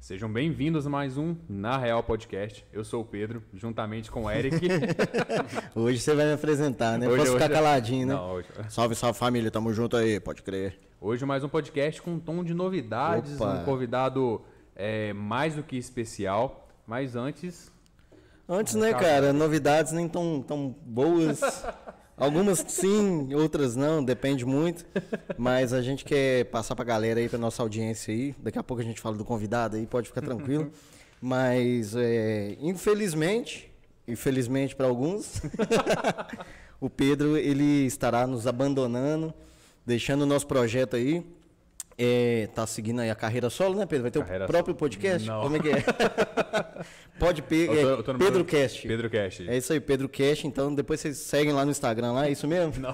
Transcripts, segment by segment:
Sejam bem-vindos a mais um Na Real Podcast. Eu sou o Pedro, juntamente com o Eric. Hoje você vai me apresentar, né? Hoje- Posso ficar hoje- caladinho, né? Não, hoje- Salve, salve família, tamo junto aí, pode crer. Hoje mais um podcast com um tom de novidades, Opa. um convidado é, mais do que especial. Mas antes, Antes, né, Calma. cara, novidades nem tão, tão boas. Algumas sim, outras não, depende muito. Mas a gente quer passar pra galera aí, pra nossa audiência aí. Daqui a pouco a gente fala do convidado aí, pode ficar tranquilo. Mas, é, infelizmente, infelizmente pra alguns, o Pedro, ele estará nos abandonando, deixando o nosso projeto aí. É, tá seguindo aí a carreira solo, né, Pedro? Vai ter Carreira o próprio podcast? Não. Como é que é? Pode pe... é Eu tô- eu tô no meu- Pedro Cast. Pedro Cast. É isso aí, Pedro Cash. Então depois vocês seguem lá no Instagram, lá, é isso mesmo? Não.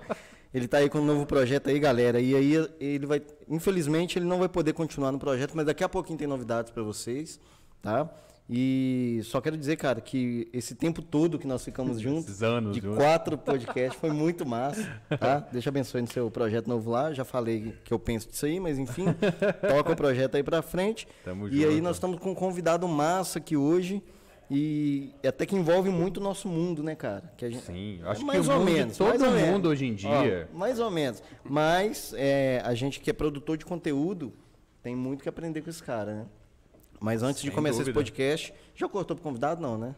ele tá aí com um novo projeto aí, galera. E aí ele vai. Infelizmente, ele não vai poder continuar no projeto, mas daqui a pouquinho tem novidades pra vocês, tá? E só quero dizer, cara, que esse tempo todo que nós ficamos juntos, esses anos, de viu? quatro podcasts, foi muito massa, tá? Deixa abençoe no seu projeto novo lá. Já falei que eu penso disso aí, mas enfim, toca o projeto aí pra frente. Tamo e aí junto. nós estamos com um convidado massa aqui hoje. E é até que envolve muito o nosso mundo, né, cara? Que a gente- Sim, eu acho mais que o ou mundo de menos, todo mais ou mundo menos. hoje em dia. Ó, mais ou menos. Mas é, a gente que é produtor de conteúdo tem muito que aprender com esse cara, né? Mas antes Sem de começar dúvida. esse podcast, já cortou pro convidado, não, né?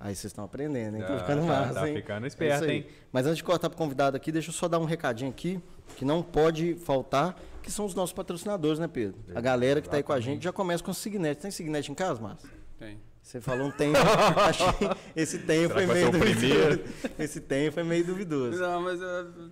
Aí vocês estão aprendendo, hein? Tô Tá, ficando tá, massa, tá hein? ficando É isso esperto, aí. hein? Mas antes de cortar pro convidado aqui, deixa eu só dar um recadinho aqui, que não pode faltar, que são os nossos patrocinadores, né, Pedro? A galera que tá aí com a gente já começa com o Signet. Tem Signet em casa, Márcio? Tem. Você falou um tem, achei- esse tem foi que vai meio ser o duvidoso. primeiro? Esse tem foi meio duvidoso. Não, mas eu,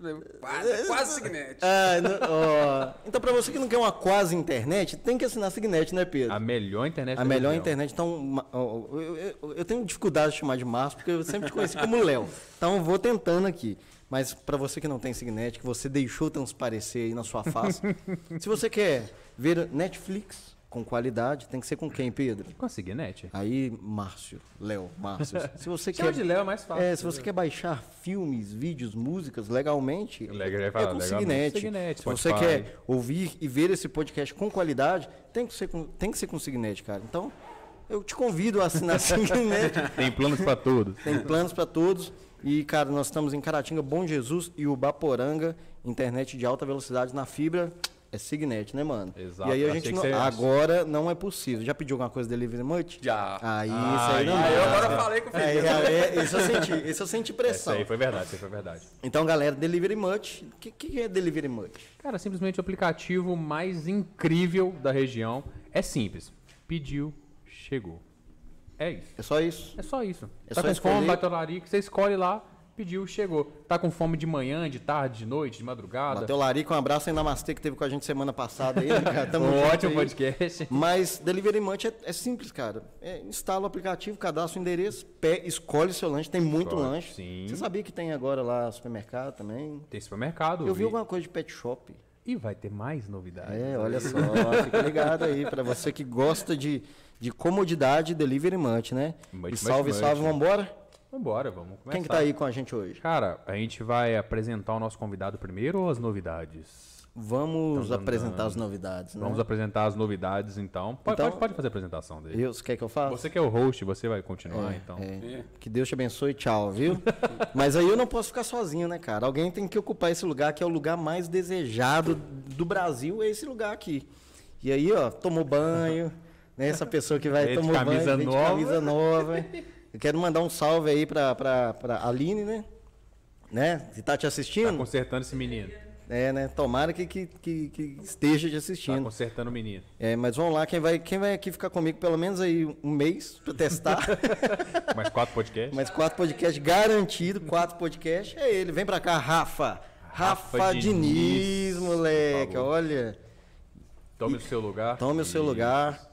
eu- É. quase, quase Signet. Ah, não- ó. Então, pra você que não quer uma quase internet, tem que assinar a Signet, né, Pedro? A melhor internet é A da melhor região. internet, então. ma- ó, ó, Eu, eu- eu tenho dificuldade de chamar de Márcio, porque eu sempre te conheci como Léo. Então eu vou tentando aqui. Mas pra você que não tem Signet, que você deixou transparecer aí na sua face, se você quer ver Netflix com qualidade, tem que ser com quem, Pedro? Consegui, net. Aí, Márcio, Léo, Márcio. Se você Chama quer. de Léo é mais fácil. É, se você quer baixar filmes, vídeos, músicas legalmente, Legal, é ele fala, com o legalmente. Signet. Signet, se você Spotify. quer ouvir e ver esse podcast com qualidade, tem que ser com, tem que ser com o Signet, cara. Então, eu te convido a assinar Signet. Tem planos pra todos. Tem planos para todos. E, cara, nós estamos em Caratinga, Bom Jesus e Ubaporanga. Internet de alta velocidade na fibra. É Signet, né, mano? Exato. E aí a Achei gente que não- você- Agora não é possível. Já pediu alguma coisa delivery much? Já. Aí, Ah, isso aí não. aí eu dá, É, agora cara. falei com o Aí, Felipe. aí, Esse eu senti, esse eu senti Isso pressão. aí foi verdade, isso aí foi verdade. Então, galera, Delivery Much. O que, que é Delivery Much? Cara, simplesmente o aplicativo mais incrível da região. É simples. Pediu, chegou. É isso. É só isso? É só isso. É tá só com fome, escolher. bateu na larica, você escolhe lá, pediu, chegou. Tá com fome de manhã, de tarde, de noite, de madrugada? Bateu o Larico, um abraço aí Namastê que teve com a gente semana passada aí, né, cara? Tamo um junto ótimo aí. podcast. Mas Delivery Munch é, é simples, cara. É, instala o aplicativo, cadastra o endereço, pé, escolhe seu lanche. Tem muito Escolhe, lanche. sim. Você sabia que tem agora lá supermercado também? Tem supermercado. Eu vi alguma coisa de pet shop. E vai ter mais novidades. É, olha só, fica ligado aí pra você que gosta de, de comodidade, Delivery Munch, né? Munch, e salve, munch, salve, munch. vambora? Vambora, vamos começar. Quem que tá aí com a gente hoje? Cara, a gente vai apresentar o nosso convidado primeiro ou as novidades? Vamos apresentar as novidades, né? Vamos apresentar as novidades então. Pode, Então- pode, pode fazer a apresentação dele. Eu, você quer que eu faça? Você que é o host, você vai continuar então. É. É. Que Deus te abençoe, tchau, viu? Mas aí eu não posso ficar sozinho, né, cara? Alguém tem que ocupar esse lugar que é o lugar mais desejado do Brasil, é esse lugar aqui. E aí, ó, tomou banho, né? Essa pessoa que vai Vem de tomar banho, camisa vem de nova. camisa nova. Eu quero mandar um salve aí pra, pra, pra Aline, né? Né? Que tá te Tá assistindo? consertando esse menino. É, né? Tomara que, que, que, que esteja te Tá assistindo. consertando o menino. É, mas vamos lá, quem vai, quem vai aqui ficar comigo pelo menos aí um mês pra testar. Mais quatro podcasts. Mas quatro podcasts garantido, quatro podcasts é ele. Vem pra cá, Rafa. Rafa, Rafa Diniz, Diniz, moleque. por favor. Olha, Tome o seu lugar. tome o seu lugar.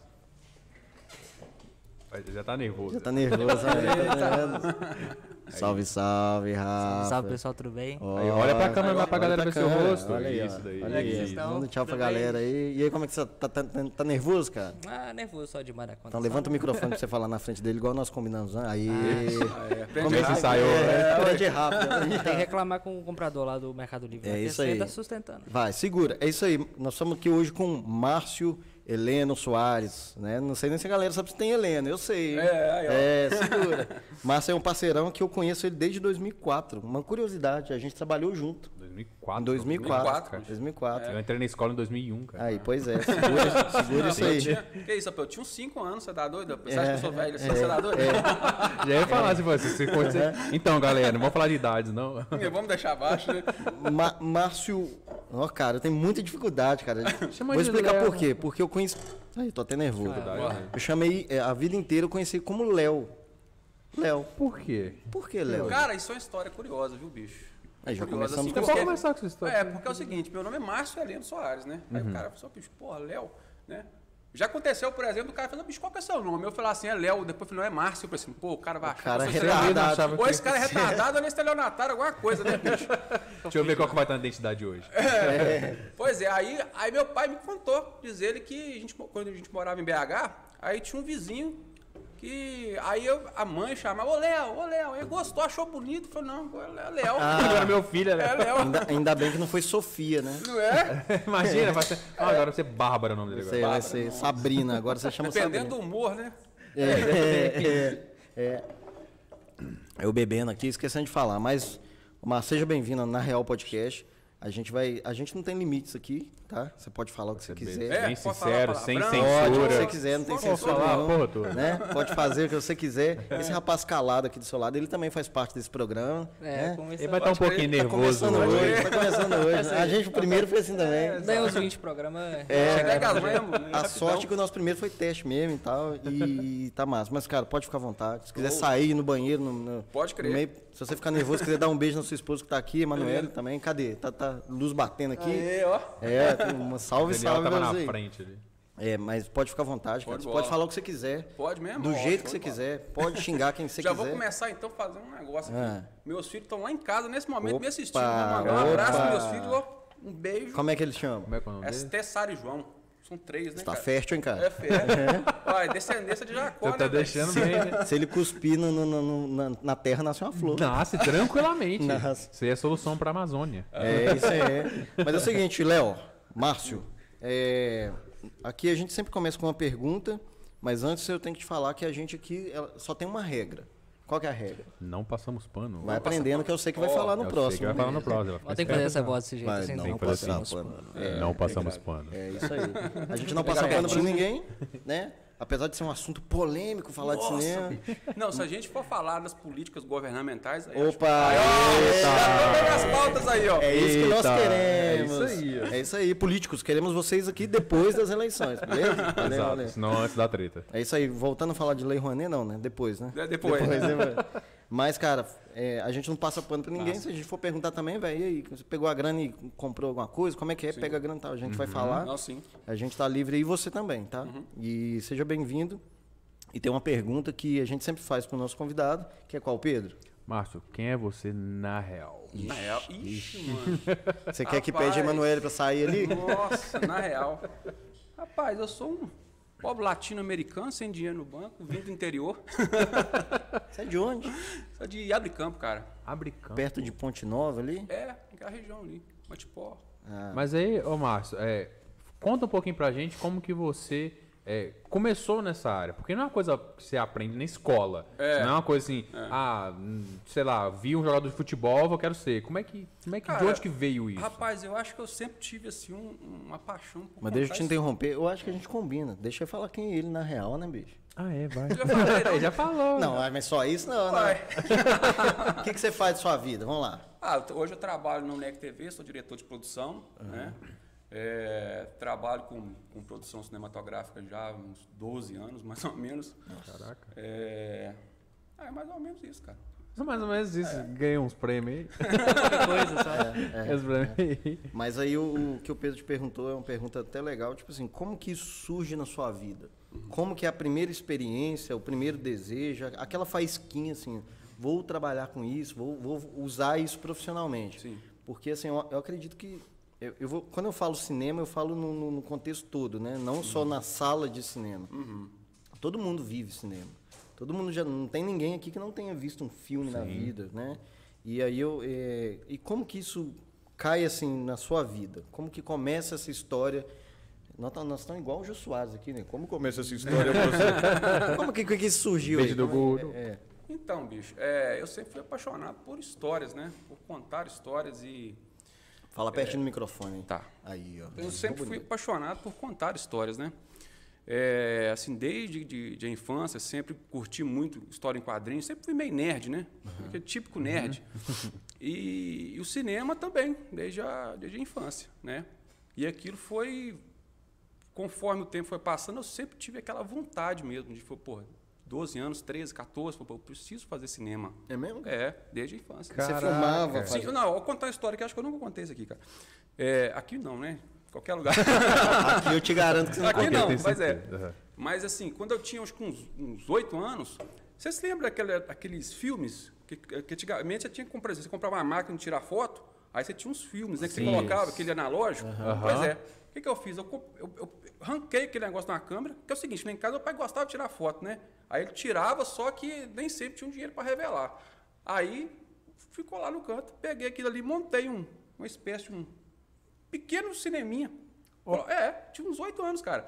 Mas Já tá nervoso. Já tá nervoso, né? Tá vendo? Salve, salve, Rafa. Salve pessoal, tudo bem? Aí olha pra câmera lá pra Olha galera ver seu câmera, rosto. olha aí, ó, isso daí. Olha aí, Como é que vocês Manda um tchau pra estão? Tudo galera aí. E aí, como é que você tá? Tá, tá- tá nervoso, cara? Ah, nervoso só de maraconda. Então levanta o microfone pra você falar na frente dele, igual nós combinamos, né? Aí. Aprende Como é que rápido. ensaiou? É, aprende rápido. Tem que reclamar com o comprador lá do Mercado Livre. É né? isso Ele aí. tá sustentando. Vai, segura. É isso aí. Nós estamos aqui hoje com Márcio Heleno Soares, né? Não sei nem se a galera sabe se tem Heleno, eu sei. É, aí, ó. é segura. Márcio é um parceirão que eu conheço ele desde 2004. Uma curiosidade, a gente trabalhou junto. 2004. Em 2004. 2004. 2004. cara. Eu entrei na escola em 2001, cara. Aí, pois é, segura, segura isso Eu aí. tinha, que isso, rapaz? Eu tinha uns 5 anos, você tá doido? Você acha que eu É, sou velho? assim? Você tá doido? Ah, Já ia falar se você. se fosse- Então, galera, não vou falar de idades, não. Vamos deixar abaixo, né? Ma- Márcio. Ó, cara, eu tenho muita dificuldade, cara. Chama Vou de explicar Léo. por quê. Porque eu conheci. Aí, tô até nervoso. Dificuldade, eu chamei. é, a vida inteira eu conheci como Léo. Léo. Por quê? Por que Léo? Cara, isso é uma história curiosa, viu, bicho? Aí É, já começamos curiosa, assim, com Então, porque- pode começar com essa história. É, porque é o seguinte, meu nome é Márcio Heleno Soares, né? Aí Uhum. o cara falou, bicho, porra, Léo, né? Já aconteceu, por exemplo, o cara falou, bicho, qual que é seu nome? Eu falei assim, é Léo, depois eu falei, não, é Márcio. Eu falei assim, pô, o cara vai achar. cara é que eu sou retardado. né? estelionatário. Achava Ou que- esse cara é retardado, ou ele é estelionatário, alguma coisa, né, bicho? Deixa eu ver qual que vai estar na identidade hoje. Pois é, aí, aí meu pai me contou, diz ele que a gente, mo- quando a gente morava em BH, aí tinha um vizinho que. Aí eu- a mãe chamava, ô Léo, ô Léo, ele gostou, achou bonito, falou, não, é Léo. Agora meu filho, né? É Léo. Ainda, ainda bem que não foi Sofia, né? Não é? Imagina, vai ser... Ah, agora vai ser Bárbara o nome dele Você agora. vai ser Sabrina, agora você chama Sabrina. Dependendo do humor, né? É, é, é, é. Eu bebendo aqui, esquecendo de falar, mas, mas seja bem-vinda na Real Podcast. A gente vai. A gente não tem limites aqui, tá? Você pode falar o que você quiser. Bem É, pode falar sincero, sem palavrão. Pode, o censura. que você quiser, não tem Vamos censura falar a não, porra toda. né? Pode fazer o que você quiser. Esse rapaz calado aqui do seu lado, ele também faz parte desse programa. É, né? Ele começou. vai estar um pouquinho Tá nervoso começando hoje. hoje, tá começando hoje. A gente o primeiro foi assim também. Daí uns 20 programas. É, Chegar em casa mesmo, né? A sorte é que o nosso primeiro foi teste mesmo e tal, e tá massa. Mas, cara, pode ficar à vontade. Se quiser sair no banheiro, no, no- Pode crer. no meio, se você ficar nervoso, quiser dar um beijo na sua esposa que tá aqui, Emanuele também, cadê? Tá, tá luz batendo aqui. Aê, ó. É, tem uma O salve, Daniel salve tava pra na você. frente ali. É, mas pode ficar à vontade, cara. Pode Você bola. pode falar o que você quiser. Pode mesmo? Do Ótimo, jeito que você pode. quiser. Pode xingar quem você Já quiser. vou começar então a fazer um negócio Ah. aqui. Meus filhos estão lá em casa nesse momento me assistindo. Opa, Vou mandar um abraço opa. pros meus filhos, ó. Um beijo. Como é que eles chamam? Como é que é o nome dele? É Sara e João. São três, né? Tá cara? fértil, hein, É cara? fé. Vai, descendência de Jacó, Você né? tá velho? deixando bem, né? Se ele cuspir no- no- no- no- na, na terra, nasce uma flor. Nasce tranquilamente. Nasce. Isso aí é solução pra Amazônia. É, isso é. Mas é o seguinte, Léo, Márcio, é, aqui a gente sempre começa com uma pergunta, mas antes eu tenho que te falar que a gente aqui ela- só tem uma regra. Qual que é a regra? Não passamos pano. Vai aprendendo que eu sei que vai Ó, falar no Eu sei que próximo. vai falar no próximo. vai Mas tem que ficar esperto. fazer essa voz desse jeito, Vai, assim, não, não, Tem que fazer posso. assim. pano. Não passamos pano. É isso aí. A gente não passa pano pra ninguém, né? Apesar de ser um assunto polêmico falar Nossa, de cinema. bicho. Não, se a gente for falar das políticas governamentais, aí acho que- Opa! Já tô pegando as pautas aí, ó. É isso que nós Eita, queremos. é isso aí. É isso aí, políticos. Queremos vocês aqui depois das eleições, beleza? Valeu, valeu. Exato, senão antes da treta. É isso aí. Voltando a falar de Lei Rouanet, não, né? Depois, né? É, depois. né, velho? Mas, cara, é, a gente não passa pano pra ninguém. Se a gente for perguntar também, velho, e aí? Você pegou a grana e comprou alguma coisa? Como é que é? Pega a grana e tal. A gente Uhum. vai falar. Não, sim. A gente tá livre e você também, tá? Uhum. E seja bem-vindo. E tem uma pergunta que a gente sempre faz pro nosso convidado, que é qual, Pedro? Márcio, quem é você na real? Na real. Ixi, mano. Você quer que Rapaz. pede a Emanuele pra sair ali? Nossa, na real. Rapaz, eu sou um pobre latino-americano sem dinheiro no banco, vindo do interior. Você é de onde? Sou de Abricampo, cara. Abre campo. Perto de Ponte Nova ali? É, aquela região ali. Matipó. Mas aí, ô Márcio, é, conta um pouquinho pra gente como que você é, começou nessa área. Porque não é uma coisa que você aprende na escola. Não é uma coisa assim, ah, hum, sei lá, vi um jogador de futebol, eu quero ser. Como é que, como é que de Cara, onde que veio isso? Rapaz, eu acho que eu sempre tive, assim, um- uma paixão por Mas deixa eu contar te história. interromper. Eu acho que a gente combina. Deixa eu falar quem é ele na real, né, bicho? Ah, é, vai. Já falei, não? Já falou. Não, ah, mas só isso não, né? Vai. O que, que você faz de sua vida? Vamos lá. Ah, eu t- hoje eu trabalho no NEC TV, sou diretor de produção, né? É, trabalho com, com produção cinematográfica já há uns 12 anos, mais ou menos. Caraca. É, ah, é mais ou menos isso, cara. Só mais ou menos isso. Ganhei uns prêmios aí. coisa, sabe? Uns prêmios aí. Mas aí o, o que o Pedro te perguntou é uma pergunta até legal, tipo assim, como que isso surge na sua vida? Como que é a primeira experiência, o primeiro desejo, a- aquela faísquinha assim, vou trabalhar com isso, vou, vou usar isso profissionalmente. Sim. Porque assim, eu, eu acredito que eu, eu vou, quando eu falo cinema, eu falo no, no- no contexto todo, né? Não só na sala de cinema. Todo mundo vive cinema. Todo mundo já não tem ninguém aqui que não tenha visto um filme na vida, né? E aí eu é, e como que isso cai assim na sua vida? Como que começa essa história Nós tá- nós estamos igual o Jô Soares aqui, né? Como começa essa Olha história? você. Como que, que isso surgiu? Beijo aí? do Como é- Guto. é, Então, bicho, é, eu sempre fui apaixonado por histórias, né? Por contar histórias e. Fala pertinho É. do microfone. hein? Tá. Aí, ó. Eu sempre fui apaixonado por contar histórias, né? É, assim, desde de, de a infância, sempre curti muito história em quadrinhos, sempre fui meio nerd, né? Aquele típico nerd. E, e o cinema também, desde a, desde a infância, né? E aquilo foi, conforme o tempo foi passando, eu sempre tive aquela vontade mesmo de, tipo, pô, 12 anos, 13, 14, pô, eu preciso fazer cinema. É mesmo? É, desde a infância. Você Caraca. filmava, Sim, Sim, fazia... não, eu vou contar uma história que eu acho que eu nunca contei isso aqui, cara. É, aqui não, né? Qualquer lugar. Aqui eu te garanto que você não Aqui Ok, não, tenho mas é. certeza. Aham. Mas assim, quando eu tinha acho que uns- uns oito anos, você se lembra daquele, daqueles filmes que, que antigamente você tinha que comprar, você comprava uma máquina de tirar foto, aí você tinha uns filmes né, que você Sim. colocava, aquele analógico. Pois Aham. é. O que, que eu fiz? Eu, co- eu, eu arranquei aquele negócio na câmera, que é o seguinte, lá em casa meu pai gostava de tirar foto, né? Aí ele tirava, só que nem sempre tinha um dinheiro para revelar. Aí ficou lá no canto, peguei aquilo ali, montei um, uma espécie de um pequeno cineminha. É, tinha uns oito anos, cara.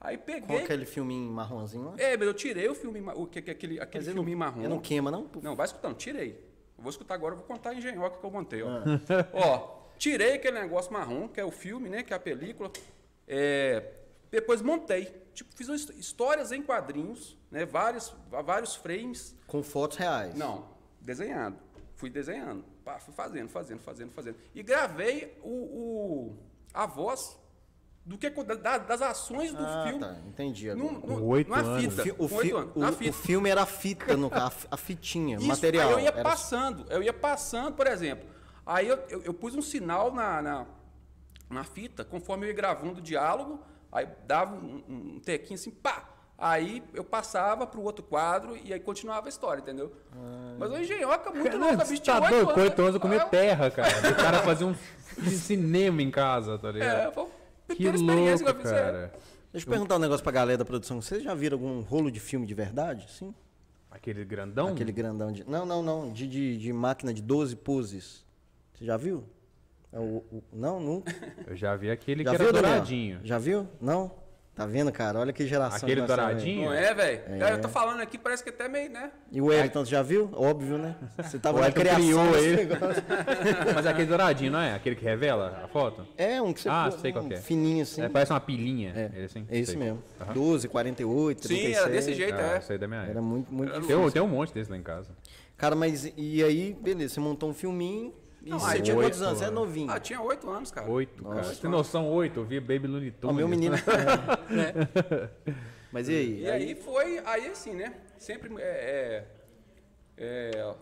Aí com peguei. aquele filminho marronzinho lá. É, mas eu tirei o filme, ma- o que que- aquele, aquele Mas ele filme não- marrom. ele não queima, não? Não, vai escutando, tirei. Eu vou escutar agora, eu vou contar a engenhoca que eu montei, ó. Ah. ó, tirei aquele negócio marrom, que é o filme, né, que é a película. É, depois montei. Tipo, fiz umas his- histórias em quadrinhos, né, vários, va- vários frames. Com fotos reais. Não, desenhado. Fui desenhando. Pá, fui fazendo, fazendo, fazendo, fazendo. E gravei o, o- a voz do que, acon- da- das ações do Ah, filme. tá. Entendi agora. Num, Com num, oito numa anos. fita. Fi- com oito anos. o, na o fita. filme era a fita, no, ca- a, fi- a fitinha, Isso, material. Aí eu ia era- passando, eu ia passando, por exemplo. Aí eu, eu, eu pus um sinal na, na, na fita, conforme eu ia gravando o diálogo, aí dava um, um- um tequinho assim, pá! Aí eu passava pro outro quadro e aí continuava a história, entendeu? Mas o engenhoca é muito louca, bicho, tinha tá oito doido, anos, com oito anos eu né? comia Aí terra, cara. O cara fazia um cinema em casa, tá eu- ligado? É, foi uma que pequena experiência louco, que eu fiz. é. cara. Deixa eu perguntar um negócio pra galera da produção. Vocês já viram algum rolo de filme de verdade? Sim? Aquele grandão? Aquele grandão de. Não, não, não. De, de, de máquina de 12 poses. Você já viu? É o- o- não, nunca. Eu já vi aquele Já que viu, era Daniel? douradinho. Já viu? Não? Tá vendo, cara? Olha que geração. Aquele que nós estamos douradinho? Não é, velho? Eu tô falando aqui, parece que até meio, né? vendo. E o Elton, você já viu? Óbvio, né? Você tava O na Elton criação criou desse ele. negócio. Mas é aquele douradinho, não é? Aquele que revela a foto? É, um que você Ah, pô- sei qual um que é. Fininho assim. É, parece uma pilhinha. ele assim, É isso sei. mesmo. Aham. 12, 48, Sim, 36. era desse jeito, Ah, é. isso aí da minha Era época. muito, muito Era difícil. Tem, tem um monte desse lá em casa. Cara, mas e aí, beleza, você montou um filminho e Não, você aí tinha oito quantos anos? Você é anos. novinho. Ah, tinha oito anos, cara. Oito, cara. Você tem noção, oito. Eu vi Baby Looney Ó, Tunes. meu menino. né? Mas e aí? É. E aí foi, aí assim, né? Sempre é, é, é,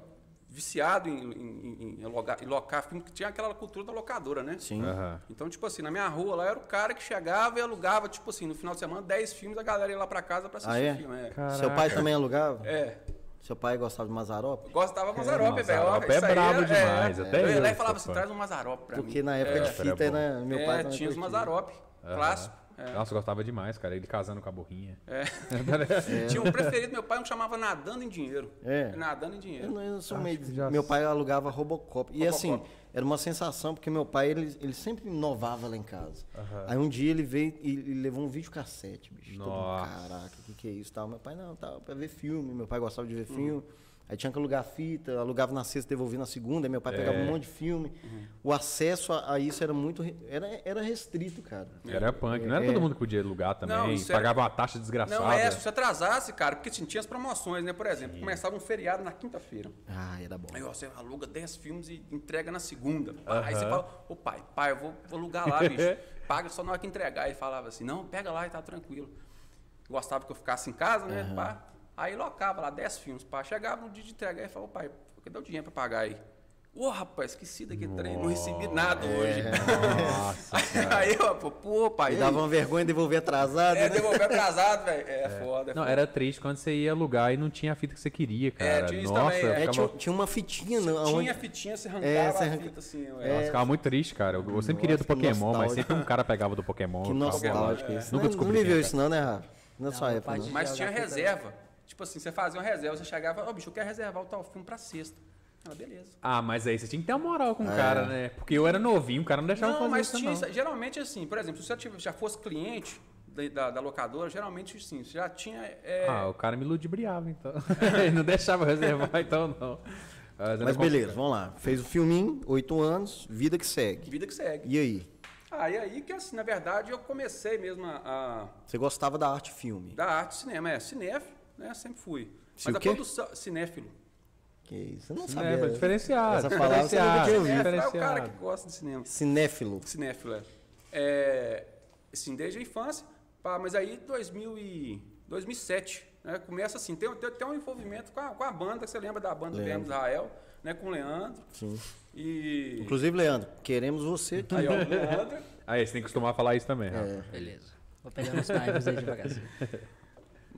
viciado em, em, em- em alugar- em locar filme, que tinha aquela cultura da locadora, né? Sim. Aham. Então, tipo assim, na minha rua lá era o cara que chegava e alugava, tipo assim, no final de semana, 10 filmes, a galera ia lá pra casa pra assistir Ah, é? o filme. É. Caraca. Seu pai também alugava? é. Seu pai gostava de Mazarop? Gostava do Mazarope, velho. Mazzaropi Isso é aí era- brabo demais, até eu ia lá eu e falava sou assim, fã. traz um Mazarope pra Porque mim. na época de É, era fita bom. era meu pai é, também assim. tinha os curtia. Mazarope, clássico. É. Nossa, eu gostava demais, cara. Ele casando com a burrinha. Tinha um preferido, meu pai, um que chamava Nadando em Dinheiro. É. Nadando em Eu, Dinheiro. não- eu sou meio... que já- Meu pai alugava Robocop. E Robocop. assim, era uma sensação, porque meu pai, ele, ele sempre inovava lá em casa. Aí um dia ele veio e, e levou um videocassete, bicho. Todo mundo, Nossa. caraca, o que, que é isso? Tal. Meu pai, não, tal, pra ver filme. Meu pai gostava de ver filme. Aí tinha que alugar fita, alugava na sexta, devolvia na segunda. Aí meu pai pegava um monte de filme. O acesso a, a isso era muito... re- Era, era restrito, cara. Era punk. Não era todo mundo que podia alugar também. Não, isso era- Pagava uma taxa desgraçada. Não, é, se você atrasasse, cara, porque assim, tinha as promoções, né? Por exemplo, começava um feriado na quinta-feira. Ah, era bom. Aí ó, você aluga 10 filmes e entrega na segunda. Pá, Aí você fala, ô pai, pai, eu vou, vou alugar lá, bicho. Paga só na hora que entregar. E falava assim, não, pega lá e tá tranquilo. Gostava que eu ficasse em casa, né? Pá. Aí locava lá 10 filmes, pá. Chegava no dia de entregar e falava, ô pai, cadê o dinheiro pra pagar aí? Ô, rapaz, esqueci daquele trem, não recebi nada hoje. Nossa, aí, ó, pô, pô, pai. Aí e- dava uma vergonha devolver atrasado, né? É, devolver atrasado, velho. É, foda. é Não, foda. era triste quando você ia alugar e não tinha a fita que você queria, cara. tinha isso Nossa, também, eu é. É, ficava, tinha, tinha uma fitinha, não, aonde- Tinha fitinha, você arrancava É, você a arranca- fita assim, ó. nossa, ficava muito triste, cara. Eu, eu sempre queria do é, Nossa, que Pokémon, mas nostálgico. sempre um cara pegava do Pokémon. Que eu ficava nostálgico bolado. isso. né? Nunca Não- descobri. Não quem viveu era. isso não, né, Rafa? Na sua meu época, pai não. de- Mas Jogar tinha fita, reserva. Tipo assim, você fazia uma reserva, você chegava, ó, bicho, eu quero reservar o tal filme pra sexta. Ah, beleza. Ah, mas aí você tinha que ter uma moral com o É. cara, né? Porque eu era novinho, o cara não deixava Não, fazer mas isso, tinha, não. isso- geralmente assim, por exemplo, se você tiv- já fosse cliente da, da- da locadora, geralmente sim, você já tinha. é, Ah, o cara me ludibriava, então. Ele não deixava eu reservar, então, não. Ah, era Mas complicado. beleza, vamos lá. Fez o filminho, oito anos, vida que segue. Vida que segue. E aí? Ah, e aí que assim, na verdade, eu comecei mesmo a, a- Você gostava da arte filme? da arte e cinema. É, cinéfilo, né? Sempre fui. Se Mas o a quê? produção. Cinéfilo. Que isso? Eu não É, sabia. mas diferenciado. Essa palavra você nunca diferenciado, tinha ouvido. Cinéfilo é o cara diferenciado. que gosta de cinema. Cinéfilo. Cinéfila. É, assim, desde a infância. Pá, mas aí, 2000 e 2007, né, começa assim, tem, tem, tem um envolvimento com a, com a banda, que você lembra da banda do Leandro Israel, né, com o Leandro. Sim. E... Inclusive, Leandro, queremos você aqui. Aí, ó, o Leandro. Aí, Ah, é, você tem que costumar falar isso É, também, né? Rafa. É. Beleza. Vou pegar uns naipes aí devagarzinho.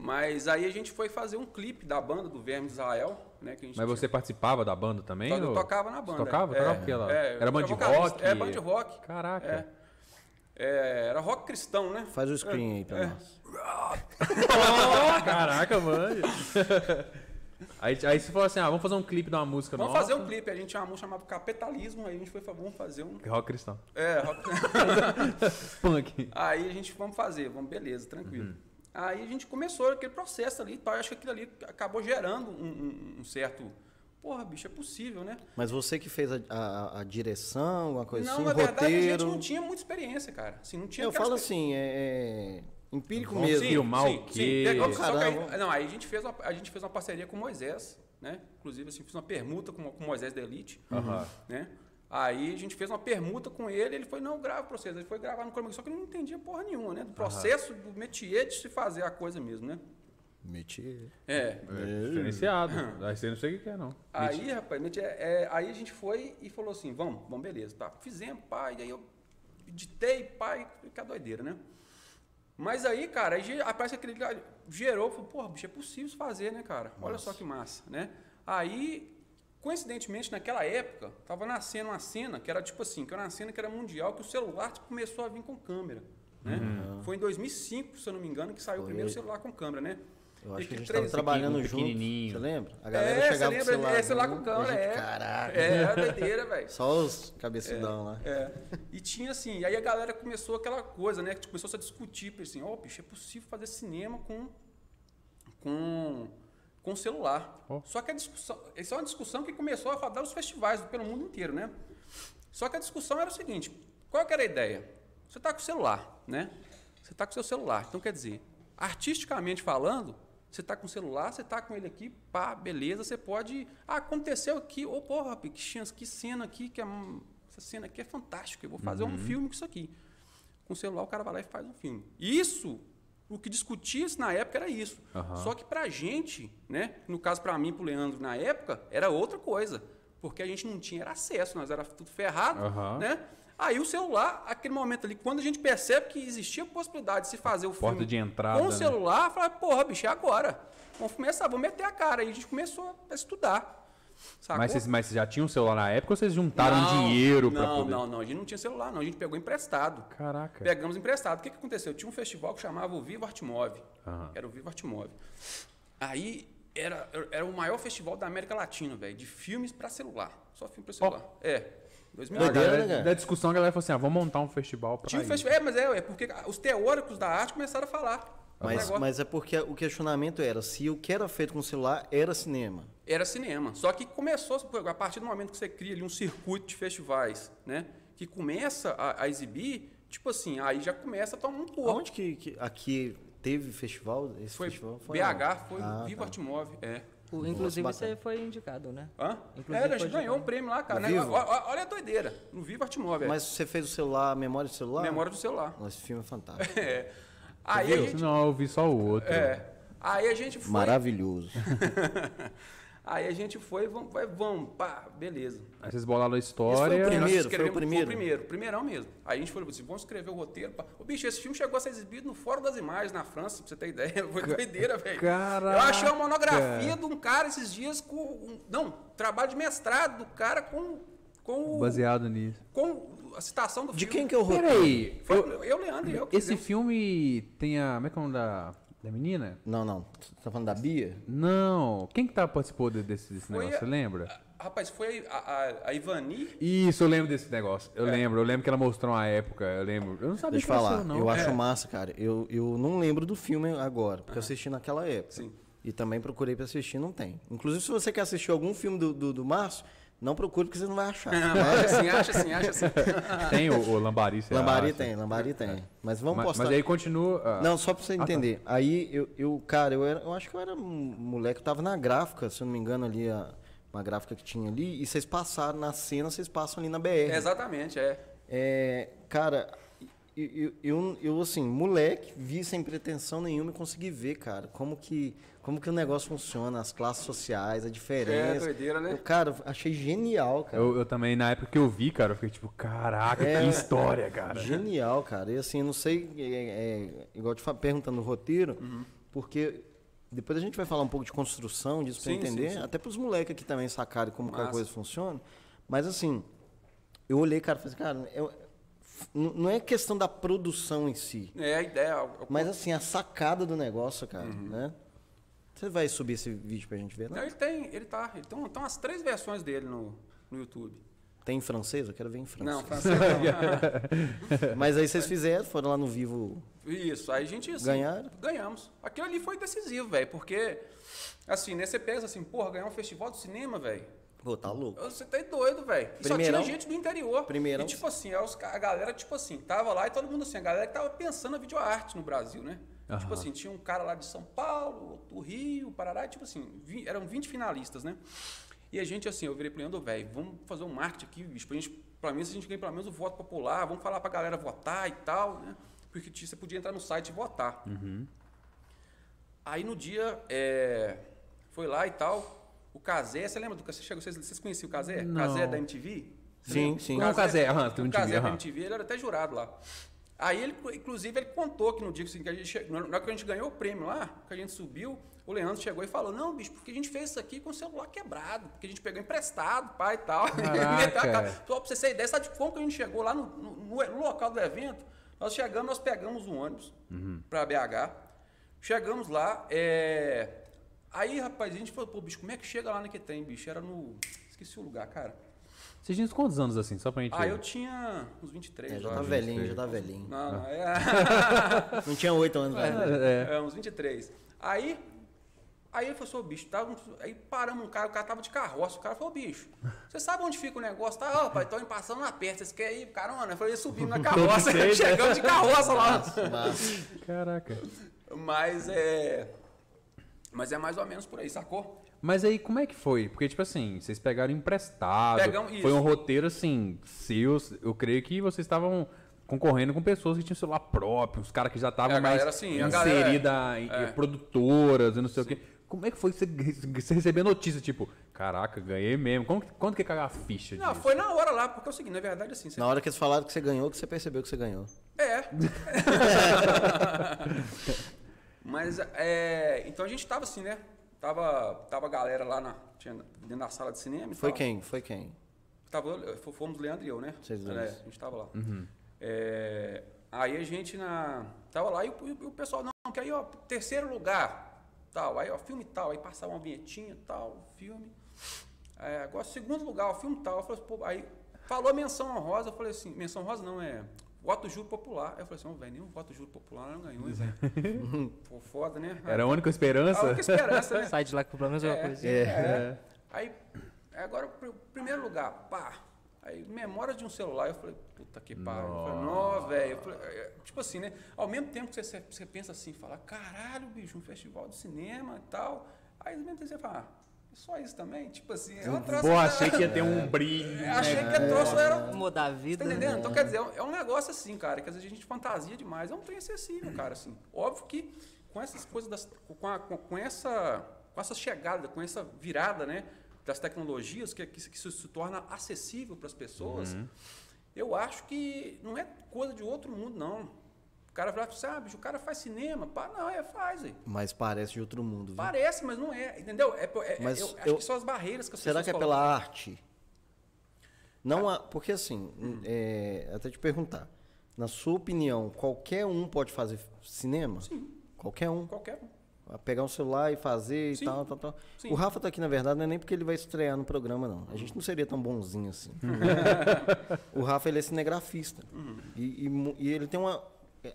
Mas aí a gente foi fazer um clipe da banda do Verme de Israel, né, que a gente Mas você participava da banda também? tinha- Eu ou- tocava na Você banda. Tocava? É, Tocava porque ela... é, eu era banda de vocalista. rock? É, banda de rock. Caraca. É. É, era rock cristão, né? Faz o screen aí É. pra nós. Oh, caraca, mano. aí, aí você falou assim, ah, vamos fazer um clipe de uma música Vamos nossa. fazer um clipe, a gente tinha uma música chamada Capitalismo, aí a gente foi, fa- vamos fazer um... Rock cristão. É, rock... Punk. Aí a gente, vamos fazer, vamos, beleza, tranquilo. Uhum. Aí a gente começou aquele processo ali, e tal, eu acho que aquilo ali acabou gerando um, um- um certo. Porra, bicho, é possível, né? Mas você que fez a, a- a direção, alguma coisa não, assim, na roteiro. verdade a gente não tinha muita experiência, cara. Assim, não tinha Eu aquela falo assim, experiência. é, é empírico Vamos mesmo. filmar. o quê? Pegou- só É que aí- Caramba. não, aí a gente, fez uma, a gente fez uma parceria com o Moisés, né? Inclusive, assim, fiz uma permuta com, com o Moisés da Elite, Aham. né? Aí a gente fez uma permuta com ele, ele foi, não, grava o processo. Ele foi gravar no Chromebook, só que ele não entendia porra nenhuma, né? Do processo, do métier de se fazer a coisa mesmo, né? Meti. É, É, diferenciado. Aí você não sei o que que é, não. Aí, rapaz, meti- é, aí a gente foi e falou assim, vamos, vamos, beleza, tá. Fizemos, pai, e aí eu editei, pai, que a doideira, né? Mas aí, cara, aí ge- aparece aquele lá, gerou, falou, porra, bicho, é possível isso fazer, né, cara? Olha só que massa, né? Aí, coincidentemente, naquela época, tava nascendo uma cena que era tipo assim, que era uma cena que era mundial, que o celular tipo, começou a vir com câmera, né? Uhum. Foi em 2005, se eu não me engano, que saiu o primeiro celular com câmera, né? Eu E acho que a gente três- um tava trabalhando pequeno- junto. pequenininho. Você lembra? A galera é, chegava com o você lembra? celular. É, celular com junto, câmera, a gente, é. Caraca. É, era doideira, velho. Só os cabeçudão lá. É. E tinha assim, aí a galera começou aquela coisa, né? Que começou a discutir, assim, ó, bicho, é possível fazer cinema com com com celular. Ó. Só que a discussão, essa é uma discussão que começou a rodar os festivais pelo mundo inteiro, né? Só que a discussão era o seguinte, qual que era a ideia? Você tá com o celular, né? Você tá com o seu celular. Então quer dizer, artisticamente falando, você tá com o celular, você tá com ele aqui, pá, beleza, você pode, ah, aconteceu aqui, ô porra, que chance, que cena aqui, que é, um- essa cena aqui é fantástica, eu vou fazer um filme com isso aqui. Com o celular o cara vai lá e faz um filme. Isso, o que discutia-se na época era isso. Aham. Só que pra gente, né? No caso pra mim, pro Leandro na época, era outra coisa. Porque a gente não tinha era acesso, nós era tudo ferrado, Aham. né? Aí o celular, aquele momento ali, quando a gente percebe que existia a possibilidade de se fazer o Porta filme de entrada, com o né? celular, fala, porra, bicho, é agora. Vamos começar, vamos meter a cara. Aí a gente começou a estudar. Sacou? Mas vocês, mas vocês já tinham um celular na época ou vocês juntaram dinheiro pra não, poder? Não, não, a gente não tinha celular, não. A gente pegou emprestado. Caraca. Pegamos emprestado. O que, que aconteceu? Tinha um festival que chamava o Vivo Artmove. Aham. Era o Vivo Artmove. Aí era, era o maior festival da América Latina, velho, de filmes pra celular. Só filme pra celular. É. 2000 A galera- Doideira, né, cara? da discussão, a galera falou assim, ah, vamos montar um festival pra Tinha um isso. festival. É, mas é, é porque os teóricos da arte começaram a falar. do Mas, negócio. mas é porque o questionamento era se o que era feito com o celular era cinema. Era cinema. Só que começou, pô, a partir do momento que você cria ali um circuito de festivais, né? Que começa a, a exibir, tipo assim, aí já começa a tomar um corpo. Onde que, que- aqui teve festival? Esse Foi festival BH, foi Ah, o Vivo tá. Artmove, é. O- Inclusive, bacana. você foi indicado, né? Hã? Inclusive, é, a foi gente ganhou jogado. um prêmio lá, cara. No né? Vivo? Ó, ó, Olha a doideira. No Vivo Artmove, tá. Mas você fez o celular, a memória do é. celular? Memória do celular. Nossa, esse filme é fantástico. É. Aí a Eu, gente. Não, eu vi só o outro. É. Aí a gente foi. Maravilhoso. Aí a gente foi, vamos, vai, vamos, pá, beleza. Aí vocês bolaram a Esse história. foi o Nós Primeiro, foi escrevemos- o primeiro? Foi o primeiro, primeirão mesmo. Aí a gente falou assim, vamos escrever o roteiro. pá. Ô, bicho, esse filme chegou a ser exibido no Fórum das Imagens, na França, pra você ter ideia. Foi doideira, velho. caraca. Eu achei uma monografia de um cara esses dias com... um- não, trabalho de mestrado do cara com... com o- Baseado nisso. com a citação do De filme. quem que é o roteiro? Peraí, Foi eu, Leandro e eu. que esse fizemos. filme tem a... Como é que é o nome da, da menina? Não, não. Você tá falando da Bia? Não. Quem que tá, participou de- desse, desse Foi negócio, a- você lembra? Rapaz, foi a, a, a Ivani. Isso, eu lembro desse negócio. É. Eu lembro, eu lembro que ela mostrou uma época, eu lembro. Eu não sabia Deixa eu que era falar, seu, não. eu acho É. massa, cara. Eu, eu não lembro do filme agora, porque eu assisti naquela época. Sim. E também procurei pra assistir, não tem. Inclusive, se você quer assistir algum filme do, do, do Márcio, não procure, porque você não vai achar. Acha assim, acha assim, acha assim. É. Tem o, o Lambari, você Lambari acha? É. tem, Lambari tem. Mas vamos Mas, postar. mas aí continua. ah, Não, só pra você entender. Aí eu, eu cara, eu, era, eu acho que eu era um moleque, eu tava na gráfica, se eu não me engano, ali, a- uma gráfica que tinha ali, e vocês passaram, na cena, vocês passam ali na BR. É, exatamente, é. É, cara, eu, eu, eu, assim, moleque, vi sem pretensão nenhuma e consegui ver, cara, como que, como que o negócio funciona, as classes sociais, a diferença. É, doideira, né? Eu, cara, achei genial, cara. Eu, eu também, na época que eu vi, cara, eu fiquei tipo, caraca, É. que história, cara. Genial, cara. E assim, eu não sei, é, é, igual te fa- perguntando no roteiro, Uhum. porque depois a gente vai falar um pouco de construção, disso pra Sim, entender, sim, sim. até pros moleques aqui também sacarem como que a Massa. coisa funciona. Mas assim, eu olhei, cara, e falei assim, cara, eu- f- n- não é questão da produção em si, É a ideia. o- o- mas assim, a sacada do negócio, cara, né? Você vai subir esse vídeo pra gente ver, né? Não, não? ele tem, ele tá. Ele tem, tem umas três versões dele no, no YouTube. Tem em francês? Eu quero ver em Não, francês. francês não. Mas aí vocês fizeram, foram lá no vivo. Isso, aí a gente. assim, Ganharam? Ganhamos. Aquilo ali foi decisivo, velho, porque. Assim, né? Você pensa assim, porra, ganhar um festival de cinema, velho. Pô, tá louco. Você tá doido, velho. E só tinha Primeirão? gente do interior. Primeirão? E tipo assim, aí os ca- a galera, tipo assim, tava lá e todo mundo assim, a galera que tava pensando na videoarte no Brasil, né? Aham. Tipo assim, tinha um cara lá de São Paulo, do Rio, Parará, e, tipo assim, vi- eram 20 finalistas, né? E a gente assim, eu virei pro Leandro, velho, vamos fazer um marketing aqui, bicho, pra gente, pra mim, se a gente ganha pelo menos o voto popular, vamos falar pra galera votar e tal, né? Porque t- você podia entrar no site e votar. Uhum. Aí no dia, é, foi lá e tal. O Kazé, você lembra do Kazé? Chegou, Vocês, vocês conheciam o Kazé? Não. Kazé da MTV? Sim, Lembra? sim. Não, o Kazé, aham, um o do MTV, Kazé da aham. MTV, ele era até jurado lá. Aí ele, inclusive, ele contou que no dia assim, que a gente, che- na hora que a gente ganhou o prêmio lá, que a gente subiu, o Leandro chegou e falou: Não, bicho, porque a gente fez isso aqui com o celular quebrado, porque a gente pegou emprestado, pai e tal. Caraca. Só pra você ter ideia, sabe de como que a gente chegou lá no, no- no local do evento? Nós chegamos, nós pegamos um ônibus pra BH. Chegamos lá, é... aí, rapaz, a gente falou, pô, bicho, como é que chega lá naquele trem, bicho? Era no... Esqueci o lugar, cara. Vocês tinham quantos anos assim, só pra gente. Ah, eu tinha uns 23, É, eu já tá acho. velhinho, já tá velhinho. Não, não, é... Não tinha oito anos, velho. Ah. É. é, uns 23. Aí, aí ele falou, assim, ô, bicho, tava, um- aí paramos um cara, o cara tava de carroça, o cara falou, bicho, você sabe onde fica o negócio? Tá, ó, pai, tô indo passando lá perto, vocês querem ir, carona? Eu falei, subimos na carroça, Todos seis, né? chegamos de carroça lá. Mas, Caraca. Mas é... Mas é mais ou menos por aí, sacou? Mas aí, como é que foi? Porque, tipo assim, vocês pegaram emprestado. Pegamos isso. Foi um roteiro, assim, seus. Eu creio que vocês estavam concorrendo com pessoas que tinham celular próprio, os caras que já estavam É, a mais galera, sim, a galera, inserida em, é. em produtoras e não sei o quê. Como é que foi você, você receber notícia, tipo, caraca, ganhei mesmo. Como, que- quando que caiu a ficha Não, disso? foi na hora lá, porque é o seguinte, na verdade, assim, você... na hora que eles falaram que você ganhou, que você percebeu que você ganhou. É. Mas é. Então a gente tava assim, né? Tava, tava a galera lá na, tinha, dentro da sala de cinema. e Foi tal. quem? Foi quem? Tava, eu- fo- fomos o Leandro e eu, né? Vocês dois. Uhum. É, a gente tava lá. É, aí a gente na, tava lá e, o- e o- e o pessoal, não, que aí, ó, terceiro lugar, tal, aí, ó, filme tal, aí passava uma vinhetinha, tal, filme. É, agora, segundo lugar, ó, filme tal. Eu falei, assim, pô, aí falou menção honrosa, eu falei assim, menção honrosa não, é voto do juro popular. Aí eu falei assim, ó, velho, nenhum voto do juro popular não ganhou, hein, velho. Pô, foda, né? Era a única a esperança? única esperança, né? Sai de lá com pelo menos uma coisa. É. Aí, agora, pr- primeiro lugar, pá. Aí, memória de um celular, eu falei, puta que pariu. Eu falei, não, velho. Eu falei, é, Tipo assim, né? Ao mesmo tempo que você, você pensa assim, fala, caralho, bicho, um festival de cinema e tal. Aí, ao mesmo tempo, você fala, ah, é só isso também? Tipo assim, é um troço... Pô, Uhum. achei que É. ia ter um brilho. Eu achei que o troço era... Mudar a Tá vida. né? entendendo? né? Então, quer dizer, é um- é um negócio assim, cara, que às vezes a gente fantasia demais. É um trem acessível, cara, assim. Óbvio que com essas coisas, das, com, a- com- com essa, com essa chegada, com essa virada, né, das tecnologias, que, que, se- que isso se torna acessível para as pessoas, Uhum. eu acho que não é coisa de outro mundo, não. O cara fala, sabe, o cara faz cinema. Pá, não, é, faz, aí. Mas parece de outro mundo, viu? Parece, mas não é, entendeu? É, po- é- é- Mas eu, acho eu- que são as barreiras que as Será pessoas que é pela colocam. arte? Não há, porque assim, é, até te perguntar, na sua opinião, qualquer um pode fazer cinema? Sim. Qualquer um. Qualquer um. a pegar um celular e fazer Sim. e tal, tal, tal. Sim. O Rafa tá aqui, na verdade, não é nem porque ele vai estrear no programa, não. A gente não seria tão bonzinho assim. o Rafa, ele é cinegrafista. Uhum. E, e mu- e ele tem uma,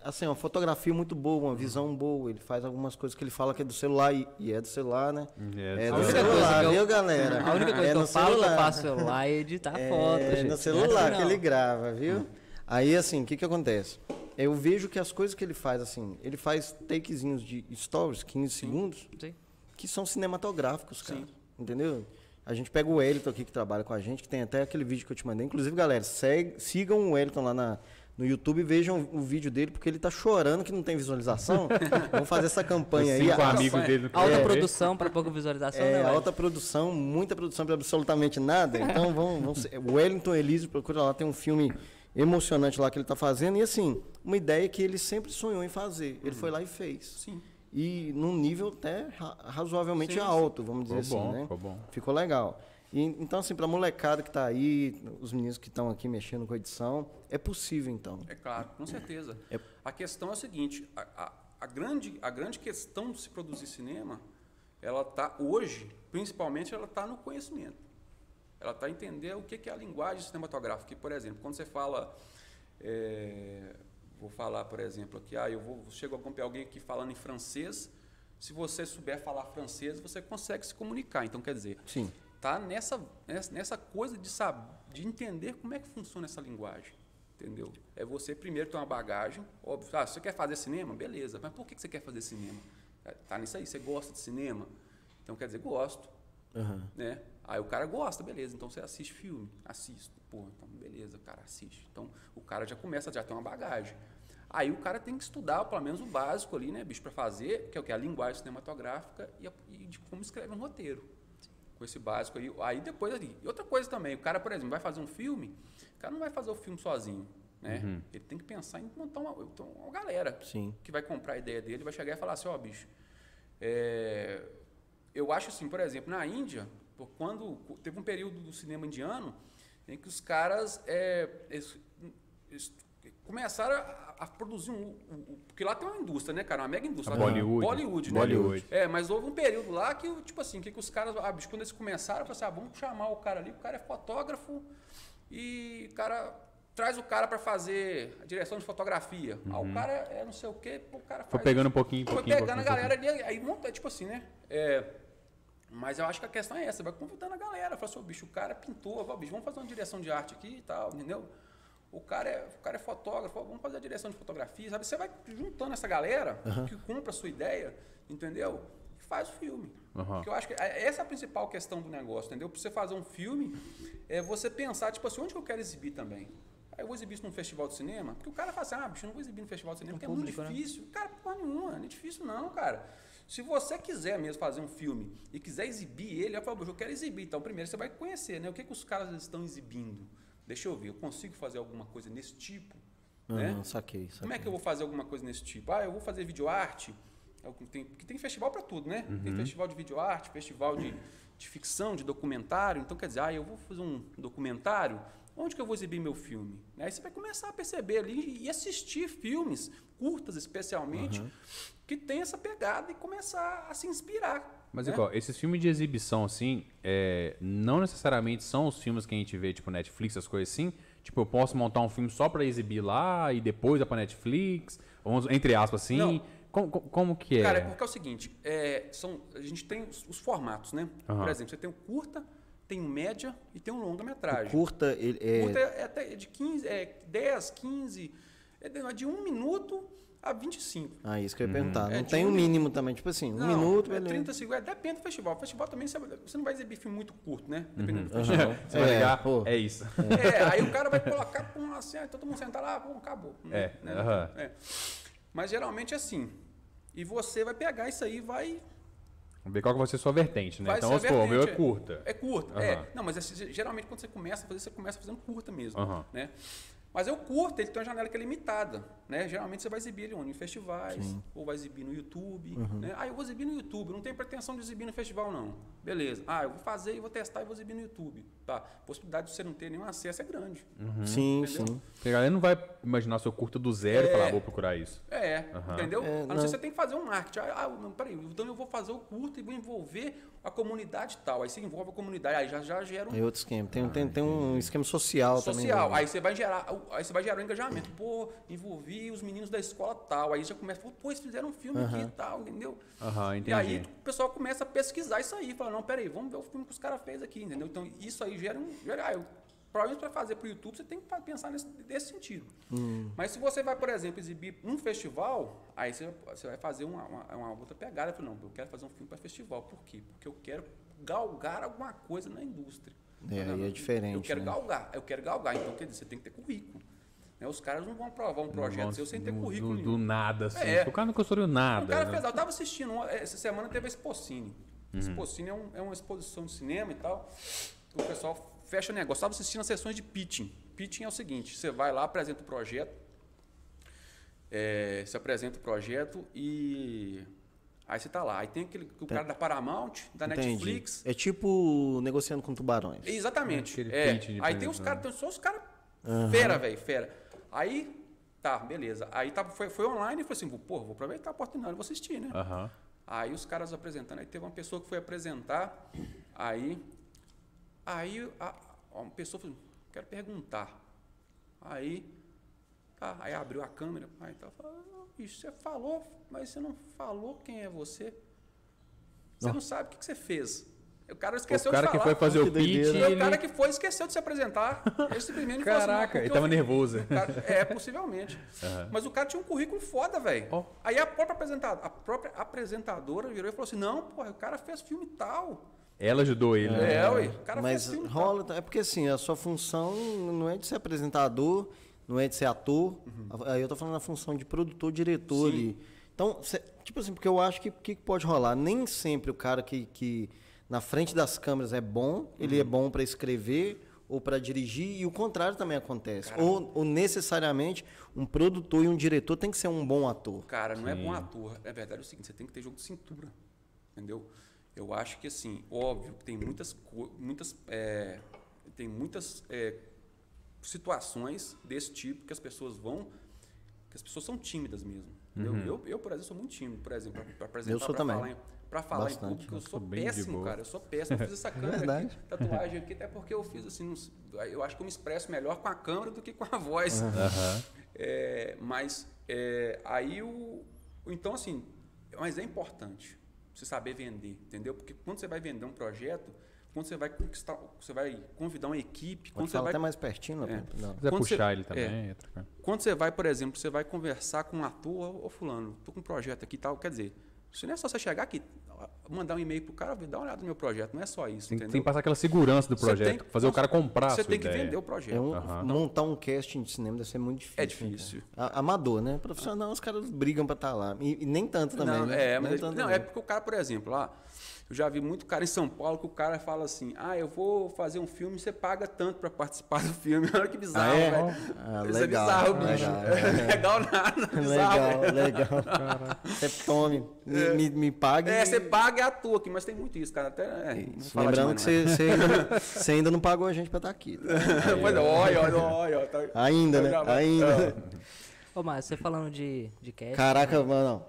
assim, uma fotografia muito boa, uma visão boa. Ele faz algumas coisas que ele fala que é do celular e, e é do celular, né? É, É tá. A do única coisa celular, que eu- viu, galera? A única coisa é que eu no falo que eu celular. faço é lá e editar foto. É, gente. no celular Não é assim, que ele não. grava, viu? Aí, assim, o que que acontece? Eu vejo que as coisas que ele faz, assim, ele faz takezinhos de stories, 15 segundos, Sim. que são cinematográficos, cara. Sim. Entendeu? A gente pega o Wellington aqui que trabalha com a gente, que tem até aquele vídeo que eu te mandei. Inclusive, galera, segue- sigam o Wellington lá na- no YouTube e vejam o vídeo dele, porque ele tá chorando que não tem visualização. Vamos fazer essa campanha Os aí. cinco A- amigos É. dele no Alta É. produção para pouca visualização, é, né? alta produção, muita produção para absolutamente nada. Então vão, vão ser- Wellington Elise, procura lá, tem um filme emocionante lá que ele tá fazendo. E assim, uma ideia que ele sempre sonhou em fazer. Hum. Ele foi lá e fez. Sim. E num nível até ra- razoavelmente Sim, sim. alto, vamos dizer Ficou assim, bom, né? ficou bom. Ficou legal. E, então, assim, pra molecada que tá aí, os meninos que estão aqui mexendo com a edição, é possível, então. É claro, com certeza. A questão é a seguinte: a, a- a grande, a grande questão de se produzir cinema, ela está hoje, principalmente, ela está no conhecimento. Ela está entender o que que é a linguagem cinematográfica. Que, por exemplo, quando você fala, é, vou falar, por exemplo, aqui, ah, eu vou chego a acompanhar alguém aqui falando em francês. Se você souber falar francês, você consegue se comunicar. Então, quer dizer, Sim. tá nessa, nessa, nessa coisa de saber, de entender como é que funciona essa linguagem. Entendeu? É você primeiro ter uma bagagem, óbvio. Ah, você quer fazer cinema? Beleza. Mas por que que você quer fazer cinema? Ah, Tá nisso aí, você gosta de cinema? Então quer dizer, gosto. Né? Aí o cara gosta, beleza. Então você assiste filme, assisto. Pô, então beleza, cara, assiste. Então o cara já começa, já tem uma bagagem. Aí o cara tem que estudar pelo menos o básico ali, né, bicho, pra fazer, que é o que? A linguagem cinematográfica e, a- e de como escreve um roteiro com esse básico aí. Aí depois ali. E outra coisa também, o cara, por exemplo, vai fazer um filme, o cara não vai fazer o filme sozinho, né? Uhum. Ele tem que pensar em montar uma, então, uma galera Sim. que vai comprar a ideia dele, vai chegar e falar assim, ó, bicho, é, eu acho assim, por exemplo, na Índia, pô, quando teve um período do cinema indiano em que os caras é, eles- eles começaram a, a produzir um, um- um- Porque lá tem uma indústria, né, cara? Uma mega indústria. A Lá tem- Bollywood. Bollywood, né? Bollywood. É, mas houve um período lá que, tipo assim, que, que os caras, ah, bicho, quando eles começaram, eu falei assim, ah, vamos chamar o cara ali, o cara é fotógrafo e o cara traz o cara pra fazer a direção de fotografia. Ah, o cara é não sei o quê, pô, o cara faz. Uhum. Foi pegando um pouquinho, Foi pouquinho, pegando a pouquinho, galera ali, aí monta, tipo assim, né? É, mas eu acho que a questão é essa, vai convidando a galera, fala assim, ô bicho, o cara é pintor, ó, bicho, vamos fazer uma direção de arte aqui e tal, entendeu? O cara, é, o cara é fotógrafo, ó, vamos fazer a direção de fotografia, sabe? Você vai juntando essa galera que compra a sua ideia, entendeu? E faz o filme. Aham. Porque eu acho que é- essa é a principal questão do negócio, entendeu? Pra você fazer um filme, é você pensar, tipo assim, onde que eu quero exibir também? Aí eu vou exibir isso num festival de cinema? Porque o cara fala assim, ah, bicho, eu não vou exibir no festival de cinema, porque é muito público, né? difícil difícil. Cara, porra nenhuma, não é difícil não, cara. Se você quiser mesmo fazer um filme e quiser exibir ele, eu falo, "Poxa, eu quero exibir. Então, primeiro você vai conhecer, né? O que, que os caras estão exibindo? Deixa eu ver, eu consigo fazer alguma coisa nesse tipo? né? Ah, saquei, saquei. Como é que eu vou fazer alguma coisa nesse tipo? Ah, eu vou fazer videoarte. É o que tem- Porque tem festival para tudo, né? Uhum. Tem festival de videoarte, festival de, de ficção, de documentário. Então, quer dizer, ah, eu vou fazer um documentário. Onde que eu vou exibir meu filme? Aí você vai começar a perceber ali e assistir filmes, curtas especialmente, Uhum. que tem essa pegada e começar a se inspirar. Mas né? igual, esses filmes de exibição, assim, é, não necessariamente são os filmes que a gente vê, tipo, Netflix, as coisas assim. Tipo, eu posso montar um filme só pra exibir lá e depois é pra Netflix, ou, entre aspas, assim. Não. Como, como- como que é? Cara, é porque é o seguinte, é, são, a gente tem os, os formatos, né? Aham. Por exemplo, você tem o curta, tem o média e tem o O longa-metragem. curta, ele é... Curta é até de 15, é 10, 15, é de- de 1 minuto a 25. Ah, isso que eu ia perguntar. É Não de tem um um mínimo também. Tipo assim, um Não, minuto, é beleza. 30 segundos, é, depende do festival. O festival também você, você não vai exibir filme muito curto, né? Dependendo do Uhum, Aham. festival. Você vai É, ligar? pô. É isso. É, aí o cara vai colocar pum, assim, aí todo mundo sentar lá, pum, acabou. É, Né? aham. É. Mas geralmente é assim. E você vai pegar isso aí e vai Vamos ver qual que vai ser a sua vertente, né? Vai então, ser a vamos supor, o meu é vertente, curta. É curta, Aham. é. Não, mas é- geralmente quando você começa a fazer, você começa fazendo curta mesmo, Aham. né? Mas eu curto, ele tem uma janela que é limitada, né? Geralmente você vai exibir ele onde? Em festivais, ou vai exibir no YouTube, Uhum. né? Ah, eu vou exibir no YouTube, não tenho pretensão de exibir no festival, não. Beleza. Ah, eu vou fazer e vou testar e vou exibir no YouTube. Tá. Possibilidade de você não ter nenhum acesso é grande. Uhum. Sim, Entendeu? sim. Porque A galera não vai imaginar seu curta do zero e É. falar, vou procurar isso. É, entendeu? É, a não, não. ser que você tem que fazer um marketing. Ah, ah, não, peraí, então eu vou fazer o curto e vou envolver a comunidade tal. Aí você envolve a comunidade, aí já, já gera um Aí outro esquema. Tem, um- tem, tem um esquema social, também. social. né? aí você vai gerar, aí você vai gerar um engajamento. Pô, envolvi os meninos da escola tal. Aí já começa, pô, pô, eles fizeram um filme aqui e tal, entendeu? Aham, E entendi. aí o pessoal começa a pesquisar isso aí, fala, não, peraí, vamos ver o filme que os caras fez aqui, entendeu? Então isso aí gera um. Gera, ah, eu- provavelmente para fazer para o YouTube você tem que fa- pensar nesse, nesse sentido. Hum. Mas se você vai, por exemplo, exibir num festival, aí você, você vai fazer uma, uma, uma outra pegada. Fala, não, eu quero fazer um filme para festival. Por quê? Porque eu quero galgar alguma coisa na indústria. É, aí é diferente, Eu quero né? galgar, eu quero galgar. Então, quer dizer, você tem que ter currículo. né? Os caras não vão aprovar um projeto seu sem ter Do- currículo Do, nenhum. do nada, assim. É. O cara não construiu nada. O cara né? fez, eu tava assistindo, uma- essa semana teve a Expocine. Expocine é, um- é uma exposição de cinema e tal. O pessoal fecha negócio. Tava assistindo as sessões de pitching. Pitching é o seguinte, você vai lá, apresenta o projeto, é, você apresenta o projeto e aí você tá lá. Aí tem aquele o cara da Paramount, da Entendi. Ah, Netflix. É tipo negociando com tubarões. Exatamente. Aquele é. pitching de Aí tem os apresentação. caras, tem só os caras fera, velho, fera. Aí, tá, beleza. Aí tá, foi, foi online e foi assim, pô, vou aproveitar a oportunidade, vou assistir, né? Aham. Aí os caras apresentando, aí teve uma pessoa que foi apresentar, aí. Aí a, a- uma pessoa falou, quero perguntar. Aí. tá, aí abriu a câmera, aí tá falando, bicho, você falou, mas você não falou quem é você. Você não sabe o que, que você fez. O cara esqueceu O cara de que falar. foi fazer Que o pitch, doideira. ele... E é o cara que foi esqueceu de se apresentar. Ele simplesmente falou assim, "Não, Caraca, porque ele eu tava fiz-" nervoso. O cara- é, possivelmente. Mas o cara tinha um currículo foda, velho. Ó. Aí a própria, apresenta- a própria apresentadora virou e falou assim: não, porra, o cara fez filme tal. Ela ajudou ele. É, né? ué, o cara Mas fez filme rola, é porque assim, a sua função não é de ser apresentador, não é de ser ator. Uhum. A- Aí eu tô falando da função de produtor, diretor e. Então, cê- tipo assim, porque eu acho que o que que pode rolar? Nem sempre o cara que, que na frente das câmeras é bom, ele é Uhum. bom para escrever ou para dirigir, e o contrário também acontece. Ou, ou necessariamente um produtor e um diretor tem que ser um bom ator. tal. Cara, não é bom ator. Na verdade é o seguinte: você tem que ter jogo de cintura. Entendeu? Eu acho que, assim, óbvio que tem muitas. co- muitas é, tem muitas é, situações desse tipo que as pessoas vão. que as pessoas são tímidas mesmo. entendeu? Eu, eu, por exemplo, sou muito tímido, por exemplo, pra- pra apresentar, Eu sou pra também. falar em, pra falar em Bastante. público, eu sou bem de péssimo, boa. cara, eu sou péssimo, eu fiz essa câmera É Verdade. aqui, tatuagem aqui, até porque eu fiz assim, não s- eu acho que eu me expresso melhor com a câmera do que com a voz. É, mas, é, aí o... Então, assim, mas é importante você saber vender, entendeu? Porque quando você vai vender um projeto, quando você vai conquistar, você vai convidar uma equipe, quando Pode você falar vai até mais pertinho, não, É. não. Se quiser Quando puxar você- ele também, é tranquilo. quando você vai, por exemplo, você vai conversar com um ator, ô fulano, tô com um projeto aqui e tal, quer dizer, isso não é só você chegar aqui, mandar um e-mail pro cara, "Ó, dá uma olhada no meu projeto, não é só Tem, isso, que- entendeu? tem que passar aquela segurança do Você projeto, tem que- fazer o cara comprar a Você sua tem que ideia. vender o É projeto. um- Aham. Montar um casting de cinema deve ser muito difícil. É né, difícil. cara? A- amador, né? Profissional, os caras brigam pra estar lá. E, e nem tanto também. não, né? é, mas nem é- tanto não, é também. porque o cara, por exemplo, lá, eu já vi muito cara em São Paulo que o cara fala assim: "Ah, eu vou fazer um filme, você paga tanto pra participar do filme". Olha que bizarro, Ah, é? velho. Ah, Isso é legal, bizarro, bicho. É legal. Legal nada, bizarro. Legal, legal. Você tome, me, me, me pague. É, você paga e atua aqui, mas tem muito isso, cara. Até, é, não vou falar Lembrando demais, né? que não. você, você, ainda, você ainda não pagou a gente pra estar aqui. tá? Pois é, olha, olha, olha. tá- Ainda, né? Eu já vou- Ainda. Ô, Márcio, você falando de, de cast. Caraca, mano.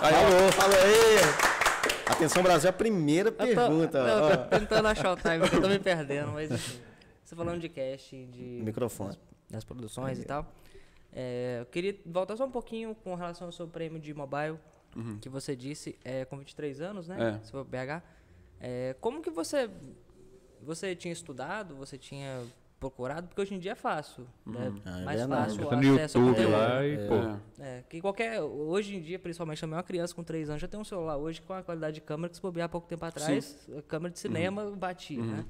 Aí, Falou, ó. falou aí. Atenção, Brasil, a primeira Eu tô- pergunta. não, ó. eu tô tentando achar o time, porque eu tô me perdendo, mas enfim. Você falando de casting, de, Microfone. das produções e tal. É, eu queria voltar só um pouquinho com relação ao seu prêmio de mobile, Uhum. que você disse é, com 23 anos, né? É. Você foi pro BH. É, como que você. Você tinha estudado, você tinha procurado? Porque hoje em dia é fácil. Né? Ah, é Mais verdade. fácil o Tá no acesso ao YouTube conteúdo. lá e, pô, É, que qualquer. Hoje em dia, principalmente também, uma criança com 3 anos já tem um celular hoje com a qualidade de câmera que se bobear há pouco tempo atrás, a câmera de cinema Uhum. batia, né?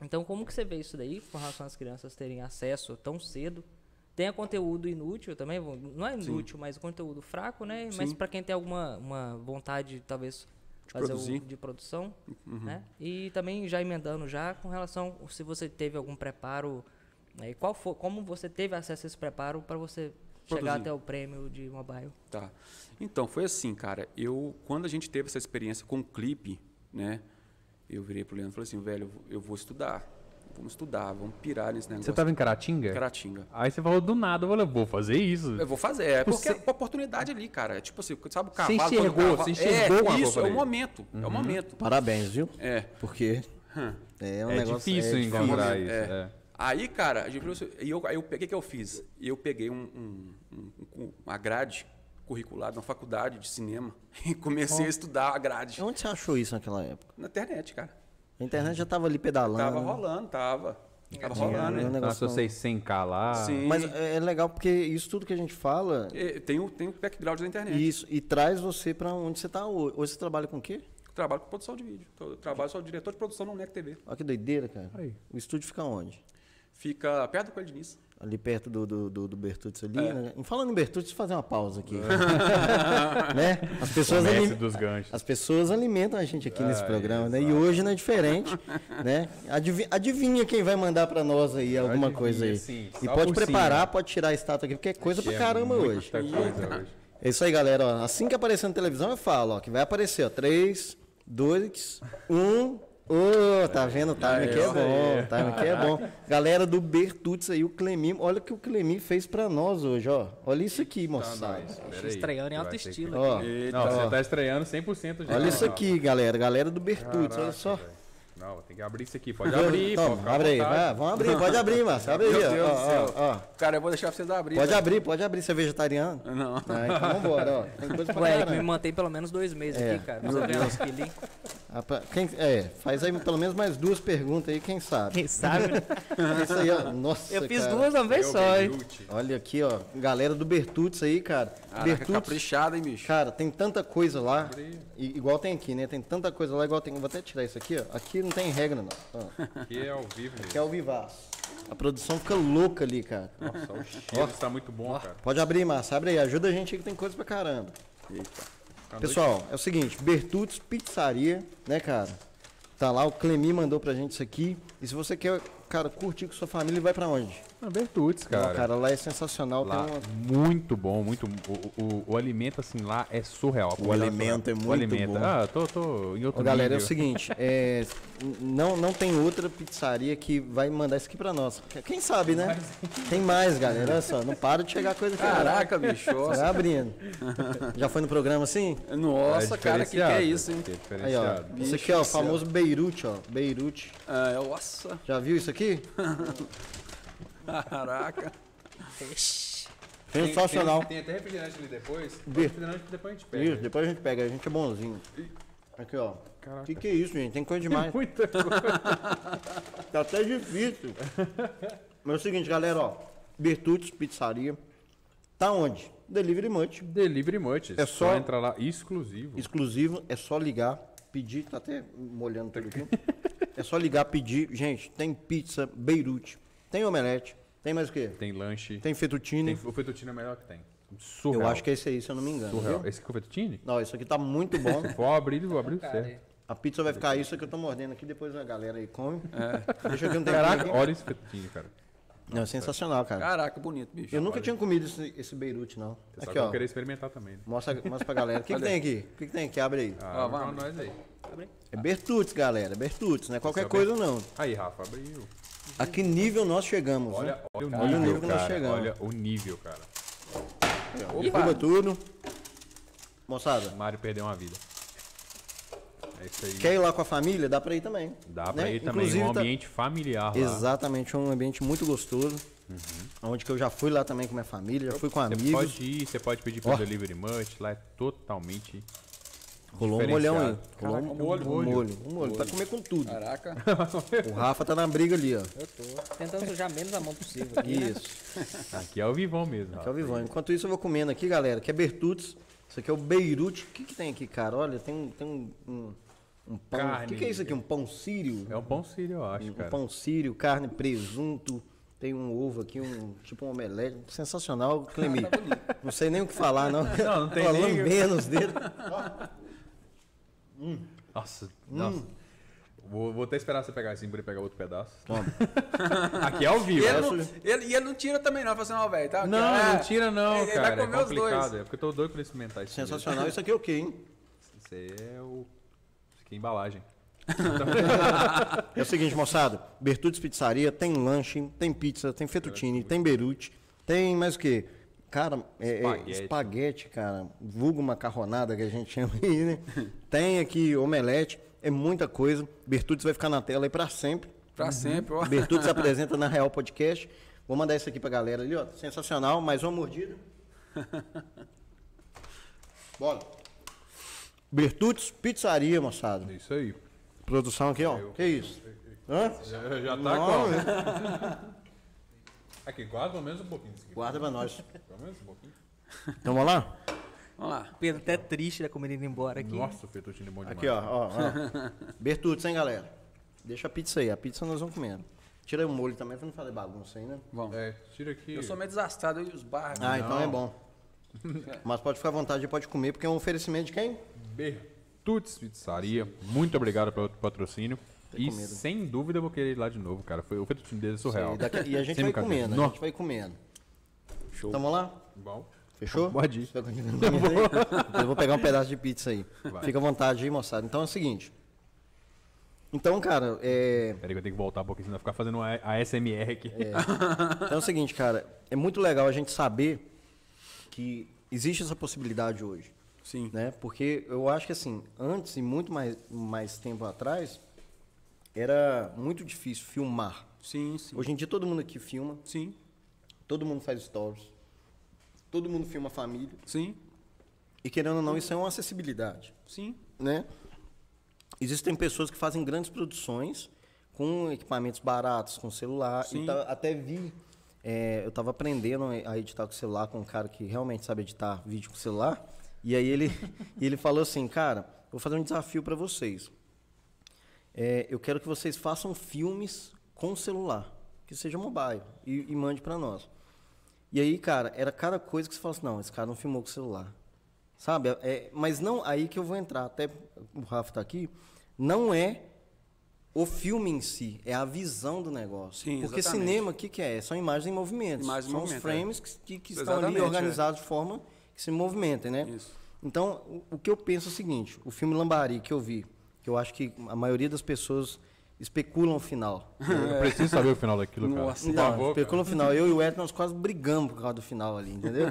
Então, como que você vê isso daí com relação às crianças terem acesso tão cedo? Tenha conteúdo inútil também, vou- não é inútil, mas conteúdo fraco, né? Mas Sim. para quem tem alguma uma vontade, talvez, um de, produzir. de produção, né? E também já emendando já com relação se você teve algum preparo né? E qual foi, como você teve acesso a esse preparo para você chegar Produzir. até o prêmio de mobile? Tá. Então, foi assim, cara. Eu, quando a gente teve essa experiência com o clipe, né? Eu virei pro Leandro e falei assim, velho, eu vou- eu vou estudar. Vamos estudar, vamos pirar nesse negócio. Você tá tava em Caratinga? Caratinga. Aí você falou do nada, eu falei, vou fazer isso. Eu vou fazer, é porque Tipo, Você- é uma oportunidade ali, cara. É tipo assim, sabe o Você cavalo... quando o enxergou, cavalo- você enxergou uma é, Isso, é coisa o ali. Uhum. momento, é o momento. Parabéns, viu? É. Hum. Porque é um é negócio difícil é encontrar difícil, isso. é. é. Aí, cara, a gente falou assim, e eu, aí eu peguei o que eu fiz? Eu peguei um, um- um- um- uma grade curricular de uma faculdade de cinema e comecei a estudar a grade Onde você achou isso naquela época? na internet, cara. A internet já tava ali pedalando. Tava rolando, tava. Tava rolando, né? né? Um negócio Passou 600k lá. Sim. Mas é é legal porque isso tudo que a gente fala, E Tem o, tem o background da internet. isso, e traz você pra onde você tá hoje. Hoje você trabalha com o quê? Eu trabalho com produção de vídeo. Eu trabalho, sou diretor de produção no NEC TV. Olha que doideira, cara. Aí. O estúdio fica onde? Fica perto do Coelho de Nice. Ali perto do, do, do, do Bertuzzi ali. É. né? E Falando em Bertuzzi, deixa eu fazer uma pausa aqui. né? As pessoas Mestre ali. dos ganchos. As pessoas alimentam a gente aqui Ah, nesse programa, né? E hoje não é diferente, né? Adivi- adivinha quem vai mandar pra nós aí alguma Adivinha, coisa aí. sim, e só pode por cima. preparar, pode tirar a estátua aqui, porque é coisa pra É caramba muita hoje. coisa hoje. É isso aí, galera. ó. Assim que aparecer na televisão, eu falo, ó, que vai aparecer, ó. 3, 2, 1. Ô, tá vendo? O time aqui é bom. O time aqui é bom. Galera do Bertutz aí, o Clemim. Olha o que o Clemim fez pra nós hoje, ó. Olha isso Tá aqui, moçada. Peraí, Estreando em você vai alto ter que- estilo. Ó, Não, você tá estreando 100% já. né? olha isso aqui, galera. Galera do Bertutz, Caraca, olha só. velho. Não, vou ter que abrir isso aqui. Pode abrir, Toma, pode ficar à abre aí, vontade. vai, vamos abrir, pode abrir, Márcio. Abre aí, Meu ó, Deus do ó, céu. ó, ó. Cara, eu vou deixar vocês abrirem. Pode né? abrir, pode abrir, você é vegetariano? Não. Ah, então vambora, ó. Tem coisa pra Ué, me caramba. mantém pelo menos dois meses É. aqui, cara. Pra você ganhar uns quilinhos. Ah, pra- quem- é, faz aí pelo menos mais duas perguntas aí, quem sabe. Quem sabe? né? Isso aí, ó. Nossa, Eu fiz cara. duas uma vez Eu, só, hein? Beirute. Olha aqui, ó, galera do Bertutz aí, cara. Caraca, Bertutz, caprichado, hein, bicho? cara, tem tanta coisa lá, i- igual tem aqui, né? Tem tanta coisa lá, igual tem... Vou até tirar isso aqui, ó. Aqui não tem regra, não. Ó, Aqui é ao vivo aqui mesmo. é o vivaço. A produção fica louca ali, cara. Nossa, o cheiro está tá muito bom, cara. Pode abrir, Márcio, abre aí. Ajuda a gente aí que tem coisa pra caramba. Tá Pessoal, é o seguinte, Bertutz Pizzaria, né, cara? Tá lá, o Clemi mandou pra gente isso aqui. E se você quer, cara, curtir com sua família, vai pra onde? doido. Bertutz, Cara, cara. cara lá é sensacional. Lá, Tem uma... muito bom, muito. O, o- o- o alimento, assim, lá é surreal. O, alimento é muito o alimento. bom. Ah, tô, tô em outro Ô, galera, é o nível. seguinte, é, n- não, não tem outra pizzaria que vai mandar isso aqui pra nós. Quem sabe, né? Tem mais, galera. Olha só, não para de chegar coisa aqui. não. Caraca, bicho. Vai abrindo. Já foi no programa assim? Nossa, cara, que que é diferenciado, isso, hein? que é Aí, ó. diferenciado. Isso aqui, ó, o famoso Beirute, ó. Beirute. Ah, nossa, Já viu isso aqui? caraca. Sensacional. um Tem, até refrigerante ali depois. Bi. Refrigerante que depois a gente Isso, pega. depois a gente pega, a gente é bonzinho. Aqui, ó. Caraca. Que que é isso, gente? Tem coisa demais. Muita coisa. Tá até difícil. Mas é o seguinte, galera, ó. Bertutes Pizzaria. Tá onde? Delivery Munch. Delivery Much. É só- entrar lá exclusivo. Exclusivo, é só ligar, pedir. Tá até molhando tudo aqui. É só ligar, pedir. Gente, tem pizza, Beirute. Tem omelete. Tem mais o quê? Tem lanche. Tem fettuccine. Tem- o fettuccine é o melhor que tem. Eu Surreal. acho que é esse aí, se eu não me engano. Surreal. viu? Esse aqui é o fettuccine? Não, isso aqui tá muito bom. Vou abrir, vou abrir o certo. A pizza vai ficar isso que eu tô mordendo aqui, depois a galera aí come. Deixa eu ver um tempinho É. Caraca, aqui. olha esse fettuccine, cara. Não, é sensacional, cara. Caraca, bonito, bicho. Eu nunca tinha comido esse, esse Beirute, não. Você sabe Aqui, que eu ó. vou querer experimentar também, né? Mostra, mostra pra galera. O que, que tem aqui? O que, que tem aqui? Abre aí. Ah, Ó, vamos vamos. nós aí. É Bertutz, galera. Bertutz, não é qualquer Esse é o coisa, não. Aí, Rafa, abriu. A que nível nós chegamos, né? Olha, olha o Olha o nível nível, que nós cara. chegamos. Olha o nível, cara. Derruba tudo. Moçada, Mário perdeu uma vida. É isso aí. quer ir lá com a família? Dá pra ir também. Dá pra né? ir também. Inclusive, um tá- ambiente familiar lá. Uhum. Exatamente, é um ambiente muito gostoso. Onde que eu já fui lá também com minha família, já fui com Você amigos. pode ir, você pode pedir pelo Ó. Delivery Much, lá é totalmente. Rolou um molhão aí. Diferenciado. Rolou um Caraca, molho. Um molho. molho. Um molho. Pra comer com tudo. Caraca. O Rafa tá na briga ali, ó. Eu tô tentando sujar menos a mão possível aqui, né? Isso. Aqui é o Vivão mesmo. Que é o Rafa. Vivão. Enquanto isso, eu vou comendo aqui, galera, que é Bertutz. Isso aqui é o Beirute. O que, que tem aqui, cara? Olha, tem um. Tem um, um, um pão. Carne. O que, que é isso aqui? Um pão sírio? É um pão sírio, eu acho, um cara. pão sírio, carne, presunto. Tem um ovo aqui, um tipo um omelete. Sensacional, Clemi. Não sei nem o que falar, não. Ah, tá Não, não tem Ó, nem- lambendo os dedos. Nossa, nossa. Vou, vou até esperar você pegar assim pra ele pegar outro pedaço. Toma. Aqui é ao E vivo. ele, não, ele- e ele não tira também, não. Ele fala assim, não, velho, tá? Não, é, não tira não, ele- ele cara. vai comer é os dois. complicado. É porque eu tô doido pra experimentar isso. Sensacional. Isso aqui é o quê, hein? Isso aí é o. Isso aqui é embalagem. É o seguinte, moçada. Bertudes Pizzaria tem lanche, tem pizza, tem fettuccine, tem berute, tem mais o quê? Cara, é, é Espaguete. espaguete, cara. Vulgo macarronada que a gente chama aí, né? Tem aqui omelete. É muita coisa. Bertudes vai ficar na tela aí pra sempre. Pra sempre, ó. Bertudes apresenta na Real Podcast. Vou mandar isso aqui pra galera ali, ó. Sensacional. Mais uma mordida. Bora. Bertudes Pizzaria, moçada. É Isso aí. Produção aqui, ó. Que isso? Hã? Já, já tá Não, com. eu- Aqui, guarda pelo menos um pouquinho disso aqui. Guarda pra nós. Pelo menos um pouquinho. Então vamos lá? Vamos lá. Pedro até triste da comida indo embora aqui. Nossa, o fettuccine é bom demais. Aqui, ó. ó, ó. Bertudes, hein, galera? Deixa a pizza aí. A pizza nós vamos comendo. Tira o molho também pra não fazer bagunça aí, né? Vamos. É, tira aqui. Eu sou meio desastrado, eu e os barros. Ah, então é bom. Mas pode ficar à vontade, pode comer, porque é um oferecimento de quem? Bertuts Pizzaria. Muito obrigado pelo patrocínio. E medo. sem dúvida eu vou querer ir lá de novo, cara. Foi, o fettuccine dele é surreal. E, daqui- e a gente Sem vai né? brincadeira. comendo, a Nó. gente vai comendo. Show. Então vamos lá? Bom. Fechou? Pode ir. Você vai continuar comendo aí? Eu vou pegar um pedaço de pizza aí. Vai. Fica à vontade aí, moçada. Então é o seguinte. Então, cara, é. Peraí que eu tenho que voltar um pouquinho, senão eu vou ficar fazendo uma a SMR aqui. Então é o seguinte, cara, é muito legal a gente saber que existe essa possibilidade hoje, Sim. né? Porque eu acho que assim, antes e muito mais, mais tempo atrás, era muito difícil filmar. Sim, sim. Hoje em dia todo mundo aqui filma, Sim, todo mundo faz stories, todo mundo filma a família. sim, E querendo ou não, isso é uma acessibilidade, sim. né? Existem pessoas que fazem grandes produções com equipamentos baratos, com celular. Sim. Então, até vi, é, eu estava aprendendo a editar com celular com um cara que realmente sabe editar vídeo com celular. E aí ele, e ele falou assim, cara, vou fazer um desafio para vocês. É, eu quero que vocês façam filmes com celular, que seja mobile, e, e mande para nós. E aí, cara, era cada coisa que você fala assim, não, esse cara não filmou com celular. Sabe? É, mas não, aí que eu vou entrar, até o Rafa tá aqui, não é o filme em si, é a visão do negócio. Sim, Porque exatamente. cinema, o que, que é? São imagens em movimento. Imagens em São movimento, é. os frames que, que- que estão ali Exatamente, é. organizados de forma que se movimentem, né? Isso. Então, o, o que eu penso é o seguinte: o filme Lambari que eu vi, que eu acho que a maioria das pessoas especulam o final. Eu preciso saber o final daquilo, cara. Nossa, Por Então, favor, cara. especulam o final. Eu e o Edson nós quase brigamos por causa do final ali, entendeu?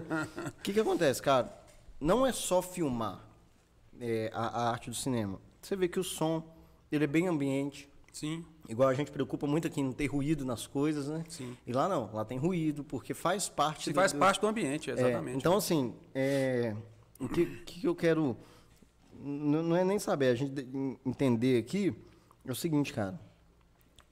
O que, que acontece, cara? Não é só filmar é, a, a arte do cinema. Você vê que o som ele é bem ambiente. Sim, Igual a gente preocupa muito aqui em não ter ruído nas coisas, né? Sim. E lá não, lá tem ruído, porque faz parte se do- faz do- parte do ambiente, é, exatamente. então, assim, é, o que, que eu quero. n- Não é nem saber, a gente de- entender aqui é o seguinte, cara.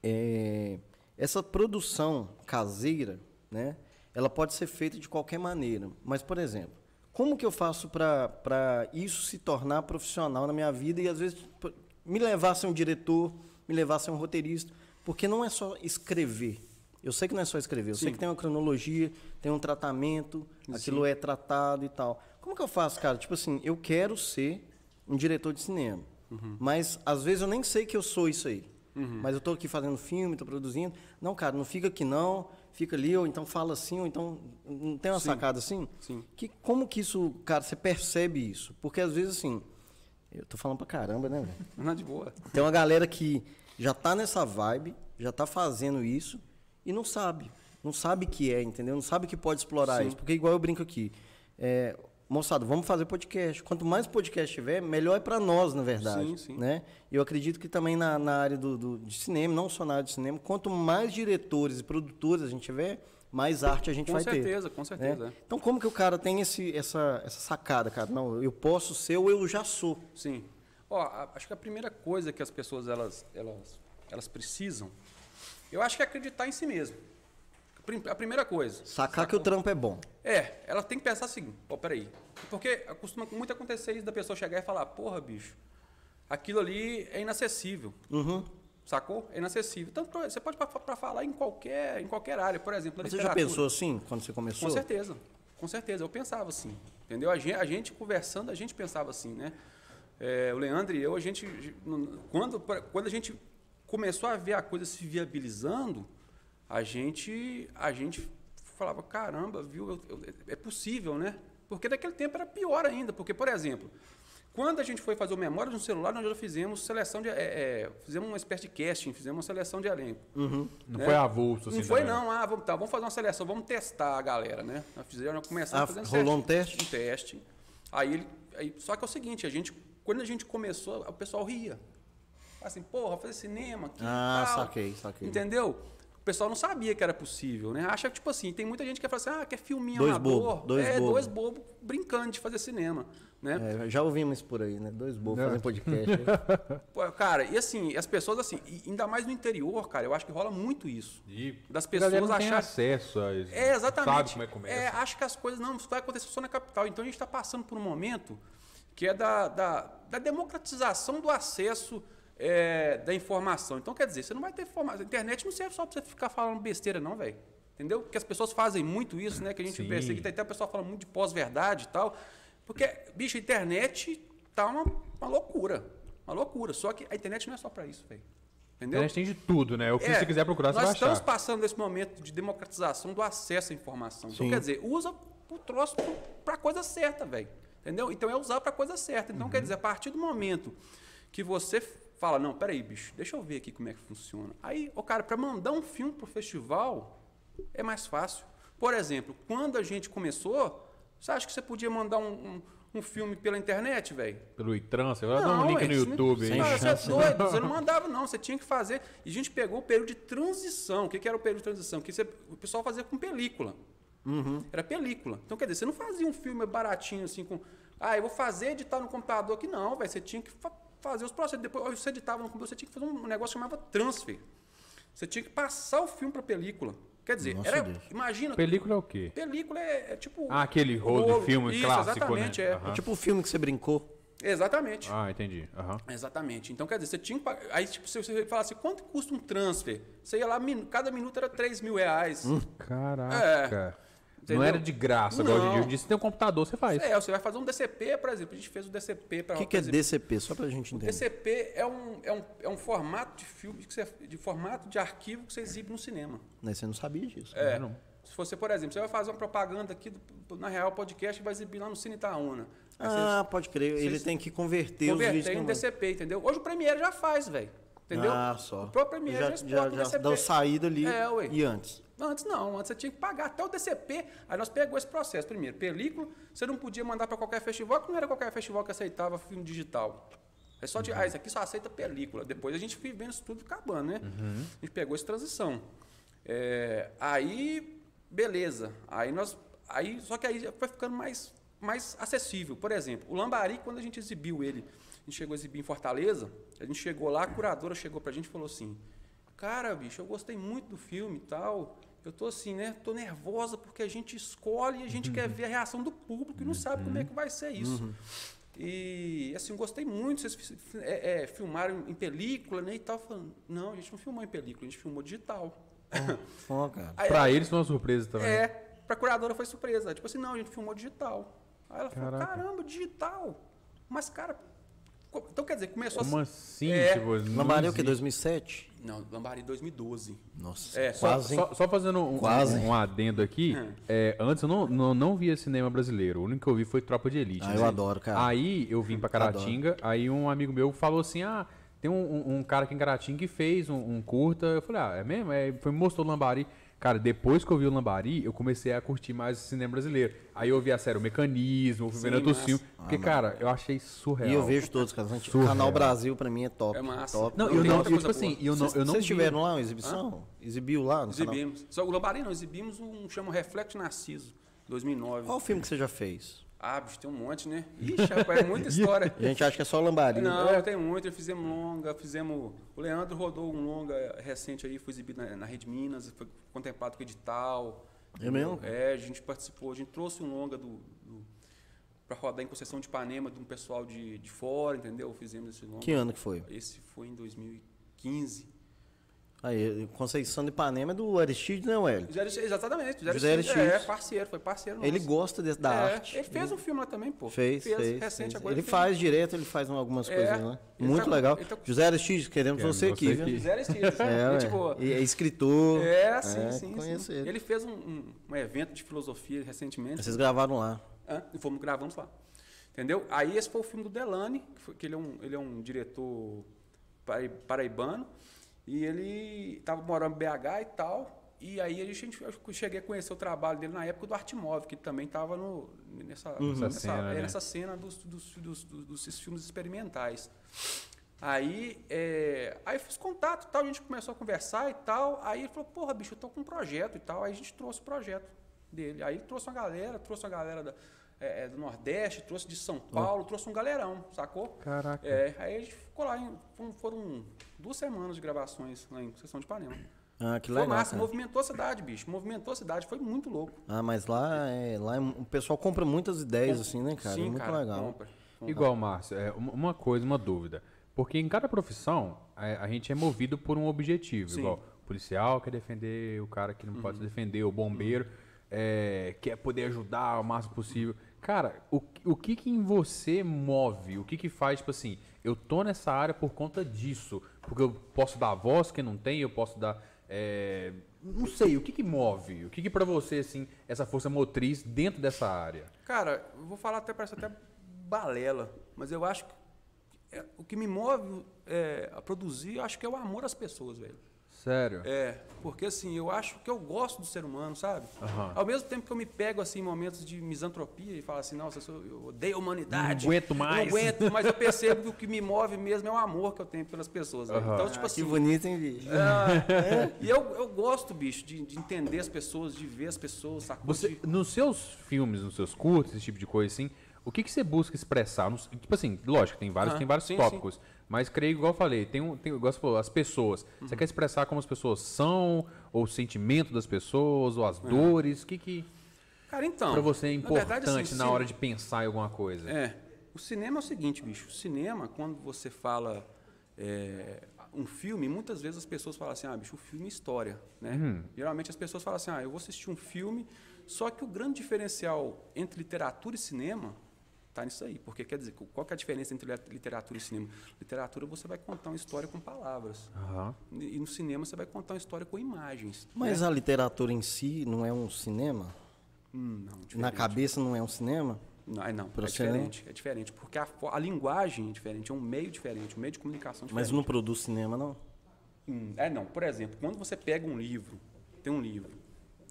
É, essa produção caseira, né? Ela pode ser feita de qualquer maneira. Mas, por exemplo, como que eu faço para isso se tornar profissional na minha vida e, às vezes, p- me levar a ser um diretor, me levar a ser um roteirista? Porque não é só escrever. Eu sei que não é só escrever, eu sei que tem uma cronologia, tem um tratamento, aquilo é tratado e tal. Como que eu faço, cara? Tipo assim, eu quero ser um diretor de cinema, Uhum. mas às vezes eu nem sei que eu sou isso aí. Mas eu tô aqui fazendo filme, tô produzindo. Não, cara, não fica aqui não, fica ali, ou então fala assim, ou então. Não tem uma sacada assim? Sim. Que, como que isso, cara, você percebe isso? Porque às vezes assim. Eu tô falando pra caramba, né, velho? Não, de boa. Tem uma galera que já tá nessa vibe, já tá fazendo isso e não sabe. Não sabe que é, entendeu? Não sabe que pode explorar isso. Porque igual eu brinco aqui. é, moçada, vamos fazer podcast. Quanto mais podcast tiver, melhor é para nós, na verdade. Sim, sim. Né? Eu acredito que também na, na área do, do- de cinema, não só na área de cinema, quanto mais diretores e produtores a gente tiver, mais arte a gente Com vai ter. certeza, com certeza. é. né? Então como que o cara tem esse, essa, essa sacada, cara? Não, eu posso ser ou eu já sou. Sim. Ó, a- acho que a primeira coisa que as pessoas elas, elas, elas precisam, eu acho que é acreditar em si mesmo. Prim- A primeira coisa. Sacar que o trampo é bom. É, ela tem que pensar assim, pô, peraí. Porque costuma muito acontecer isso da pessoa chegar e falar, porra, bicho, aquilo ali é inacessível. Uhum. Sacou? É inacessível. Tanto pra- você pode para falar em qualquer, em qualquer área, por exemplo, na Mas Você já literatura. pensou assim quando você começou? "Ah, Com certeza, com certeza. Eu pensava assim, entendeu? A gen- a gente, conversando, a gente pensava assim, né? É, o Leandro e eu, a gente, quando, quando a gente começou a ver a coisa se viabilizando, a gente, a gente falava, caramba, viu, eu- eu- é possível, né? Porque daquele tempo era pior ainda, porque, por exemplo, quando a gente foi fazer o Memórias no Celular, nós já fizemos seleção de... é, é, fizemos uma espécie de casting, fizemos uma seleção de elenco. Não né? foi avulso, assim. Não foi também. não, ah, vamos, tá, vamos fazer uma seleção, vamos testar a galera, né? Nós fizeram, começamos Ah, fazendo rolou um teste? Um teste. Aí, ele- aí- só que é o seguinte, a gente, quando a gente começou, o pessoal ria. Assim, porra, fazer cinema aqui e Ah, tal. saquei, saquei. Entendeu? O pessoal não sabia que era possível, né? Acha que, tipo assim, tem muita gente que fala assim, ah, quer filminho Dois amador. bobo, dois é, bobo. dois bobos brincando de fazer cinema, né? É, já ouvimos isso por aí, né? Dois bobos Não. fazendo podcast. né? É. Pô, Cara, e assim, as pessoas assim, e ainda mais no interior, cara, eu acho que rola muito isso. E Das a galera pessoas não tem acharem- acesso a isso. É, exatamente. né? Sabe como é que começa. É, acho que as coisas não, isso vai acontecer só na capital. Então a gente está passando por um momento que é da, da, da democratização do acesso é, da informação. Então, quer dizer, você não vai ter informação. A internet não serve só para você ficar falando besteira, não, velho. Entendeu? Porque as pessoas fazem muito isso, né? Que a gente Sim. percebe que tem até o pessoal falando muito de pós-verdade e tal. Porque, bicho, a internet tá uma, uma loucura. Uma loucura. Só que a internet não é só para isso, velho. A Entendeu? internet tem de tudo, né? O que É, você quiser procurar, você Nós vai estamos achar. passando nesse momento de democratização do acesso à informação. Então, Sim. quer dizer, usa o troço para coisa certa, velho. Entendeu? Então é usar para coisa certa. Então, Uhum. quer dizer, a partir do momento que você fala, não, peraí, bicho, deixa eu ver aqui como é que funciona. Aí, o cara, para mandar um filme pro festival é mais fácil. Por exemplo, quando a gente começou, você acha que você podia mandar um, um- um filme pela internet, velho? Pelo Itran, você vai dar um link no isso não- YouTube. Sem aí. Cara, chance. né? você é doido, você não mandava, não. Você tinha que fazer. E a gente pegou o período de transição. O que, que era o período de transição? Que você- o pessoal fazia com película. Uhum. Era película. Então, quer dizer, você não fazia um filme baratinho assim com. Ah, eu vou fazer editar no computador aqui. Não, velho. Você tinha que fa- fazer os processos. Depois ó, você editava no computador, você tinha que fazer um negócio que chamava transfer. Você tinha que passar o filme para película. Quer dizer, Nossa, era, Deus. imagina. Película é o quê? Película é, é tipo. Ah, aquele rolo de filme Isso, clássico, exatamente, né? É. Aham. Tipo o filme que você brincou. Exatamente. Ah, entendi. Aham. Exatamente. Então, quer dizer, você tinha que pagar. Aí, tipo, se você falasse quanto custa um transfer, você ia lá, minu- cada minuto era 3 mil reais. Hum. Caraca. É, Entendeu? Não era de graça agora hoje em dia. Não. Hoje em dia você tem um computador, você faz. É, você vai fazer um DCP, por exemplo. A gente fez o DCP para O que, que é DCP? Só pra gente entender. DCP é um, é um, é um formato de filme, que você, de formato de arquivo que você exibe no cinema. Né, Você não sabia disso. né? É. Não. Se você, por exemplo, você vai fazer uma propaganda aqui do, na Real Podcast e vai exibir lá no Cine Itaúna. Aí você- Ah, pode crer. Ele Vocês- tem que converter os vídeos. Converter em que não- DCP, entendeu? Hoje o Premiere já faz, velho. Entendeu? Ah, só. O próprio Premiere já, já, já, exporta o já dá um o DCP. saído ali É, ué. e antes. Antes não, antes você tinha que pagar até o DCP. Aí nós pegamos esse processo. Primeiro, película, você não podia mandar para qualquer festival, que não era qualquer festival que aceitava filme digital. É só de, ah, isso aqui só aceita película. Depois a gente foi vendo isso tudo acabando, né? A gente pegou essa transição. É, aí, beleza. Aí nós. Aí, só que aí foi ficando mais, mais acessível. Por exemplo, o Lambari, quando a gente exibiu ele, a gente chegou a exibir em Fortaleza, a gente chegou lá, a curadora chegou pra gente e falou assim: Cara, bicho, eu gostei muito do filme e tal. Eu tô assim, né? Tô nervosa porque a gente escolhe e a gente quer ver a reação do público e não sabe como é que vai ser isso. Uhum. E assim, eu gostei muito, vocês fi- fi- é, é, filmaram em película, né? E tal, falando, não, a gente não filmou em película, a gente filmou digital. Fó, cara. Aí- Pra eles foi uma surpresa também. é, pra curadora foi surpresa. Tipo assim, não, a gente filmou digital. Aí ela Caraca. falou, caramba, digital. Mas, cara, co- então quer dizer, começou Como a. assim? É. Tipo, não Lambari é o que? existe. 2007? Não, Lambari 2012. Nossa, É, só- quase. hein? Só, só fazendo um, Quase. um, um adendo aqui, é, antes eu não, não, não via cinema brasileiro. O único que eu vi foi Tropa de Elite. né? Ah, eu adoro, cara. Aí eu vim pra Caratinga, aí um amigo meu falou assim: ah, tem um, um- um cara aqui em Caratinga que fez um, um curta. Eu falei, ah, é mesmo? É, foi, me mostrou o Lambari. Cara, depois que eu vi o Lambari, eu comecei a curtir mais o cinema brasileiro. Aí eu vi a série O Mecanismo, fui vendo outros massa. filmes. Porque, cara, eu achei surreal. Ah, E eu vejo todos, cara. Surreal. Canal Brasil pra mim é top. É massa. Top. Não, Não, eu tem não, outra eu, tipo coisa assim, boa. eu não, eu não Vocês vi. tiveram lá uma exibição? Exibiu lá no canal? Exibimos. Só o Lambari não, exibimos um chama Reflexo Narciso, 2009. Qual o filme que você já fez? Ah, bicho, tem um monte, né? Ixi, rapaz, é muita história. A gente acha que é só Lambari. Não, tem muito. Fizemos longa, fizemos. O Leandro rodou um longa recente aí, foi exibido na, na Rede Minas, foi contemplado com edital. É mesmo? É, a gente participou, a gente trouxe um longa do, do, pra rodar em concessão de Ipanema de um pessoal de, de fora, entendeu? Fizemos esse longa. Que ano que foi? Esse foi em 2015. Aí, Conceição de Ipanema é do Aristide, né, Hélio? José Aristides, exatamente. José José Aristides, Aristides. É, parceiro, foi parceiro nosso. Ele gosta de- da É, arte. Ele fez um filme lá também, pô. Fez, fez. recente fez. agora. Ele fez. um faz direto, ele faz algumas É, coisas lá. ele Muito tá- legal. ele tá com- José Aristides, queremos Queremos você aqui, você viu? aqui. José Aristides, É, gente ué. boa. E é escritor. É, sim, sim. sim. Conheço ele. Ele fez um, um- um evento de filosofia recentemente. Vocês gravaram lá. Hã? E fomos, gravamos lá. Entendeu? Aí esse foi o filme do Delane, que, foi- que ele, é um, ele é um diretor parai- paraibano. E ele estava morando em BH e tal. E aí a gente, eu cheguei a conhecer o trabalho dele na época do Artmove, que também estava nessa, nessa, Nessa cena, é, né? nessa cena dos, dos, dos, dos- desses filmes experimentais. Aí, é, aí eu fiz contato e tal, a gente começou a conversar e tal. Aí ele falou, porra, bicho, eu tô com um projeto e tal. Aí a gente trouxe o projeto dele. Aí ele trouxe uma galera, trouxe uma galera da- é, é, do Nordeste, trouxe de São Paulo, trouxe um galerão, sacou? Caraca. É, aí a gente ficou lá, em- foram, foram duas semanas de gravações lá em Conceição de Panema. Ah, que Foi legal. massa, cara. movimentou a cidade, bicho. Movimentou a cidade, foi muito louco. Ah, mas lá, é, lá é- o pessoal compra muitas ideias, assim, né, cara? Sim, é muito cara, legal. compra. Igual, Márcio, é, uma uma coisa, uma dúvida. Porque em cada profissão, a, a gente é movido por um objetivo. Sim. Igual, o policial quer defender o cara que não pode se defender, o bombeiro é, quer poder ajudar o máximo possível. Cara, o, que- o que que em você move? O que que faz, tipo assim, eu tô nessa área por conta disso. Porque eu posso dar voz que não tem, eu posso dar... é, não sei, o que que move? O que que pra você, assim, essa força motriz dentro dessa área? Cara, eu vou falar até, parece até balela, mas eu acho que é, o que me move é, a produzir, eu acho que é o amor às pessoas, velho. Sério? É, porque assim, eu acho que eu gosto do ser humano, sabe? Aham. Ao mesmo tempo que eu me pego assim, em momentos de misantropia e falo assim, nossa, eu, sou- eu odeio a humanidade. Não aguento eu mais." Não aguento, mas eu percebo que o que me move mesmo é o amor que eu tenho pelas pessoas. velho. Aham. Então, tipo Ah, assim, que bonito, hein, bicho? é, e eu, eu gosto, bicho, de, de entender as pessoas, de ver as pessoas, sacou? Você, De- nos seus filmes, nos seus curtos, esse tipo de coisa assim, o que, que você busca expressar? Não sei- tipo assim, lógico, tem vários, Ah, tem vários sim, tópicos. Mas creio, igual eu falei, tem um, tem, igual você falou, as pessoas. Você Uhum. quer expressar como as pessoas são, ou o sentimento das pessoas, ou as dores? O que que Cara, então. pra você é na verdade, importante na, assim, se- hora de pensar em alguma coisa? É. O cinema é o seguinte, bicho. O cinema, quando você fala é, um filme, muitas vezes as pessoas falam assim, ah, bicho, o filme é história, né? Uhum. Geralmente as pessoas falam assim, ah, eu vou assistir um filme. Só que o grande diferencial entre literatura e cinema tá nisso aí. Porque, quer dizer, qual que é a diferença entre literatura e cinema? Literatura, você vai contar uma história com palavras. Aham. E no cinema, você vai contar uma história com imagens. Mas a literatura em si não é um cinema? Hum, não, Na diferente. cabeça não é um cinema? Não, é não, é Pra você, né? diferente, é diferente, porque a, fo- a linguagem é diferente, é um meio diferente, um meio de comunicação Mas diferente. não produz cinema, não? Hum, é não, por exemplo, quando você pega um livro, tem um livro,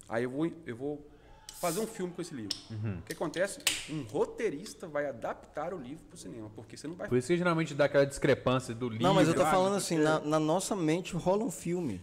aí eu vou, eu vou fazer um filme com esse livro. Uhum. O que acontece? Um roteirista vai adaptar o livro para o cinema, porque você não vai... Por isso que geralmente dá aquela discrepância do livro. Não, mas eu tô ah, falando é. assim, na, na nossa mente rola um filme.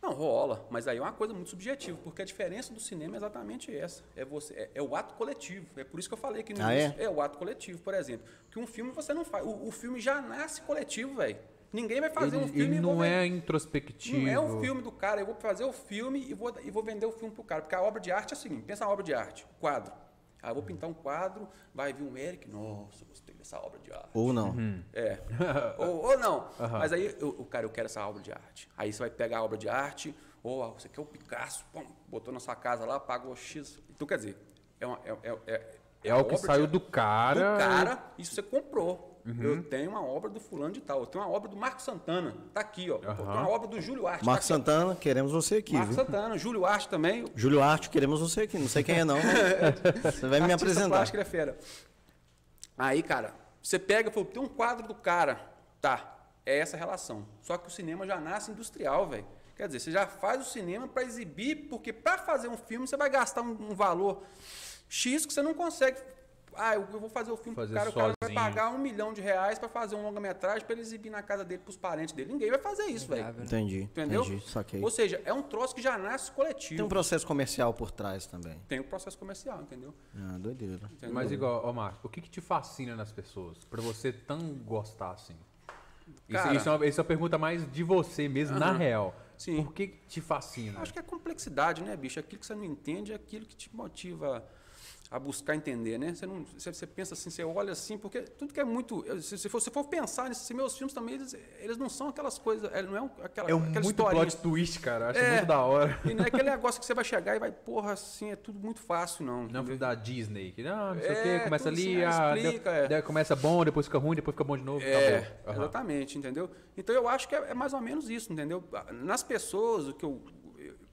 Não, rola, mas aí é uma coisa muito subjetiva, porque a diferença do cinema é exatamente essa. É, você, é, é o ato coletivo. É por isso que eu falei que no Ah, é? início o ato coletivo, por exemplo. Que um filme você não faz. O, o filme já nasce coletivo, velho. Ninguém vai fazer ele, um filme ele e não vou é vender- introspectivo. Não é o filme do cara, eu vou fazer o filme e vou, e vou vender o filme pro cara. Porque a obra de arte é o seguinte: pensa na obra de arte, um quadro. Aí eu vou pintar um quadro, vai vir um Eric, nossa, eu gostei dessa obra de arte. Ou não. É. ou, ou não. Mas aí eu- o cara, eu quero essa obra de arte. Aí você vai pegar a obra de arte, ou ah, você quer o Picasso, pum, botou na sua casa lá, pagou X. Então, quer dizer, é, uma, é, é, é, É o que obra de saiu arte do cara. Uhum. do cara, isso você comprou. Eu tenho uma obra do fulano de tal, eu tenho uma obra do Marco Santana, tá aqui, ó. Eu tenho uma obra do Júlio Arte. Marco tá aqui, Santana, queremos você aqui, ó. Marco viu? Santana, Júlio Arte também. Júlio Arte, queremos você aqui. Não sei quem é, não. mas Você vai me artista apresentar. plástico, ele é fera. Aí, cara, você pega e fala, tem um quadro do cara. Tá, é essa a relação. Só que o cinema já nasce industrial, velho. Quer dizer, você já faz o cinema pra exibir, porque pra fazer um filme você vai gastar um, um valor X que você não consegue. Ah, eu eu vou fazer o filme Fazer pro cara, o cara vai sozinho. pagar um milhão de reais pra fazer um longa-metragem pra ele exibir na casa dele pros parentes dele. Ninguém vai fazer isso, velho. Grave, né? Entendi. Entendeu? Entendi, saquei. Ou seja, é um troço que já nasce coletivo. Tem um processo comercial por trás também. Tem o processo comercial, entendeu? Ah, doideira. entendeu? Mas igual, ó, Marcos, o que, que te fascina nas pessoas? Pra você tão gostar assim? Isso- Cara. isso, é uma, isso é uma pergunta mais de você mesmo, na real. Sim. Por que que te fascina? Então, Acho que é complexidade, né, bicho? Aquilo que você não entende é aquilo que te motiva a buscar entender, né? Você, não, você, você pensa assim, você olha assim, porque tudo que é muito. Se você for, se for pensar nisso, assim, meus filmes também, eles, eles não são aquelas coisas. Não é aquela, É um aquela muito historinha. plot twist, cara. Eu Acho É. muito da hora. E não é aquele negócio que você vai chegar e vai, porra, assim, é tudo muito fácil, não. Não, entendeu? filme da Disney. Que, não, não sei Uhum. É, o quê. Começa tudo ali, assim, ah, ah, deu- explica, é. deu- começa bom, depois fica ruim, depois fica bom de novo. É, acabou. Aham. exatamente, entendeu? Então eu acho que é, é mais ou menos isso, entendeu? Ah, Nas pessoas, o que eu,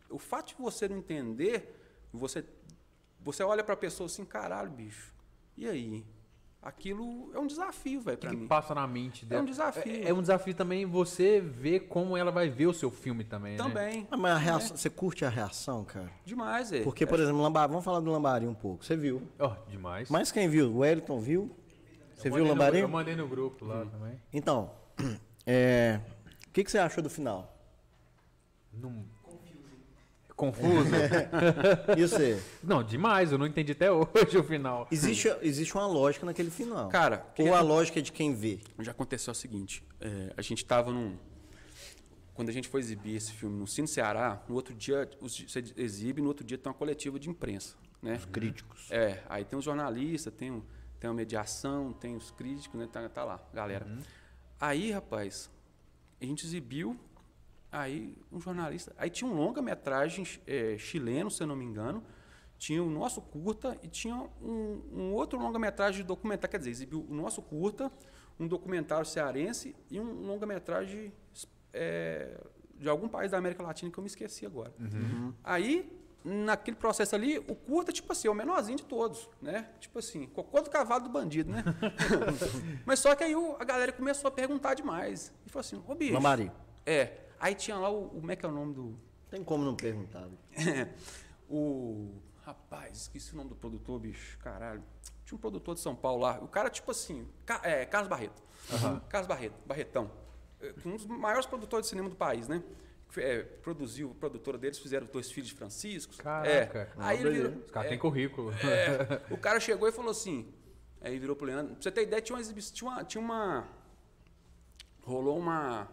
o fato de você não entender, você você olha pra pessoa assim, caralho, bicho. E aí? Aquilo é um desafio, velho, O pra que, mim. que passa na mente dela? um desafio. É, é um desafio também você ver como ela vai ver o seu filme também, né? Também. Ah, Mas a reação, você curte a reação, cara? Demais, é. Porque, por exemplo, Lambari, vamos falar do Lambari um pouco. Você viu. Ó, demais. Mas quem viu? O Wellington viu? Você Eu viu o mandei no- Lambari? Eu mandei no grupo Uhum. lá também. Então, é, o que, que você achou do final? Não... Confuso. É. E você? não, demais. Eu não entendi até hoje o final. Existe, existe uma lógica naquele final. Cara, que- Ou a lógica é de quem vê. Já aconteceu o seguinte, é, a gente tava num... Quando a gente foi exibir esse filme no Cine Ceará, no outro dia os- você exibe, no outro dia tem uma coletiva de imprensa, né? Os Críticos. É, aí tem os jornalistas, tem, o- tem a mediação, tem os críticos, né? Tá, tá lá, galera. Aí, rapaz, a gente exibiu, aí um jornalista. Aí tinha um longa-metragem eh, chileno, se eu não me engano. Tinha o nosso curta e tinha um, um outro longa-metragem de documentário. Quer dizer, exibiu o nosso curta, um documentário cearense e um longa-metragem eh, de algum país da América Latina que eu me esqueci agora. Aí, naquele processo ali, o curta, tipo assim, é o menorzinho de todos, né? Tipo assim, cocô do cavalo do bandido, né? Mas só que aí o- a galera começou a perguntar demais. E falou assim, ô bicho. Lambari. É. Aí tinha lá o. o- Como é que é o nome do. Tem como não perguntar. né? o. Rapaz, esqueci o nome do produtor, bicho. Caralho. Tinha um produtor de São Paulo lá. O cara, tipo assim. Ca- é, Carlos Barreto. Carlos Barreto, Barretão. É, Um dos maiores produtores de cinema do país, né? É, produziu, a produtora deles fizeram dois filhos de Francisco. Caraca. É. Aí ele virou, Os caras é, têm currículo. é, o cara chegou e falou assim. Aí virou pro Leandro. Pra você ter ideia, tinha uma exibição. Tinha uma, tinha uma- Rolou uma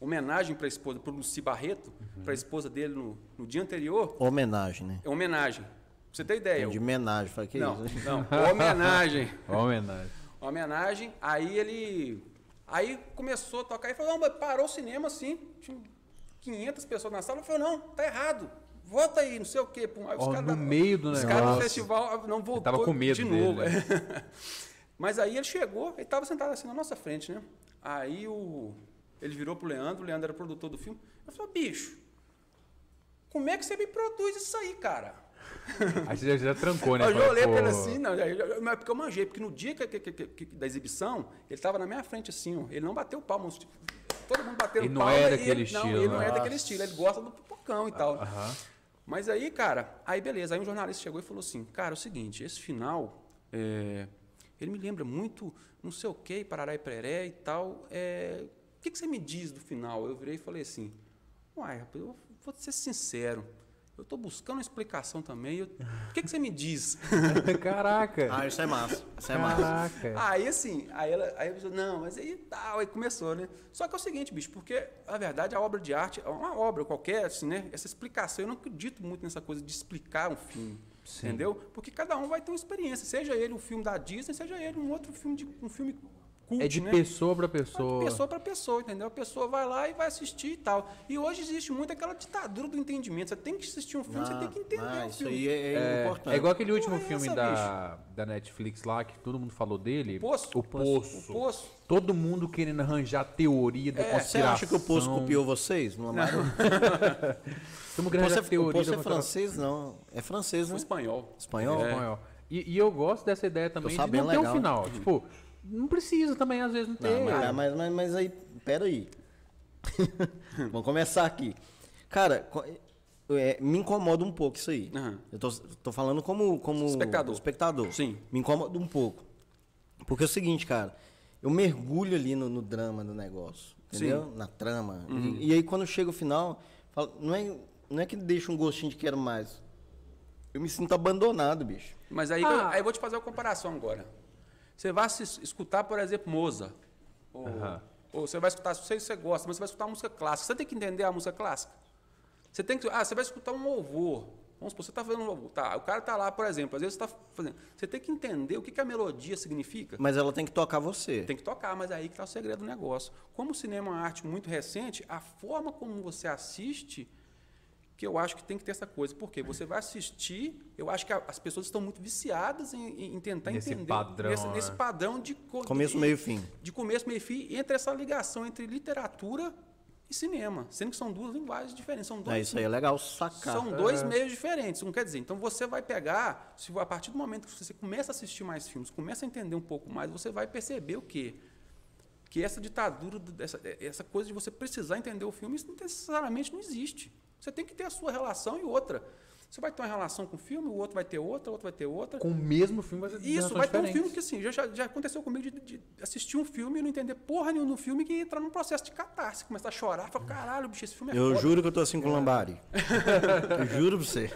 homenagem pra esposa, pro Luci Barreto, pra esposa dele no, no dia anterior. Homenagem, né? É homenagem. Pra você ter ideia. De É, eu- homenagem. Falei, que Não, isso? né? não. Homenagem. Ó, homenagem. Uma homenagem. Aí ele. Aí começou a tocar e falou: não, mas parou o cinema assim. Tinha 500 pessoas na sala. Ele falou: não, tá errado. Volta aí, não sei o quê. Pum. Aí Ó, no meio do os negócio. caras do festival ah, não voltou. tava com medo de dele, novo. né? mas aí ele chegou, ele tava sentado assim na nossa frente, né? Aí o. Ele virou pro Leandro, o Leandro era produtor do filme. Eu falei, bicho, como é que você me produz isso aí, cara? Aí você já, já trancou, né? Eu já Fala, olhei pô, pra ele assim, não, eu- eu- mas porque eu manjei, porque no dia que- que- que- que- que- da exibição, ele tava na minha frente assim, ó, ele não bateu palma, os- todo mundo bateu Ele não palma. é e daquele ele, Não, estilo, ele não é né? daquele estilo, ele gosta do pipocão e tal. aham. Mas aí, cara, aí beleza, aí um jornalista chegou e falou assim, cara, é o seguinte, esse final, é, ele me lembra muito não sei o que, Parará e Pereré e tal, é, o que, que você me diz do final? Eu virei e falei assim, uai, rapaz, eu vou ser sincero, eu tô buscando uma explicação também, eu- o que, que você me diz? Caraca. Ah, isso é massa. Isso é massa. Caraca. Aí assim, aí ela, aí a pessoa, não, mas aí tal, aí começou, né? Só que é o seguinte, bicho, porque na verdade a obra de arte, é uma obra qualquer, assim, né? Essa explicação, eu não acredito muito nessa coisa de explicar um filme. Entendeu? Porque cada um vai ter uma experiência, seja ele um filme da Disney, seja ele um outro filme de um filme cult, É de né? pessoa pra Mas pessoa. de pessoa para pessoa, entendeu? A pessoa vai lá e vai assistir e tal. E hoje existe muito aquela ditadura do entendimento. Você tem que assistir um filme, você tem que entender Ah, o isso filme. aí é, é importante. É igual aquele Porra, último é filme essa, da, da Netflix lá, que todo mundo falou dele. O poço. O Poço. O poço. É. Todo mundo querendo arranjar teoria da Você conspiração. acha que o Poço copiou vocês? No Lambari? Estamos O querendo arranjar Poço, é, o teoria Poço da é conspiração. francês, não. É francês, O né? espanhol. Espanhol? É. Maior. E, e eu gosto dessa ideia também de sabendo não ter o legal. final. Tipo, não precisa também, às vezes, não ter. Não, mas, mas, mas, mas aí, peraí. Vamos começar aqui. Cara, co- é, me incomoda um pouco isso aí. Aham. Eu tô, tô falando como, como Espectador. espectador. Sim. Me incomoda um pouco. Porque é o seguinte, cara. Eu mergulho ali no, no drama do negócio. Entendeu? Na trama. E- Uhum. E, aí, quando chega o final, fala- não, é, não é que deixa um gostinho de quero mais. Eu me sinto abandonado, bicho. Mas aí, Ah. aí eu vou te fazer uma comparação agora. Você vai se escutar, por exemplo, Moza. Ou, ou você vai escutar, não sei se você gosta, mas você vai escutar música clássica. Você tem que entender a música clássica. Você tem que. Ah, você vai escutar um louvor. Vamos supor, você está fazendo. Tá, o cara tá lá, por exemplo, às vezes você tá fazendo. Você tem que entender o que, que a melodia significa. Mas ela tem que tocar você. Tem que tocar, mas é aí que está o segredo do negócio. Como o cinema é uma arte muito recente, a forma como você assiste, que eu acho que tem que ter essa coisa. Porque você vai assistir, eu acho que a- as pessoas estão muito viciadas em, em tentar Nesse entender. padrão, nesse, né? nesse padrão de. co- Começo, de- meio e fim. De começo, meio e fim, e entre essa ligação entre literatura e cinema. Sendo que são duas linguagens diferentes. São dois É, isso aí é legal sacar. são dois meios diferentes, não quer dizer. Então você vai pegar, se a partir do momento que você começa a assistir mais filmes, começa a entender um pouco mais, você vai perceber o quê? Que essa ditadura, do- essa, essa coisa de você precisar entender o filme, isso não necessariamente não existe. Você tem que ter a sua relação e outra. Você vai ter uma relação com o filme, o outro vai ter outra, o outro vai ter outra. Com o mesmo filme vai ser Isso, relações vai ter um diferentes. filme que assim, já, já- já aconteceu comigo de, de assistir um filme e não entender porra nenhuma do filme que entrar num processo de catarse, começar a chorar, falar, caralho, bicho, esse filme é Eu foda." juro que eu tô assim com o Lambari. eu juro pra você.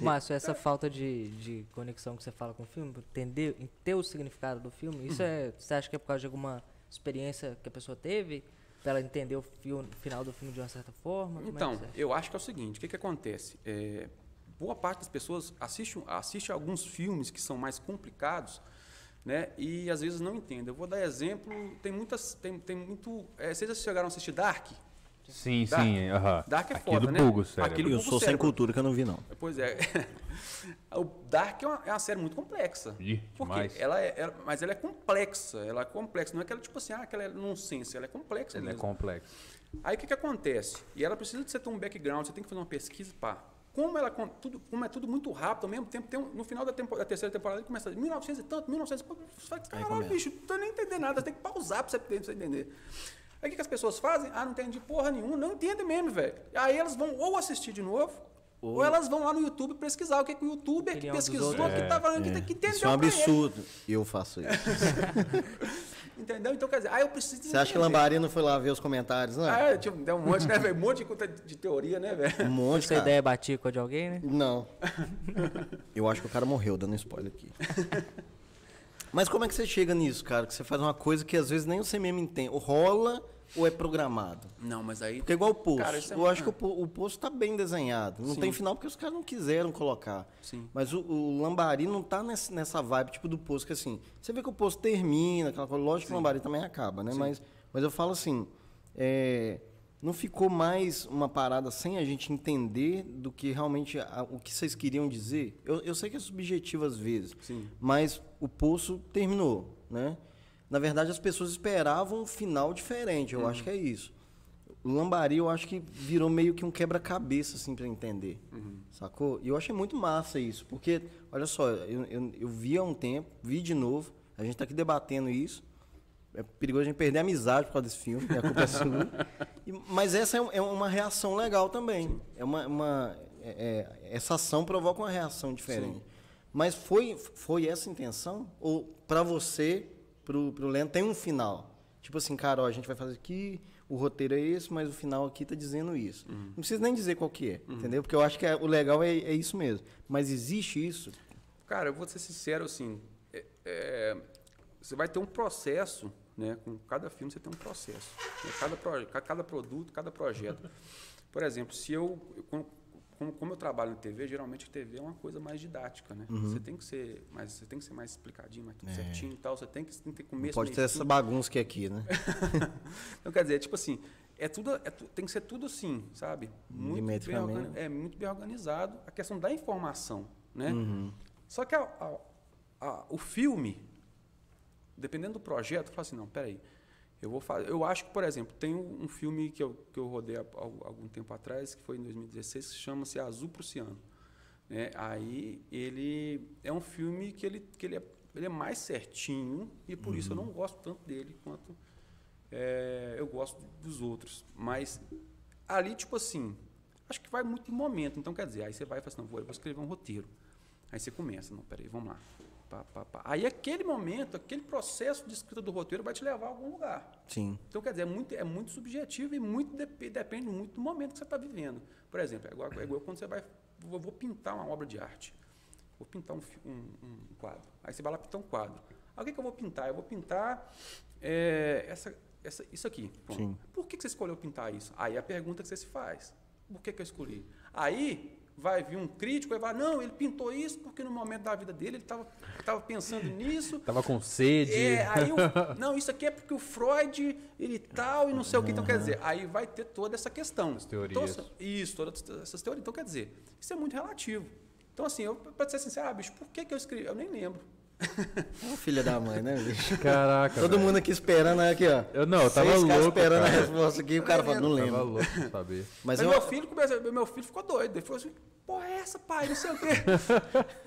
Márcio, essa falta de, de conexão que você fala com o filme, entender, entender o significado do filme, isso é. Você acha que é por causa de alguma experiência que a pessoa teve? Pra ela entender o fio- final do filme de uma certa forma? Como é que Então, você acha? eu acho que é o seguinte, o que, que acontece? É, boa parte das pessoas assiste, um, assiste alguns filmes que são mais complicados, né? E às vezes não entende. Eu vou dar exemplo, tem muitas, tem, tem muito... É, vocês já chegaram a assistir Dark? Sim, Dark. sim, aham. Dark é Aquilo foda, né? buga o cérebro. Aquilo- Eu Pouco sou sem cérebro. cultura que eu não vi, não. Pois é. o Dark é uma, é uma série muito complexa. Ih, Por quê? demais. Ela é, ela- mas ela é complexa, ela é complexa. Não é aquela tipo assim, ah, aquela é nonsense, ela é complexa Ele é mesmo. complexo. Aí o que, que acontece? E ela precisa de você ter um background, você tem que fazer uma pesquisa, pá. Como, ela, con- tudo, como é tudo muito rápido, ao mesmo tempo, tem um- no final da, tempo- da terceira temporada ele começa 1900 e tanto, 1900 e pouco, você fala, caralho, começa. bicho, não tô nem entendendo nada, você tem que pausar pra você, pra você entender. Aí o que, que as pessoas fazem? Ah, não entendi porra nenhuma, não entende mesmo, velho. Aí elas vão ou assistir de novo, ou, elas vão lá no YouTube pesquisar o que, que o youtuber que Opinião dos pesquisou, outros. que tá falando, É, que, que entendeu Isso é um pra ele. absurdo. Eu faço isso. Entendeu? Então, quer dizer, ah, eu preciso Você acha que né? entender. Lambari não foi lá ver os comentários, não? Ah, é, tipo, deu um monte, né, velho? Um monte de conta de teoria, né, velho? Um monte, Essa cara. ideia batia com a de alguém, né? Não. Eu acho que o cara morreu, dando spoiler aqui. Mas como é que você chega nisso, cara? Que você faz uma coisa que às vezes nem você mesmo entende. Ou rola ou é programado? Não, mas aí. Porque é igual o poço. Cara, isso é eu muito- acho que o, po- o poço tá bem desenhado. Não Sim. tem final porque os caras não quiseram colocar. Sim. Mas o, o Lambari não tá nesse- nessa vibe tipo do poço, que assim, você vê que o poço termina, aquela coisa. Lógico que o Lambari também acaba, né? Mas, mas eu falo assim, é, não ficou mais uma parada sem a gente entender do que realmente a- o que vocês queriam dizer? Eu, eu sei que é subjetivo às vezes, Sim. mas o poço terminou, né? Na verdade, as pessoas esperavam um final diferente, Uhum. eu acho que é isso. O Lambari, eu acho que virou meio que um quebra-cabeça, assim, pra entender, sacou? E eu achei muito massa isso, porque, olha só, eu, eu, eu vi há um tempo, vi de novo, a gente tá aqui debatendo isso, é perigoso a gente perder a amizade por causa desse filme, é a culpa é sua. E- mas essa é, um- é uma reação legal também. É uma, uma- é- é- essa ação provoca uma reação diferente. Mas foi, foi essa a intenção? Ou para você, pro, pro Leno, tem um final? Tipo assim, cara, ó, a gente vai fazer aqui, o roteiro é esse, mas o final aqui tá dizendo isso. Não precisa nem dizer qual que é, entendeu? Porque eu acho que é- o legal é, é isso mesmo. Mas existe isso? Cara, eu vou ser sincero assim. é- é, você vai ter um processo, né? Com cada filme você tem um processo. né, Cada, pro- ca- cada produto, cada projeto. Por exemplo, se eu. eu com- como, como eu trabalho na TV, geralmente a TV é uma coisa mais didática, né? Uhum. Você tem que ser mais, você tem que ser mais explicadinho, mais tudo certinho e tal. Você tem que, tem que ter É. começo. Pode meio ter fim. essa bagunça que é aqui, né? Então, quer dizer, tipo assim, é tudo, é tu- tem que ser tudo assim, sabe? Muito bem, Milimetricamente. organi- é, muito bem organizado a questão da informação, né? Só que a- a- a- o filme, dependendo do projeto, fala assim, não, peraí, eu vou fazer... Eu acho que, por exemplo, tem um um filme que eu, que eu rodei há al- algum tempo atrás, que foi em 2016, que chama-se Azul Prussiano. Né? Aí ele é um filme que ele, que ele, é, ele é mais certinho e por isso eu não gosto tanto dele quanto é, eu gosto dos outros. Mas ali, tipo assim, acho que vai muito do momento. Então, quer dizer, aí você vai e fala assim, não, vou, eu vou escrever um roteiro. Aí você começa, não, peraí, vamos lá. Pá, pá, pá. Aí aquele momento, aquele processo de escrita do roteiro vai te levar a algum lugar. Sim. Então, quer dizer, é muito, é muito subjetivo e muito dep- depende muito do momento que você está vivendo. Por exemplo, é igual, é igual quando você vai. Vou, vou pintar uma obra de arte. Vou pintar um, fi- um- um quadro. Aí você vai lá pintar um quadro. Aí o que, que eu vou pintar? Eu vou pintar é, essa, essa, isso aqui. Pronto. Sim. Por que, que você escolheu pintar isso? Aí é a pergunta que você se faz. Por que, que eu escolhi? Aí vai vir um crítico e vai falar, não, ele pintou isso porque no momento da vida dele ele estava tava pensando nisso. Tava com sede. É, aí o- não, isso aqui é porque o Freud, ele tal, e não sei o que. Então, quer dizer, aí vai ter toda essa questão. As teorias. isso, todas essas teorias. Então, quer dizer, isso é muito relativo. Então, assim, eu, pra ser sincero, ah, bicho, por que, que eu escrevi? Eu nem lembro. Ô, É filha da mãe, né, bicho? Caraca. Todo velho. mundo aqui esperando né, aqui, ó. Eu não, eu tava Seis caras louco, esperando cara. a resposta aqui e o cara falou, não Tava lembro. louco pra saber. Mas Mas, eu, meu, filho começou, meu filho ficou doido. Ele falou assim: porra, é essa, pai? Não sei o quê.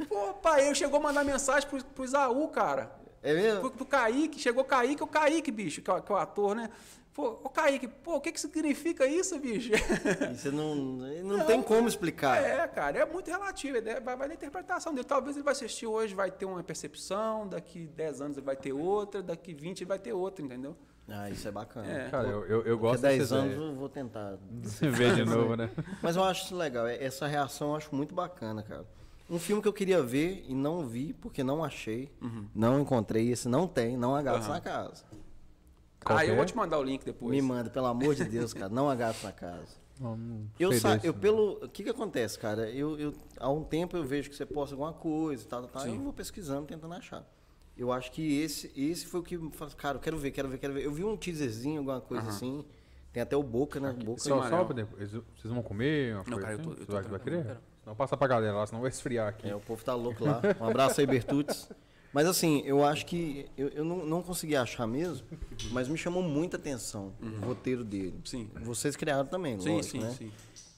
Pô, pai, ele chegou a mandar mensagem pro, pro Isaú, cara. É mesmo? Pro, pro Kaique, chegou o Kaique, o Kaique, bicho, que é, o- que é o ator, né? Pô, o Kaique, pô, o que que significa isso, bicho? Você não, não, tem como explicar. É, cara, é muito relativo, né? vai, vai na interpretação dele. Talvez ele vai assistir hoje, vai ter uma percepção, daqui 10 anos ele vai ter outra, daqui 20 ele vai ter outra, entendeu? Ah, isso é bacana. É. Cara, eu, eu, eu Daqui a gosto 10 dessas anos ideias. eu vou tentar. Se vê de novo, né? Mas eu acho isso legal. é- Essa reação eu acho muito bacana, cara. Um filme que eu queria ver e não vi, porque não achei, Uhum. não encontrei, esse não tem, não agacho na casa. Qual ah, que eu é? vou te mandar o link depois. Me manda, pelo amor de Deus, cara, não agacho na casa. Não, não Eu, sei sa- desse, eu não. pelo. O que que acontece, cara? Eu, eu- há um tempo eu vejo que você posta alguma coisa e tal, tal, tal. Eu vou pesquisando, tentando achar. Eu acho que esse, esse foi o que. me faz- Cara, eu quero ver, quero ver, quero ver. Eu vi um teaserzinho, alguma coisa assim. Tem até o Boca, né? Boca. Só, Sim, só Manel. pra depois- eles- Vocês vão comer? Uma Não, coisa cara, eu tô- assim? eu Você tô vai, vai tranquilo, querer? Não passa pra galera lá, senão vai esfriar aqui. É, o povo tá louco lá. Um abraço aí, Bertucci. Mas assim, eu acho que. Eu, eu não, não consegui achar mesmo, mas me chamou muita atenção o roteiro dele. Uhum. Sim. Vocês criaram também, Sim, lógico, sim, né? sim.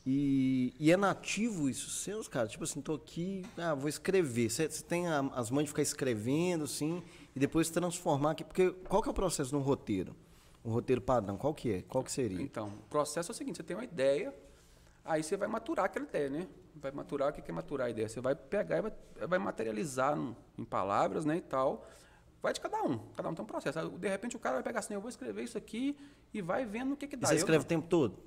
E, e é nativo isso seus, cara? Tipo assim, tô aqui, ah, vou escrever. Você tem a- as mães de ficar escrevendo, assim, e depois transformar aqui. Porque qual que é o processo de um roteiro? Um roteiro padrão, qual que é? Qual que seria? Então, o processo é o seguinte: você tem uma ideia, aí você vai maturar aquela ideia, né? Vai maturar, o que que é maturar a ideia? Você vai pegar e vai, vai materializar num- em palavras, né, e tal. Vai de cada um, cada um tem um processo. Aí, De repente o cara vai pegar assim: eu vou escrever isso aqui e vai vendo o que que E dá. você Eu escreve o tempo todo?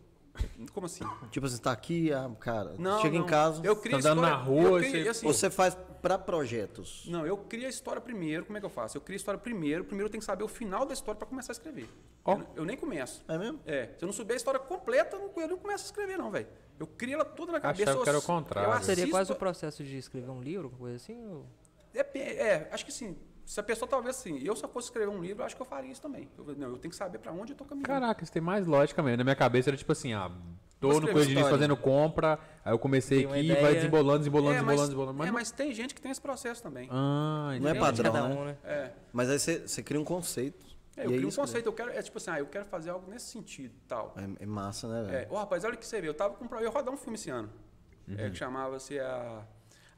não. Como assim? Tipo assim, tá aqui, ah, cara, Não, chega não. em casa. Eu crio Tá andando história- na rua, eu crio- você- assim, Ou Você faz pra projetos. Não, eu crio a história primeiro. Como é que eu faço? Eu crio a história primeiro. Primeiro eu tenho que saber o final da história para começar a escrever. Ó. Eu, eu nem começo. É mesmo? É. Se eu não souber a história completa, eu não- eu não começo a escrever, não, velho. Eu crio ela toda na cabeça. Achava eu que era o ass- contrário. eu Seria Seria assisto- quase o processo de escrever um livro, alguma coisa assim? ou- Depe- É, acho que sim. Se a pessoa talvez assim, eu se eu fosse escrever um livro, eu acho que eu faria isso também. Eu, não, eu tenho que saber para onde eu tô caminhando. Caraca, isso tem mais lógica mesmo. Na minha cabeça era tipo assim, ah, Vou tô no escrever Coisa de Início história. fazendo compra, aí eu comecei Tem uma aqui e ideia. vai desembolando, desembolando, é, mas, desembolando, desembolando. Mas é, não- mas tem gente que tem esse processo também. Ah, Não é entendi. padrão, Cada né? um, né? É. Mas aí você você cria um conceito. e É, eu aí crio um isso- conceito, eu quero, é tipo assim, ah, eu quero fazer algo nesse sentido, tal. É, é massa, né, É, velho? ô rapaz, olha o que você vê. Eu tava com um problema. Eu ia rodar um filme esse ano. É, que chamava-se a,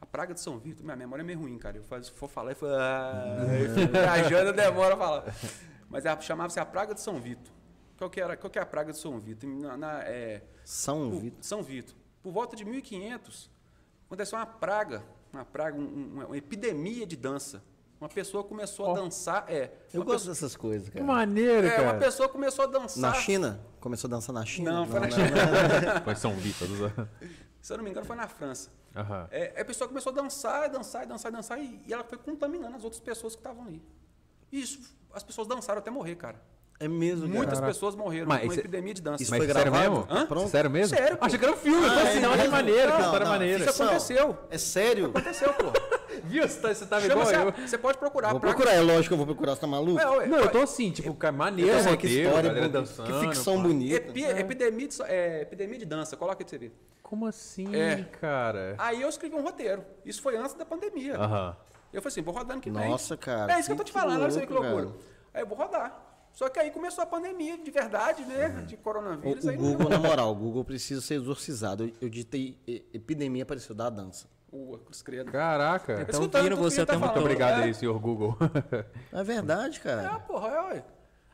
a Praga de São Vitor. Minha memória é meio ruim, cara. Eu faz, for falar e falo. "Ah", eu fico Viajando, demora a falar. Mas a- chamava-se a Praga de São Vitor. Qual que, era, qual que é a Praga de São Vitor? Na, na- é, São por- Vitor. São Vito. Por volta de 1500, aconteceu uma praga, uma praga, um- um- uma epidemia de dança. Uma pessoa começou Ó. a dançar. É, Eu uma gosto pessoa- dessas coisas, Que cara. maneiro, é, uma cara. pessoa começou a dançar. Na China? Começou a dançar na China? Não, foi na né? China. Foi São Vitor. Se eu não me engano, foi na França. Aham. É, aí a pessoa começou a dançar, dançar, dançar, dançar, e, e ela foi contaminando as outras pessoas que estavam ali. E isso, as pessoas dançaram até morrer, cara. É mesmo, cara. Muitas Caraca. pessoas morreram Mas com uma isso- epidemia de dança. isso é Mas foi sério gravado? mesmo? Hã? Pronto. Sério mesmo? Sério, pô. Achei que era um filme. eu Ah, falei assim, é não, que mesmo? maneiro, que Não, história não, maneira. Isso aconteceu. É sério? Aconteceu, pô. Viu? Você tá- você tava Chama igual eu. você, você pode procurar. Vou Praga- procurar, é lógico que eu vou procurar, você tá maluco? É, ué, Não, ué, eu tô assim, tipo, cara, maneiro, Olha, roteiro, que história, galera pô, dançando. que ficção pá. bonita. epi- epidemia, de, so- é, epidemia de dança, coloca aí pra você ver. Como assim, É. cara? Aí eu escrevi um roteiro. Isso foi antes da pandemia. Aham. Eu falei assim, vou rodar ano que vem. Nossa, cara, É isso que eu tô que- te falando, olha só que que louco, loucura. Aí eu vou rodar. Só que aí começou a pandemia de verdade, né? De O, coronavírus. o aí não Google, na moral, o Google precisa ser exorcizado. Eu, eu ditei e- epidemia, apareceu da dança. Ua, cruz credo. Caraca. Então, escutando viram tudo que você ele tá até falando. Muito obrigado É. aí, senhor Google. É verdade, É, cara. porra, é, ué.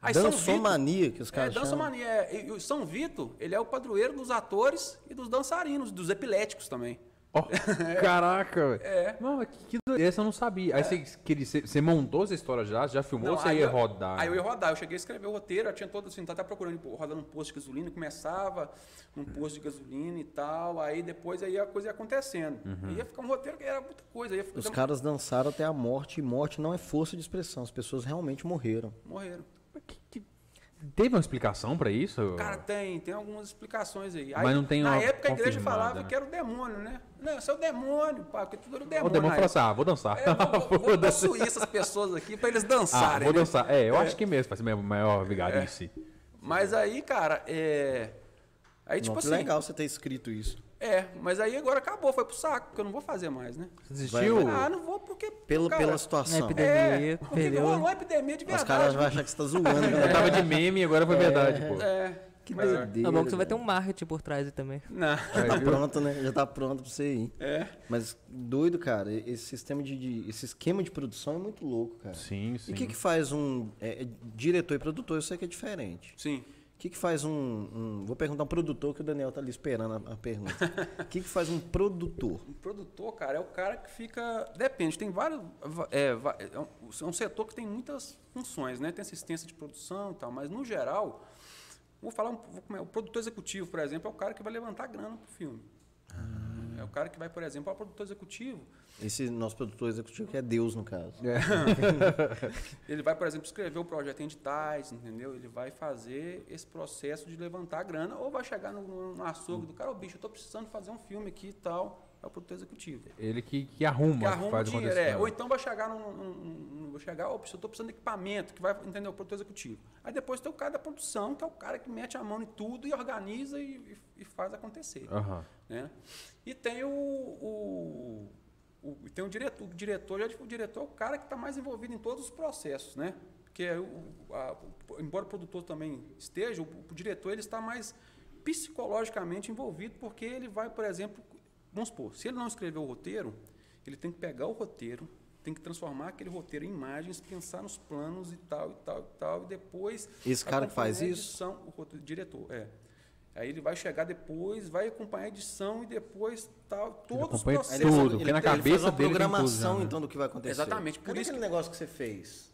Aí São Vito, Dançomania que os é, caras chamam. dançomania. é, e o São Vito, ele é o padroeiro dos atores e dos dançarinos, dos epiléticos também. Ó, Caraca, velho. É. Mano, que, que doideira. Essa eu não sabia. Aí você, que ele- você- você montou essa história já? Já filmou ou Não, você aí ia eu- rodar? né? Aí eu ia rodar. Eu cheguei a escrever o roteiro, eu tinha todo assim, tava procurando, pô, rodando um posto de gasolina, começava num posto de gasolina e tal, aí depois aí a coisa ia acontecendo. Uhum. Ia ficar um roteiro que era muita coisa, ia ficar... Os caras dançaram até a morte, e morte não é força de expressão. As pessoas realmente morreram. Morreram. Que- que- Teve uma explicação pra isso? Cara, tem, tem algumas explicações aí. Mas Aí, não tem Na uma época a igreja confirmada, falava né? que era o demônio, né? Não, isso é o demônio, pá, porque tudo era o demônio. o demônio falou na assim: ah, vou dançar. época. É, vou, vou, vou Foda-se. possuir essas pessoas aqui pra eles Ah, dançarem. vou né? É. dançar. É, eu acho que mesmo, faz minha maior vigarice. Mas aí, cara, é. Aí, tipo Não, que assim. legal você ter escrito isso. É, mas aí agora acabou, foi pro saco, porque eu não vou fazer mais, né? Você desistiu? Ah, não vou porque. Pelo, cara, pela situação. É, epidemia. É, porque Perdeu. rolou a epidemia de Os verdade. caras vão achar que você tá zoando. Eu né? tava de meme e agora foi verdade, pô. É. Que mas- é, doideira. Tá bom que você vai velho. ter um marketing por trás aí também. Não. Aí, Tá viu? pronto, né? Já tá pronto pra você ir. É. Mas doido, cara. Esse sistema de, de- esse esquema de produção é muito louco, cara. Sim, sim. E o que, que faz um é, é, diretor e produtor? Eu sei que é diferente. Sim. O que, que faz um, um- Vou perguntar um produtor que o Daniel tá ali esperando a, a pergunta. O que, que faz um produtor? O produtor, cara, é o cara que fica. Depende, tem vários. va- É, va- é um- é um setor que tem muitas funções, né? Tem assistência de produção e tal, mas no geral, vou falar um, vou come- o produtor executivo, por exemplo, é o cara que vai levantar grana pro filme. É o cara que vai, por exemplo, é o produtor executivo. Esse nosso produtor executivo que é Deus, no caso. Ele vai, por exemplo, escrever o projeto em editais, entendeu? Ele vai fazer esse processo de levantar a grana ou vai chegar no, no açougue do cara, ô bicho, eu tô precisando fazer um filme aqui e tal. É o produtor executivo. Ele que, que arruma, Que arruma o faz dinheiro, acontecer. é. Ou então vai chegar num. num- num- num- vou chegar, ó, eu tô precisando de equipamento, que vai entender o produtor executivo. Aí depois tem o cara da produção, que é o cara que mete a mão em tudo e organiza e, e- e faz acontecer. Aham. Né? E tem o. o- o- e tem o diretor, o diretor, já, digo, o diretor é o cara que está mais envolvido em todos os processos, né? Porque é o- a- o- embora o produtor também esteja, o, o diretor ele está mais psicologicamente envolvido, porque ele vai, por exemplo, vamos supor, se ele não escreveu o roteiro, ele tem que pegar o roteiro, tem que transformar aquele roteiro em imagens, pensar nos planos e tal, e tal, e tal, e depois. Esse cara que faz acompanhar a isso? edição, o rote- diretor, é. Aí ele vai chegar depois, vai acompanhar a edição e depois tal, todos os acompanha Aí processos. tudo, faz- porque na faz cabeça uma dele tem tudo programação, já, né? então, do que vai acontecer. Exatamente, por Cadê isso aquele negócio que você fez?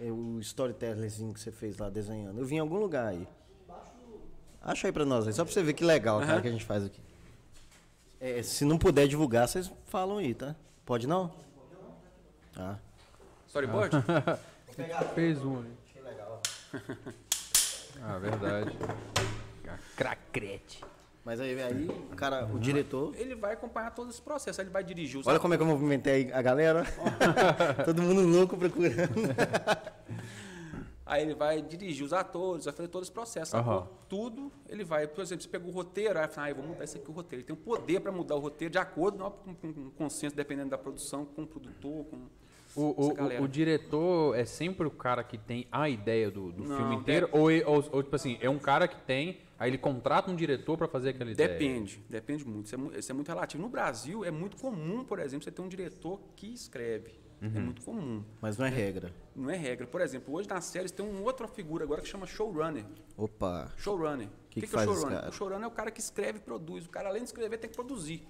É, o storytellerzinho que você fez lá desenhando. Eu vi em algum lugar aí. Acha aí pra nós aí, só pra você ver que legal, cara, que a gente faz aqui. É, se não puder divulgar, vocês falam aí, tá? Pode não? Tá. Storyboard? Ah. Fez um. né? Ah, verdade. Cracrete. Mas aí, aí o cara, o diretor. Ele vai acompanhar todos esses processos, aí ele vai dirigir os Olha como é que eu movimentei aí a galera. Todo mundo louco procurando. Aí ele vai dirigir os atores, vai fazer todo esse processo. Aham. sacou? Tudo, ele vai, por exemplo, você pegou o roteiro, aí fala, ah, eu vou mudar isso aqui o roteiro. Ele tem o poder para mudar o roteiro de acordo não, com, com, com o consenso, dependendo da produção, com o produtor, com. O, essa o- galera. o, o diretor é sempre o cara que tem a ideia do, do Não, filme de- inteiro? Ou, e- ou, ou, tipo assim, é um cara que tem, aí ele contrata um diretor pra fazer aquela ideia? Depende, depende muito. Isso é, mu- isso é muito relativo. No Brasil, é muito comum, por exemplo, você ter um diretor que escreve. É muito comum. Mas não é regra. Não é regra. Por exemplo, hoje nas séries tem uma outra figura agora que chama showrunner. Opa. Showrunner. O Que que é faz esse showrunner? cara? O showrunner é o cara que escreve e produz. O cara, além de escrever, tem que produzir.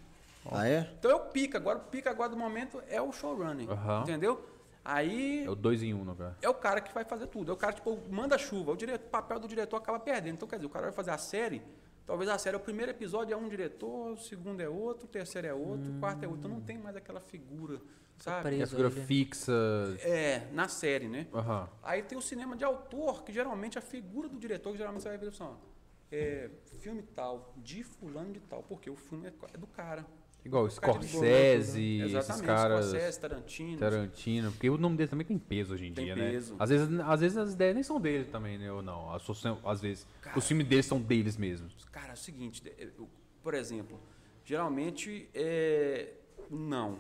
Ah, é? Então é o pica. Agora, o pica agora do momento é o showrunner. Aham. Entendeu? Aí É o dois em um, não, cara? é o cara que vai fazer tudo. É o cara, tipo, manda chuva. O, dire- o papel do diretor acaba perdendo. Então, quer dizer, o cara vai fazer a série. Talvez a série, o primeiro episódio é um diretor, o segundo é outro, o terceiro é outro, o quarto é outro. Então Hum. não tem mais aquela figura, sabe? Que a Preso figura aí, né? fixa... É, na série, né? Aham. Aí tem o cinema de autor, que geralmente é a figura do diretor, que geralmente você vai ver assim, ó, é, filme tal, de fulano de tal, porque o filme é co- é do cara. Igual O cara de Scorsese, Bolonha, né? esses Exatamente, caras... Scorsese, Tarantino. Tarantino, porque o nome dele também tem peso hoje em Tem dia, peso. né? Às vezes, às vezes as ideias nem são dele também, né? Ou não. As suas são- Às vezes os filmes deles são deles mesmos. Cara, é o seguinte, de- eu- por exemplo, geralmente é. Não,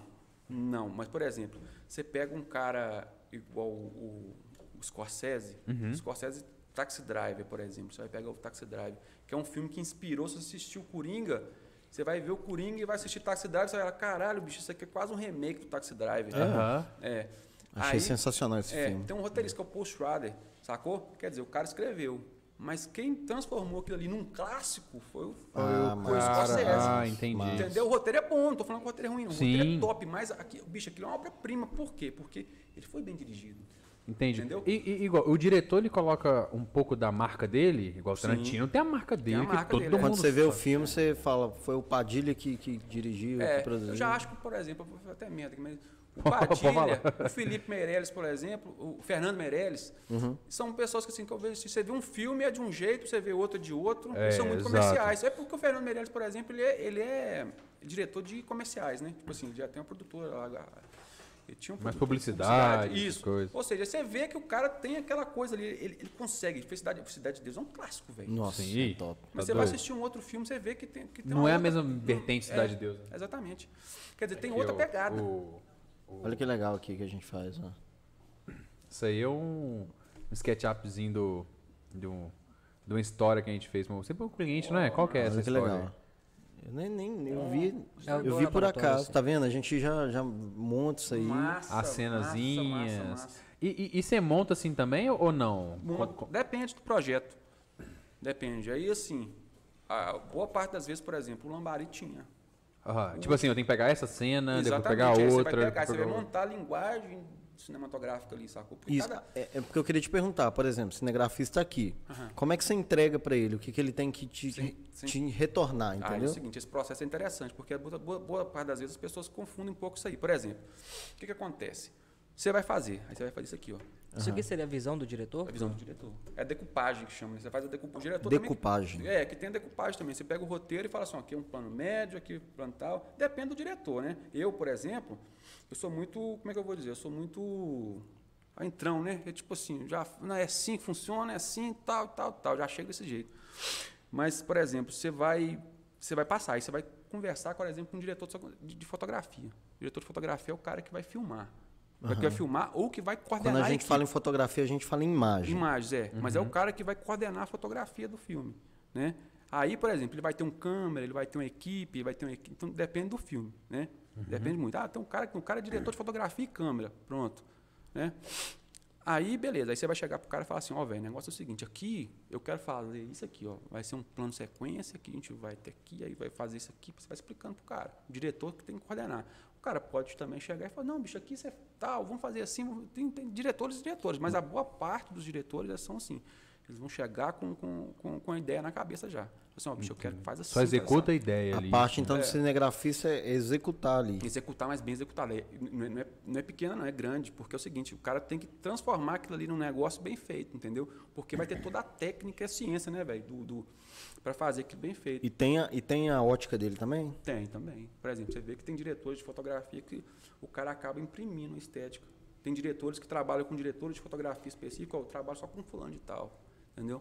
não, mas por exemplo, você pega um cara igual o, o Scorsese, Scorsese Taxi Driver, por exemplo, você vai pegar o Taxi Driver, que é um filme que inspirou, se você assistiu o Coringa, você vai ver o Coringa e vai assistir Taxi Driver, você vai falar, caralho, bicho, isso aqui é quase um remake do Taxi Driver. Aham. É. Achei Aí- sensacional esse é, filme. tem um roteirista que é o Paul Schrader, sacou? Quer dizer, o cara escreveu. Mas quem transformou aquilo ali num clássico foi o, foi Ah, o- foi o mas- Scorsese. Cara, ah, entendi. Mas- Entendeu? O roteiro é bom, não tô falando que o roteiro é ruim, não. O roteiro é Sim. top, mas aqui, bicho, aquilo é uma obra-prima. Por quê? Porque ele foi bem dirigido. Entendi. Entendeu? E, e- igual, o diretor ele coloca um pouco da marca dele, igual o Tarantino, tem a marca dele, a marca que todo dele, é. mundo Quando você vê o sabe. filme, você fala, foi o Padilha que, que dirigiu, É, que produziu. eu já acho que, por exemplo, eu vou até merda aqui, mas O Pode Padilha, falar. o Felipe Meirelles, por exemplo, o Fernando Meirelles, Uhum. são pessoas que, assim, que eu vejo, se você vê um filme é de um jeito, você vê outro é de outro, É, e são muito exato. comerciais. É porque o Fernando Meirelles, por exemplo, ele é, ele é diretor de comerciais, né? Tipo assim, ele já tem uma produtora lá. a- Ele tinha um Mais produto- publicidade, essas Isso. coisas. Ou seja, você vê que o cara tem aquela coisa ali, ele, ele consegue. Felicidade, Felicidade de Deus é um clássico, velho. Nossa, Sim. é top. Tá Mas você vai doido. assistir um outro filme, você vê que tem. Que tem Não uma é a outra- mesma vertente Cidade de Deus. né? Exatamente. Quer dizer, tem Aqui outra o- pegada. o- Olha que legal aqui que a gente faz, ó. Isso aí é um, um SketchUpzinho do, de, um, de uma história que a gente fez. Sempre um cliente, não é? Qual que é essa Olha que história? legal. Eu nem, nem eu vi, É eu igual vi a por maratona, acaso, assim. tá vendo? A gente já, já monta isso aí. Massa, As cenazinhas. massa, massa, massa. E, e, e você monta assim também ou não? Bom, Depende do projeto. Depende. Aí, assim, a boa parte das vezes, por exemplo, o Lambari tinha. Ah, tipo assim, eu tenho que pegar essa cena, depois pegar Aí outra. Você vai, pegar, depois você vai pegar outra. montar a linguagem cinematográfica ali, sacou? Porque Isso, cada- é, é porque eu queria te perguntar, por exemplo, o cinegrafista aqui, como é que você entrega pra ele? O que, que ele tem que te, Sim, sim. te retornar, Ah, é o entendeu? seguinte, esse processo é interessante, porque boa, boa- boa parte das vezes as pessoas confundem um pouco isso aí. Por exemplo, o que, que acontece? Você vai fazer, aí você vai fazer isso aqui, ó. Isso aqui seria a visão do diretor? A visão do diretor. É a decupagem que chama, né? Você faz a decupagem. O diretor Decupagem. Também, é, que tem a decupagem também. Você pega o roteiro e fala assim, ó, aqui é um plano médio, aqui é um plano tal. Depende do diretor, né? Eu, por exemplo, eu sou muito, como é que eu vou dizer? Eu sou muito ah, entrão, né? É tipo assim, já não, é assim que funciona, é assim, tal, tal, tal. Já chega desse jeito. Mas, por exemplo, você vai, você vai passar, aí você vai conversar, por exemplo, com um diretor de so- de, de fotografia. O diretor de fotografia é o cara que vai filmar. É Que vai filmar ou que vai coordenar Quando a gente equipe. fala em fotografia, a gente fala em imagem. Imagens, é. Mas é o cara que vai coordenar a fotografia do filme, né? Aí, por exemplo, ele vai ter um câmera, ele vai ter uma equipe, ele vai ter uma equipe. Então, depende do filme, né? Depende muito. Ah, tem um cara, um cara é diretor de fotografia e câmera. Pronto. Né? Aí, beleza. Aí você vai chegar pro cara e falar assim, ó, velho, o negócio é o seguinte, aqui eu quero fazer isso aqui, ó. Vai ser um plano sequência que a gente vai ter aqui, aí vai fazer isso aqui, você vai explicando pro cara. O diretor que tem que coordenar. O cara pode também chegar e falar, não, bicho, aqui você é tal, vamos fazer assim. vamos- Tem, tem diretores e diretores, mas a boa parte dos diretores eles são assim. Eles vão chegar com, com, com, com a ideia na cabeça já. Assim, ó, bicho, eu quero que faz assim. Só executa a faz ideia tá, A ali. parte, né? então, do cinegrafista é executar ali. assim. Executar, mas bem executado. É- Não é, não, é, não é pequena, não, é grande, porque é o seguinte, o cara tem que transformar aquilo ali num negócio bem feito, entendeu? Porque vai ter toda a técnica e a ciência, né, velho, do, do, para fazer aquilo bem feito. E tem, a, e tem a ótica dele também? Tem também. Por exemplo, você vê que tem diretores de fotografia que o cara acaba imprimindo a estética. Tem diretores que trabalham com diretores de fotografia específico, ó, eu trabalho só com fulano de tal. Entendeu?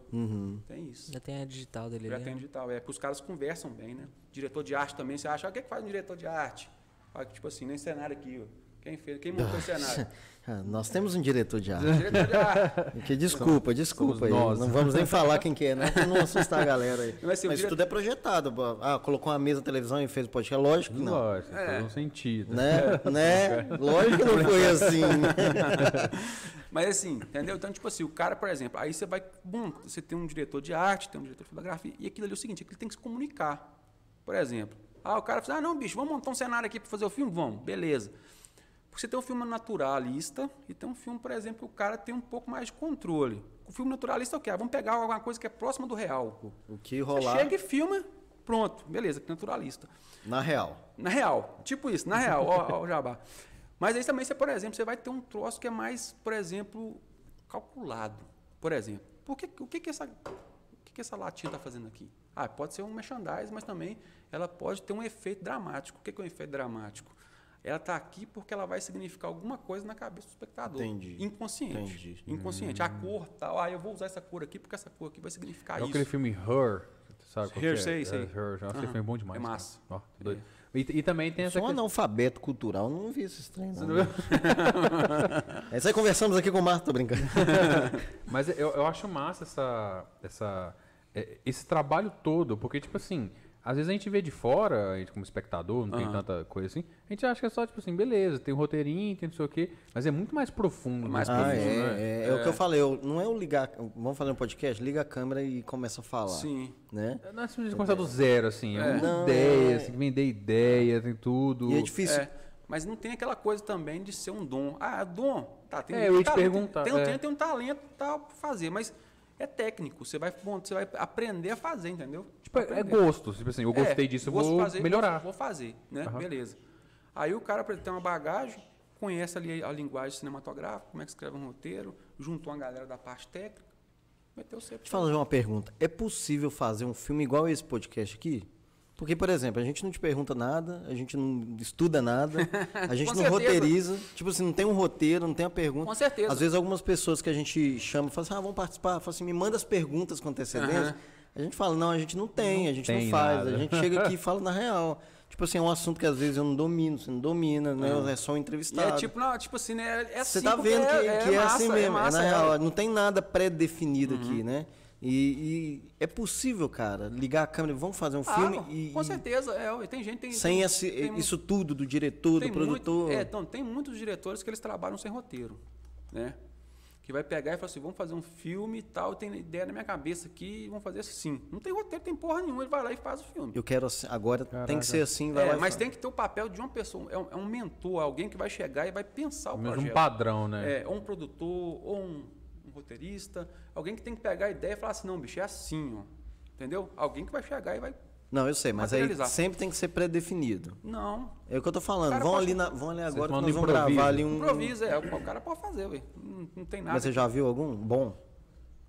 Tem isso. Já tem a digital dele Já ali, tem né? digital. É, porque os caras conversam bem, né? Diretor de arte também, você acha, ah, o que, é que faz um diretor de arte? Ah, tipo assim, nem cenário aqui, ó. Quem fez, quem montou o cenário? Ah, Nós temos um diretor de arte. diretor de arte. Que desculpa, desculpa aí. nós. Não vamos nem falar quem que é, né? Pra não assustar a galera aí. Mas, Mas, assim, o diretor- tudo é projetado. bo- Ah, colocou uma mesa, televisão e fez o podcast. Lógico que não. Lógico, É. faz um sentido. Né? né? Lógico que não foi assim. Mas assim, entendeu? Então, tipo assim, o cara, por exemplo, aí você vai. Bom, você tem um diretor de arte, tem um diretor de fotografia, e aquilo ali é o seguinte, aquilo tem que se comunicar. Por exemplo. Ah, o cara fala, ah, não, bicho, vamos montar um cenário aqui pra fazer o filme? Vamos, beleza. Porque você tem um filme naturalista e tem um filme, por exemplo, que o cara tem um pouco mais de controle. O filme naturalista é o quê? Ah, vamos pegar alguma coisa que é próxima do real. O que Você rolar chega e filma, pronto, beleza, que naturalista. na real. Na real. Tipo isso, na real. Ó, ó o jabá. Mas aí também você, por exemplo, você vai ter um troço que é mais, por exemplo, calculado. Por exemplo, por que, o que, que essa. O que, que essa latinha está fazendo aqui? Ah, pode ser um merchandise, mas também ela pode ter um efeito dramático. O que, que é um efeito dramático? Ela está aqui porque ela vai significar alguma coisa na cabeça do espectador. Entendi. Inconsciente. Entendi. Hum. Inconsciente. A cor tal. Ah, eu vou usar essa cor aqui porque essa cor aqui vai significar É Ah, isso. aquele filme Her. Sabe qual que Her, é? sei, É, sei. Her, já achei Aham. filme bom demais. É cara. massa. Ó, doido. E, e também tem essa Sou um questão. analfabeto cultural, não vi esses treinos. é isso aí, conversamos aqui com o Marco, tô brincando. Mas eu, eu acho massa essa, essa, é, esse trabalho todo, porque, tipo assim, às vezes a gente vê de fora, a gente como espectador, não tem tanta coisa assim, a gente acha que é só, tipo assim, beleza, tem um roteirinho, tem não sei o quê, mas é muito mais profundo. Mais né? Ah, é, Isso, né? é, é o que eu falei. eu- não é o ligar. Vamos fazer um podcast? Liga a câmera e começa a falar. Sim. Né? Não é simplesmente começar do zero, assim, é, uma Não, ideia, é- você tem que vender ideia, tem tudo. E é difícil. É, mas não tem aquela coisa também de ser um dom. Ah, dom. Tá, tem É, eu ia te talento, perguntar, Tem, tem, é. tem, tem um talento tal pra fazer, mas é técnico. Você vai, bom, você vai aprender a fazer, entendeu? Tipo, é, é Aprender. gosto, tipo assim, eu gostei disso, eu É, gosto de vou fazer, melhorar. Vou, vou fazer, né? Beleza. Aí o cara pra ele ter uma bagagem, conhece ali a linguagem cinematográfica, como é que escreve um roteiro, juntou uma galera da parte técnica, meteu Deixa sempre. eu fazer uma pergunta. É possível fazer um filme igual esse podcast aqui? Porque, por exemplo, a gente não te pergunta nada, a gente não estuda nada, a gente Com não certeza. roteiriza. Tipo assim, não tem um roteiro, não tem a pergunta. Com certeza. Às vezes algumas pessoas que a gente chama falam assim, ah, vamos participar, falam assim, me manda as perguntas com antecedência. Aham. A gente fala, não, a gente não tem, a gente tem não faz, nada. a gente chega aqui e fala na real. Tipo assim, é um assunto que às vezes eu não domino, você não domina, né? É só um E entrevistado. é tipo, não, tipo assim, né? É assim Você tá porque vendo que que é, massa, assim mesmo, é massa, na é. Uhum. real, não tem nada pré-definido aqui, né? E, e é possível, cara, ligar a câmera, vamos fazer um Ah, filme pô, e, com e certeza, é, ué, tem gente tem sem tem- esse- tem- isso tudo do diretor, do tem produtor. Muito, é, então, tem muitos diretores que eles trabalham sem roteiro, né? Que vai pegar e falar assim, vamos fazer um filme e tal, tem ideia na minha cabeça aqui, vamos fazer assim. Não tem roteiro, tem porra nenhuma, ele vai lá e faz o filme. Eu quero assim, agora tem que ser assim, vai É, lá e mas faz. tem que ter o papel de uma pessoa, é um, é um mentor, alguém que vai chegar e vai pensar o O mesmo um um projeto. padrão, né? É, ou um produtor, ou um, um roteirista, alguém que tem que pegar a ideia e falar assim, não, bicho, é assim, ó. Entendeu? Alguém que vai chegar e vai. Não, eu sei, mas aí materializar. sempre tem que ser pré-definido. Não. É o que eu tô falando. Cara, vão, pode- ali na- vão ali agora que falam nós do vamos improviso. gravar ali um. Improvisa, é, o cara pode fazer, velho. Não, não tem nada. Mas você já viu algum? Bom.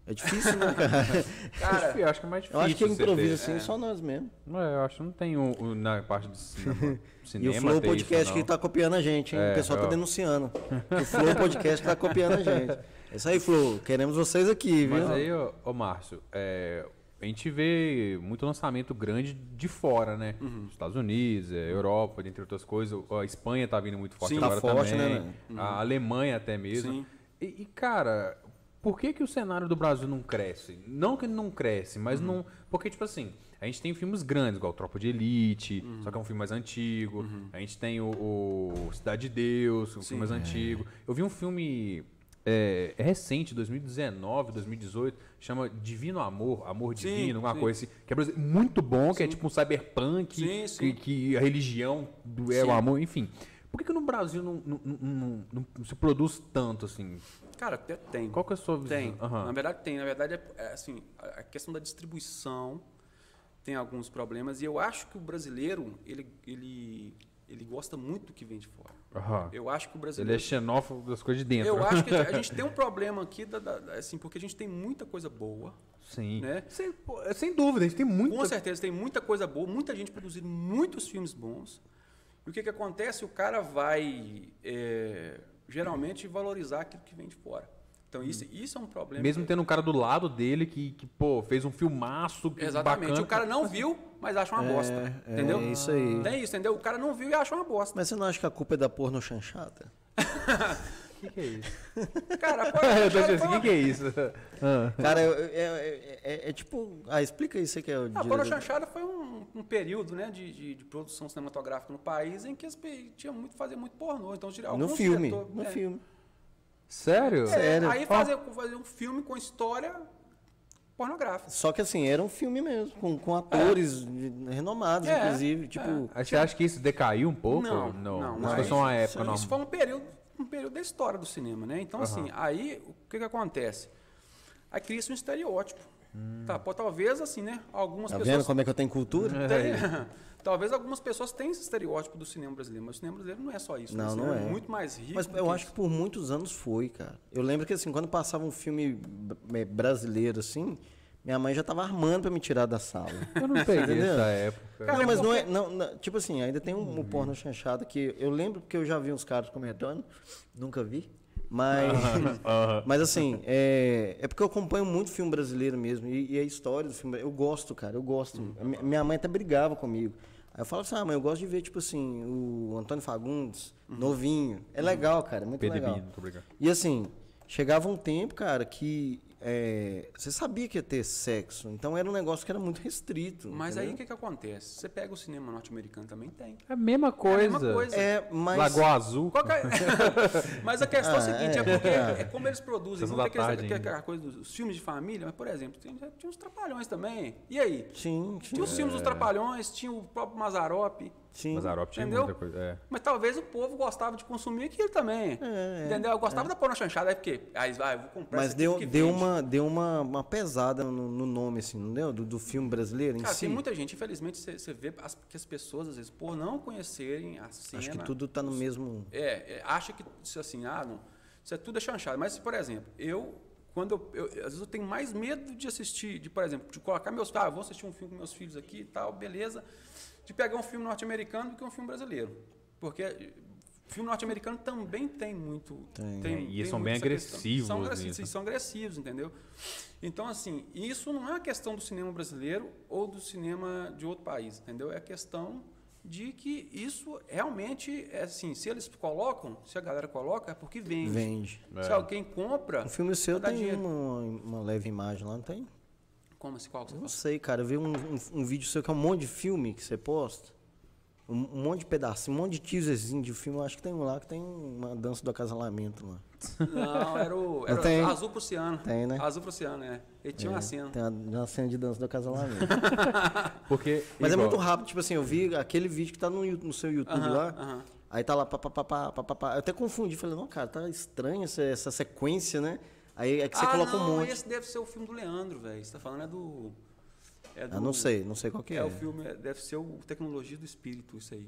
É difícil, né, cara? Cara, Eu acho que é mais eu difícil. acho que é você improviso, ter. assim, só nós mesmo. É, eu acho que não tem o, o- na parte do cinema. E cinema o Flow ter isso, Podcast que não. tá copiando a gente, hein? É, o pessoal tá ó. denunciando. O Flow Podcast tá copiando a gente. É isso aí, Flow. Queremos vocês aqui, viu? Mas aí, ô, ô Márcio, é, a gente vê muito lançamento grande de fora, né? Uhum. Estados Unidos, é, Europa, dentre outras coisas. O- A Espanha tá vindo muito forte Sim, tá agora forte, também. né, Uhum. A Alemanha até mesmo. Sim. E, e, cara, por que, que o cenário do Brasil não cresce? Não que ele não cresce, mas Uhum. não... Porque, tipo assim... A gente tem filmes grandes, igual Tropa de Elite, Uhum. só que é um filme mais antigo. A gente tem o, o Cidade de Deus, um filme É. mais antigo. Eu vi um filme é, é recente, 2019, 2018, chama Divino Amor, Amor Sim, Divino, alguma sim. coisa assim, que é brasile- muito bom, que é tipo um cyberpunk, Sim, que- sim. Que, a religião do- é o Sim. amor, enfim. Por que, que no Brasil não, não- não- não- não se produz tanto assim? cara, até tem. Qual que é a sua visão? Tem. Aham. Na verdade, tem. Na verdade, é, é, assim, a a questão da distribuição tem alguns problemas. E eu acho que o brasileiro, ele, ele, ele gosta muito do que vem de fora. Aham. Eu acho que o Ele é brasileiro. xenófobo das coisas de dentro. eu acho que a gente tem um problema aqui, da- da- da- assim, porque a gente tem muita coisa boa. Sim. né? Sem, pô, é sem dúvida, a gente tem muito. Com certeza, tem muita coisa boa, muita gente produzindo muitos filmes bons. E o que, que acontece? O cara vai, é, geralmente, valorizar aquilo que vem de fora. Então, isso, isso é um problema. Mesmo tendo um cara do lado dele que, que pô, fez um filmaço que Exatamente. bacana. O cara não viu, mas acha uma bosta. é, entendeu? é isso aí. Tem isso, entendeu? O cara não viu e acha uma bosta. Mas você não acha que a culpa é da porno chanchada? que, que é isso? Cara, pô, eu tô cara, achando assim, o que, que é isso? Ah. Cara, eu- eu- é, é- é- é tipo. Ah, explica isso aqui. É o A diretor. Porno Chanchada foi um, um período né, de, de- de produção cinematográfica no país em que as pe- tinha muito, fazer muito pornô. Então, tira- no alguns filme. diretor- no é. filme. Sério? É, Sério? Aí fazer, fazer um filme com história pornográfica. Só que assim, era um filme mesmo, com, com atores de- renomados, É, inclusive. Tipo. Aí você acha que isso decaiu um pouco? Não, não, Isso foi mas só uma época Isso, normal. isso foi um período, um período da história do cinema, né? Então, assim, aí o que, que acontece? Aí cria-se um estereótipo. Tá, pô, talvez, assim, né? Algumas Tá pessoas. vendo como é que eu tenho cultura? Tem- Talvez algumas pessoas tenham esse estereótipo do cinema brasileiro, mas o cinema brasileiro não é só isso. né? Não, o cinema não é. muito mais rico. Mas do eu que acho isso. que por muitos anos foi, cara. Eu lembro que assim, quando passava um filme b- eh, brasileiro assim, minha mãe já tava armando pra me tirar da sala. Eu não peguei Entendeu? essa época. não, mas não é, não, não, tipo assim, ainda tem um, um porno chanchado que eu lembro porque eu já vi uns caras comentando, nunca vi, mas mas assim, é, é porque eu acompanho muito filme brasileiro mesmo e, e a história do filme, eu gosto, cara, eu gosto. A mi- Minha mãe até brigava comigo. Aí eu falava assim, ah, mãe, eu gosto de ver, tipo assim, o Antônio Fagundes, novinho. É legal, cara, é muito PDB, legal. muito obrigado. E assim, chegava um tempo, cara, que é, você sabia que ia ter sexo. Então era um negócio que era muito restrito. Mas aí o entendeu? que, que acontece? Você pega o cinema norte-americano também tem. É a mesma coisa. É a mesma coisa. É, mas. Lagoa Azul. Qual que é- mas a questão é a seguinte, é, é. porque é como eles produzem, Sessão não tem da aqueles- tarde aquela, ainda. aquela coisa dos os filmes de família, mas, por exemplo, tem- já tinha uns trapalhões também. E aí? Sim, sim. É. Tinha os filmes dos trapalhões, tinha o próprio Mazarope, Sim. Mas a Europa tinha Entendeu? muita coisa. É. Mas talvez o povo gostava de consumir aquilo também. É, é, entendeu? Eu gostava da porno chanchada, aí porque. Aí vai, eu vou comprar Mas esse deu, aqui que deu, vende. uma, deu uma, uma pesada no, no nome, assim, não deu? Do, do filme brasileiro em Cara, si. tem muita gente, infelizmente, você você vê as- que as pessoas, às vezes, por não conhecerem a cena. Acho que tudo tá no mesmo. É, é, acha que isso assim, ah, não, isso é tudo é chanchada. Mas, por exemplo, eu, quando eu, eu- às vezes eu tenho mais medo de assistir, de, por exemplo, de colocar meus, ah, eu vou assistir um filme com meus filhos aqui e tal, beleza, de pegar um filme norte-americano do que um filme brasileiro. Porque eh, filme norte-americano também tem muito. Tem. E eles são muito bem essa questão. agressivos assim, São agressivos, nisso. são agressivos, entendeu? Então, assim, isso não é uma questão do cinema brasileiro ou do cinema de outro país, entendeu? É a questão de que isso realmente, é assim, se eles colocam, se a galera coloca, é porque vende. Vende. Se É. alguém compra, O filme seu dá tem um. dinheiro. uma, uma leve imagem lá, não tem? Como assim, qual que você Não fala? sei, cara. Eu vi um, um, um vídeo seu que é um monte de filme que você posta. Um, um monte de pedaço, um monte de teaserzinho de filme. Eu acho que tem um lá que tem uma dança do acasalamento lá. Não, era o era Não tem? Azul pro Oceano. Tem, né? Azul pro Oceano, é. Ele tinha uma cena. Tem uma, uma cena de dança do acasalamento. Porque. Mas é igual- muito rápido, tipo assim, eu vi aquele vídeo que tá no, Yu- no seu YouTube Aham, lá. aham. Aí tá lá, papapá, papapá. Eu até confundi, falei, não, cara, tá estranho essa, essa sequência, né? Aí é que você ah, coloca não, um monte. esse deve ser o filme do Leandro, velho. Você tá falando é do... É Ah, não sei, não sei qual que é. É, o filme, é- deve ser o Tecnologia do Espírito, isso aí.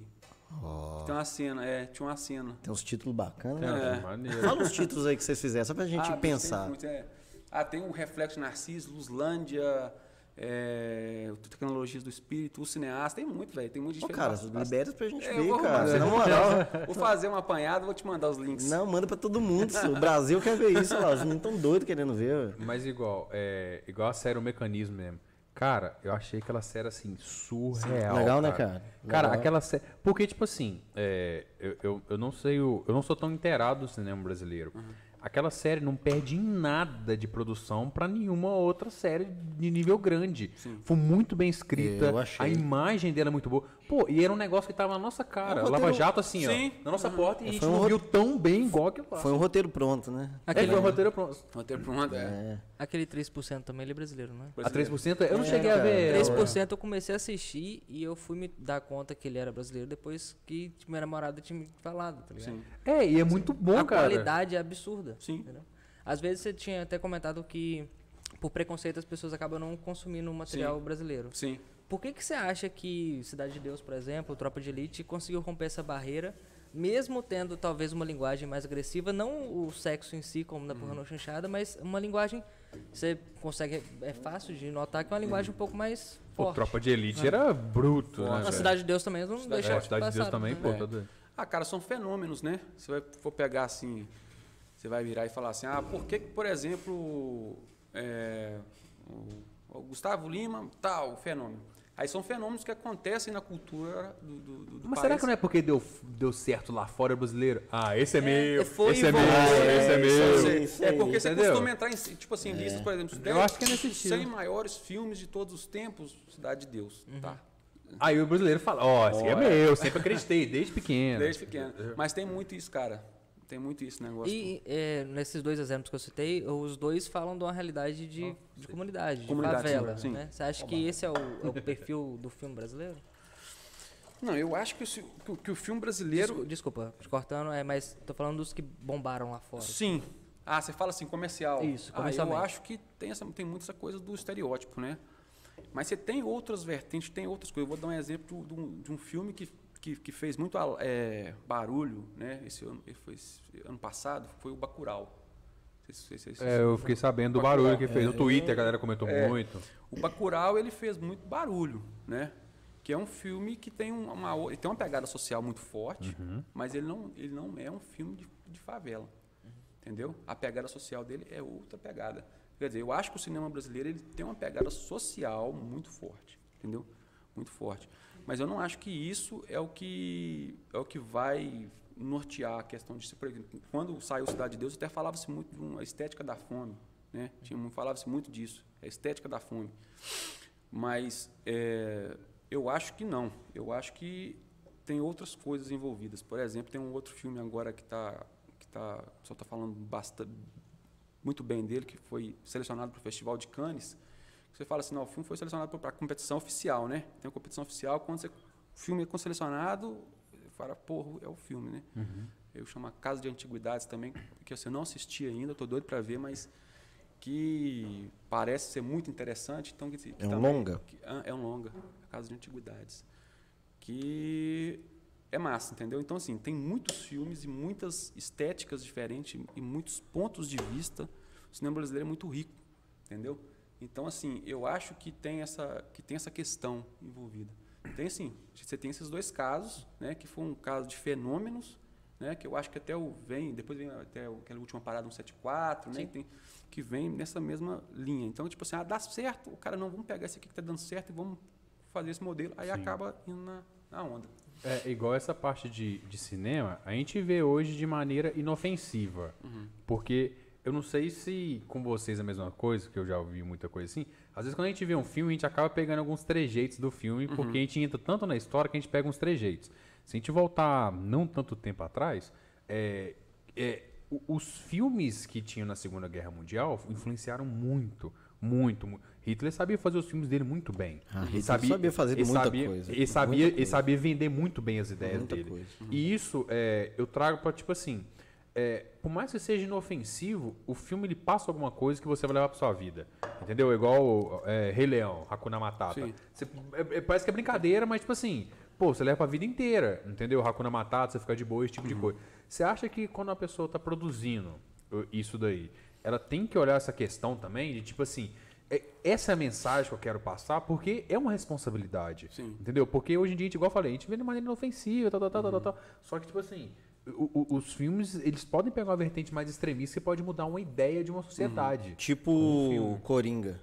Tem uma cena, é, tinha uma cena. Tem uns títulos bacanas, né? É, É. maneiro. Fala os títulos aí que vocês fizeram, só pra gente Ah, pensar. Tem muito, é. Ah, tem o Reflexo Narciso, Luzlândia, é, o Tecnologias do Espírito, o Cineasta, tem muito, velho. Tem um muito Ô, diferente. cara, As- as- libera pra gente É, eu ver, vou cara. arrumar. Na moral. Vou fazer uma apanhada, vou te mandar os links. Não, manda pra todo mundo. só. O Brasil quer ver isso, lá. Os meninos tão doidos querendo ver. velho. Mas igual, é, igual a série O Mecanismo mesmo. Cara, eu achei aquela série assim, surreal. Legal, né, cara? Cara, Legal. aquela série. Porque, tipo assim, é, eu, eu, eu não sei, o- eu não sou tão inteirado do cinema brasileiro. Uhum. Aquela série não perde em nada de produção pra nenhuma outra série de nível grande. Foi muito bem escrita, Eu achei. a imagem dela é muito boa. Pô, e era um negócio que tava na nossa cara. É um Lava roteiro- Jato, assim, Sim. ó. Na nossa porta, e a gente Foi um não rote- viu tão bem igual aquilo lá. Foi um roteiro pronto, né? É, Aquele, foi um roteiro pronto. Roteiro pro mundo, é. aquele 3% também, ele é brasileiro, não é? A 3%, eu não É, cheguei a cara. ver. ela. 3% eu comecei a assistir e eu fui me dar conta que ele era brasileiro depois que minha namorada tinha me falado, tá ligado? Sim. É, e é muito bom, a cara. qualidade é absurda. Sim. entendeu? Às vezes você tinha até comentado que, por preconceito, as pessoas acabam não consumindo o material brasileiro. Sim. Por que, que você acha que Cidade de Deus, por exemplo, Tropa de Elite, conseguiu romper essa barreira, mesmo tendo talvez uma linguagem mais agressiva, não o sexo em si, como na Hum. Porra Chanchada, mas uma linguagem. Você consegue. É fácil de notar que é uma linguagem um pouco mais Pô, forte. Tropa de Elite era bruto, né? Na velho? Cidade de Deus também, eles não É, deixaram Cidade de Deus passar, também, né? pô. É. tá doido. Ah, cara, são fenômenos, né? Você vai for pegar assim, você vai virar e falar assim, ah, por que, que, por exemplo, é, o, o Gustavo Lima, tal, fenômeno. Aí são fenômenos que acontecem na cultura do, do, do do Mas será país. que não é porque deu, deu certo lá fora brasileiro? Ah, esse é, meu, foi esse é meu, envolvido. É, esse é isso meu. aí. É porque você entendeu? costuma entrar em, tipo assim, listas, por exemplo, os 10, acho que é nesse os estilo. 100 maiores filmes de todos os tempos, Cidade de Deus, Uhum. tá? Aí o brasileiro fala, ó, esse é meu, sempre acreditei, desde pequeno. Desde pequeno. Mas tem muito isso, cara. Tem muito isso negócio. E é, nesses dois exemplos que eu citei, os dois falam de uma realidade de, de comunidade, de Comunidade, favela. sim, sim. né? Você acha que esse é o, é o perfil do filme brasileiro? Não, eu acho que, esse- que o- que o filme Desco, brasileiro. desculpa, te cortando, é, mas tô falando dos que bombaram lá fora. Sim. Ah, você fala assim, comercial. Isso, Ah, eu comercialmente. acho que tem, essa, tem muito essa coisa do estereótipo, né? Mas você tem outras vertentes, tem outras coisas. Eu vou dar um exemplo de um, de um filme que, que, que fez muito ah, é, barulho, né? Esse ano, foi esse ano passado, foi o Bacurau. Não sei se- se- se- se- É, eu fiquei sabendo do barulho que fez no Twitter, a galera comentou muito. O Bacurau, ele fez muito barulho, né? Que é um filme que tem um- uma, o- ele tem uma pegada social muito forte, mas ele não, ele não é um filme de, de favela, entendeu? A pegada social dele é outra pegada. Quer dizer, eu acho que o cinema brasileiro ele tem uma pegada social muito forte, entendeu? Muito forte. Mas eu não acho que isso é o que é o que vai nortear a questão de se por exemplo, quando saiu Cidade de Deus até falava-se muito de uma estética da fome, né? Tinha um- falava-se muito disso, a estética da fome. Mas é, eu acho que não. Eu acho que tem outras coisas envolvidas. Por exemplo, tem um outro filme agora que tá que tá o pessoal tá falando bastante muito bem dele, que foi selecionado para o Festival de Cannes. Você fala assim, não, o filme foi selecionado para a competição oficial, né? Tem uma competição oficial quando você filme é selecionado, fala, porra, é o filme, né? Uhum. Eu chamo a Casa de Antiguidades também, que eu assim, eu não assisti ainda, tô doido para ver, mas que parece ser muito interessante. Então, que, que É um longa? que- ah, é um longa, a Casa de Antiguidades. Que é massa, entendeu? Então, assim, tem muitos filmes e muitas estéticas diferentes e muitos pontos de vista. O cinema brasileiro é muito rico, entendeu? Então, assim, eu acho que tem essa, que tem essa questão envolvida. Tem sim, você tem esses dois casos, né, que foi um caso de fenômenos, né, que eu acho que até o vem, depois vem até o- aquela última parada 174, né, tem, que vem nessa mesma linha. Então, tipo assim, ah, dá certo, o cara não, vamos pegar esse aqui que tá dando certo e vamos fazer esse modelo, aí acaba indo na, na onda. É, igual essa parte de, de cinema, a gente vê hoje de maneira inofensiva. Porque eu não sei se com vocês é a mesma coisa, que eu já ouvi muita coisa assim. Às vezes quando a gente vê um filme, a gente acaba pegando alguns trejeitos do filme, porque a gente entra tanto na história que a gente pega uns trejeitos. Se a gente voltar não tanto tempo atrás, é, é, o- os filmes que tinham na Segunda Guerra Mundial influenciaram muito, muito, muito. Hitler sabia fazer os filmes dele muito bem. Ah, Ele Hitler sabia fazer ele muita sabia- coisa, Ele sabia, muita ele coisa. sabia vender muito bem as ideias Muita dele. coisa. E isso é, eu trago pra, tipo assim, é, por mais que seja inofensivo, o filme ele passa alguma coisa que você vai levar pra sua vida. Entendeu? Igual é, Rei Leão, Hakuna Matata. Sim. Você- é- é- parece que é brincadeira, mas tipo assim, pô, você leva pra vida inteira, entendeu? Hakuna Matata, você fica de boa, esse tipo Uhum. de coisa. Você acha que quando a pessoa tá produzindo uh, isso daí, ela tem que olhar essa questão também de tipo assim, é- essa é a mensagem que eu quero passar, porque é uma responsabilidade. Sim. Entendeu? Porque hoje em dia, a gente, igual eu falei, a gente vê de maneira inofensiva, tal, tal, tal, Uhum. tal, tal. Só que, tipo assim, o- o- os filmes, eles podem pegar uma vertente mais extremista e pode mudar uma ideia de uma sociedade. Tipo Coringa.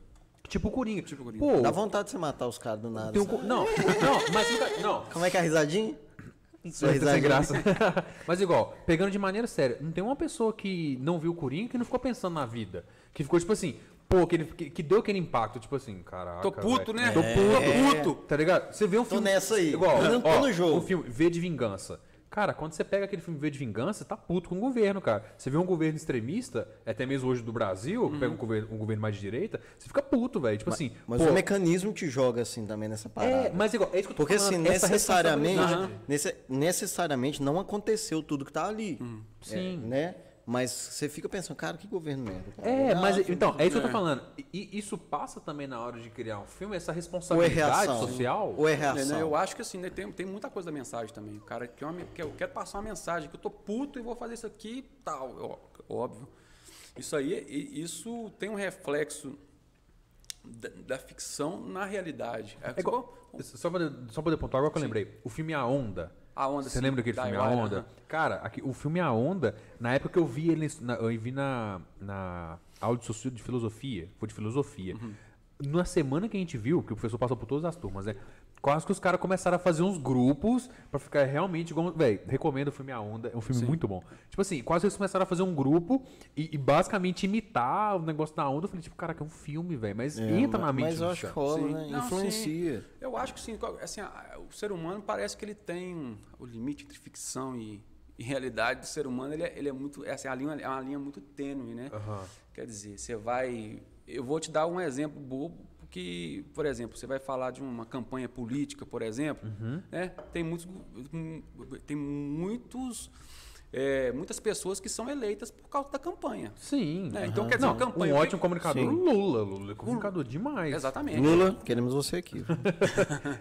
Tipo o Coringa. Tipo Coringa. um Pô, Dá vontade de você matar os caras do nada. tem um sabe? co- Não, não, mas... fica- Não, Como é que é a risadinha? Sua Sem risadinha. graça. Mas igual, pegando de maneira séria, não tem uma pessoa que não viu o Coringa que não ficou pensando na vida. Que ficou tipo assim, pô, que, ele- que- que deu aquele impacto, tipo assim, caraca. Tô puto, velho. né? Tô puto. Tô puto. Tá ligado? Você vê um filme. É. nessa aí. Igual, Tô no- tô ó, no jogo. Um filme V de Vingança. Cara, quando você pega aquele filme V de Vingança, tá puto com o governo, cara. Você vê um governo extremista, é até mesmo hoje do Brasil, Uhum. que pega um governo, um governo mais de direita, você fica puto, velho. Tipo assim. Mas pô, o mecanismo te joga assim também nessa parada. é, mas igual, é isso que eu tô Porque assim, falando, essa necessariamente, responsabilidade. nesse- necessariamente não aconteceu tudo que tá ali. Hum. Sim. É, né? Mas você fica pensando, cara, que governo merda. cara. É, Ah, mas então, é isso que eu É. tô falando. E- E isso passa também na hora de criar um filme, essa Ou é responsabilidade reação. social. Ou é É, reação. né, eu acho que assim, né, tem, tem muita coisa da mensagem também. O cara quer, uma, men- quer eu quero passar uma mensagem que eu tô puto e vou fazer isso aqui e tal. Ó, Óbvio. Isso aí, e- isso tem um reflexo da, da ficção na realidade. É, É igual- igual- tipo, só pra, só pra apontar, agora que eu lembrei. O filme A Onda. assim, A Onda, Você sim, lembra aquele da né? filme A Iwara, Onda? aham. Cara, aqui, o filme A Onda, na época que eu vi ele, na, eu vi na, na aula de, socio- de filosofia, foi de filosofia. Na semana que a gente viu, que o professor passou por todas as turmas, né? Quase que os caras começaram a fazer uns grupos pra ficar realmente igual. Véi, recomendo o filme A Onda, é um filme muito bom. Tipo assim, quase que eles começaram a fazer um grupo e, e basicamente imitar o negócio da onda. Eu falei, tipo, caraca, é um filme, velho. Mas É, entra na mas- mente. Mas eu do acho que cara. rola, Sim. né? Não, sim. Influencia. Eu acho que sim, qual- assim, a- o ser humano parece que ele tem um, o limite entre ficção e, e realidade do ser humano, ele é, ele é muito, é, assim, a linha é uma linha muito tênue, né? Quer dizer, você vai, eu vou te dar um exemplo bobo, porque, por exemplo, você vai falar de uma campanha política, por exemplo, né? Tem muitos, tem muitos, é, muitas pessoas que são eleitas por causa da campanha. Sim. né? Então, quer dizer, Não, uma campanha- Um ótimo comunicador. o Lula. Lula é comunicador demais. Exatamente. Lula, queremos você aqui.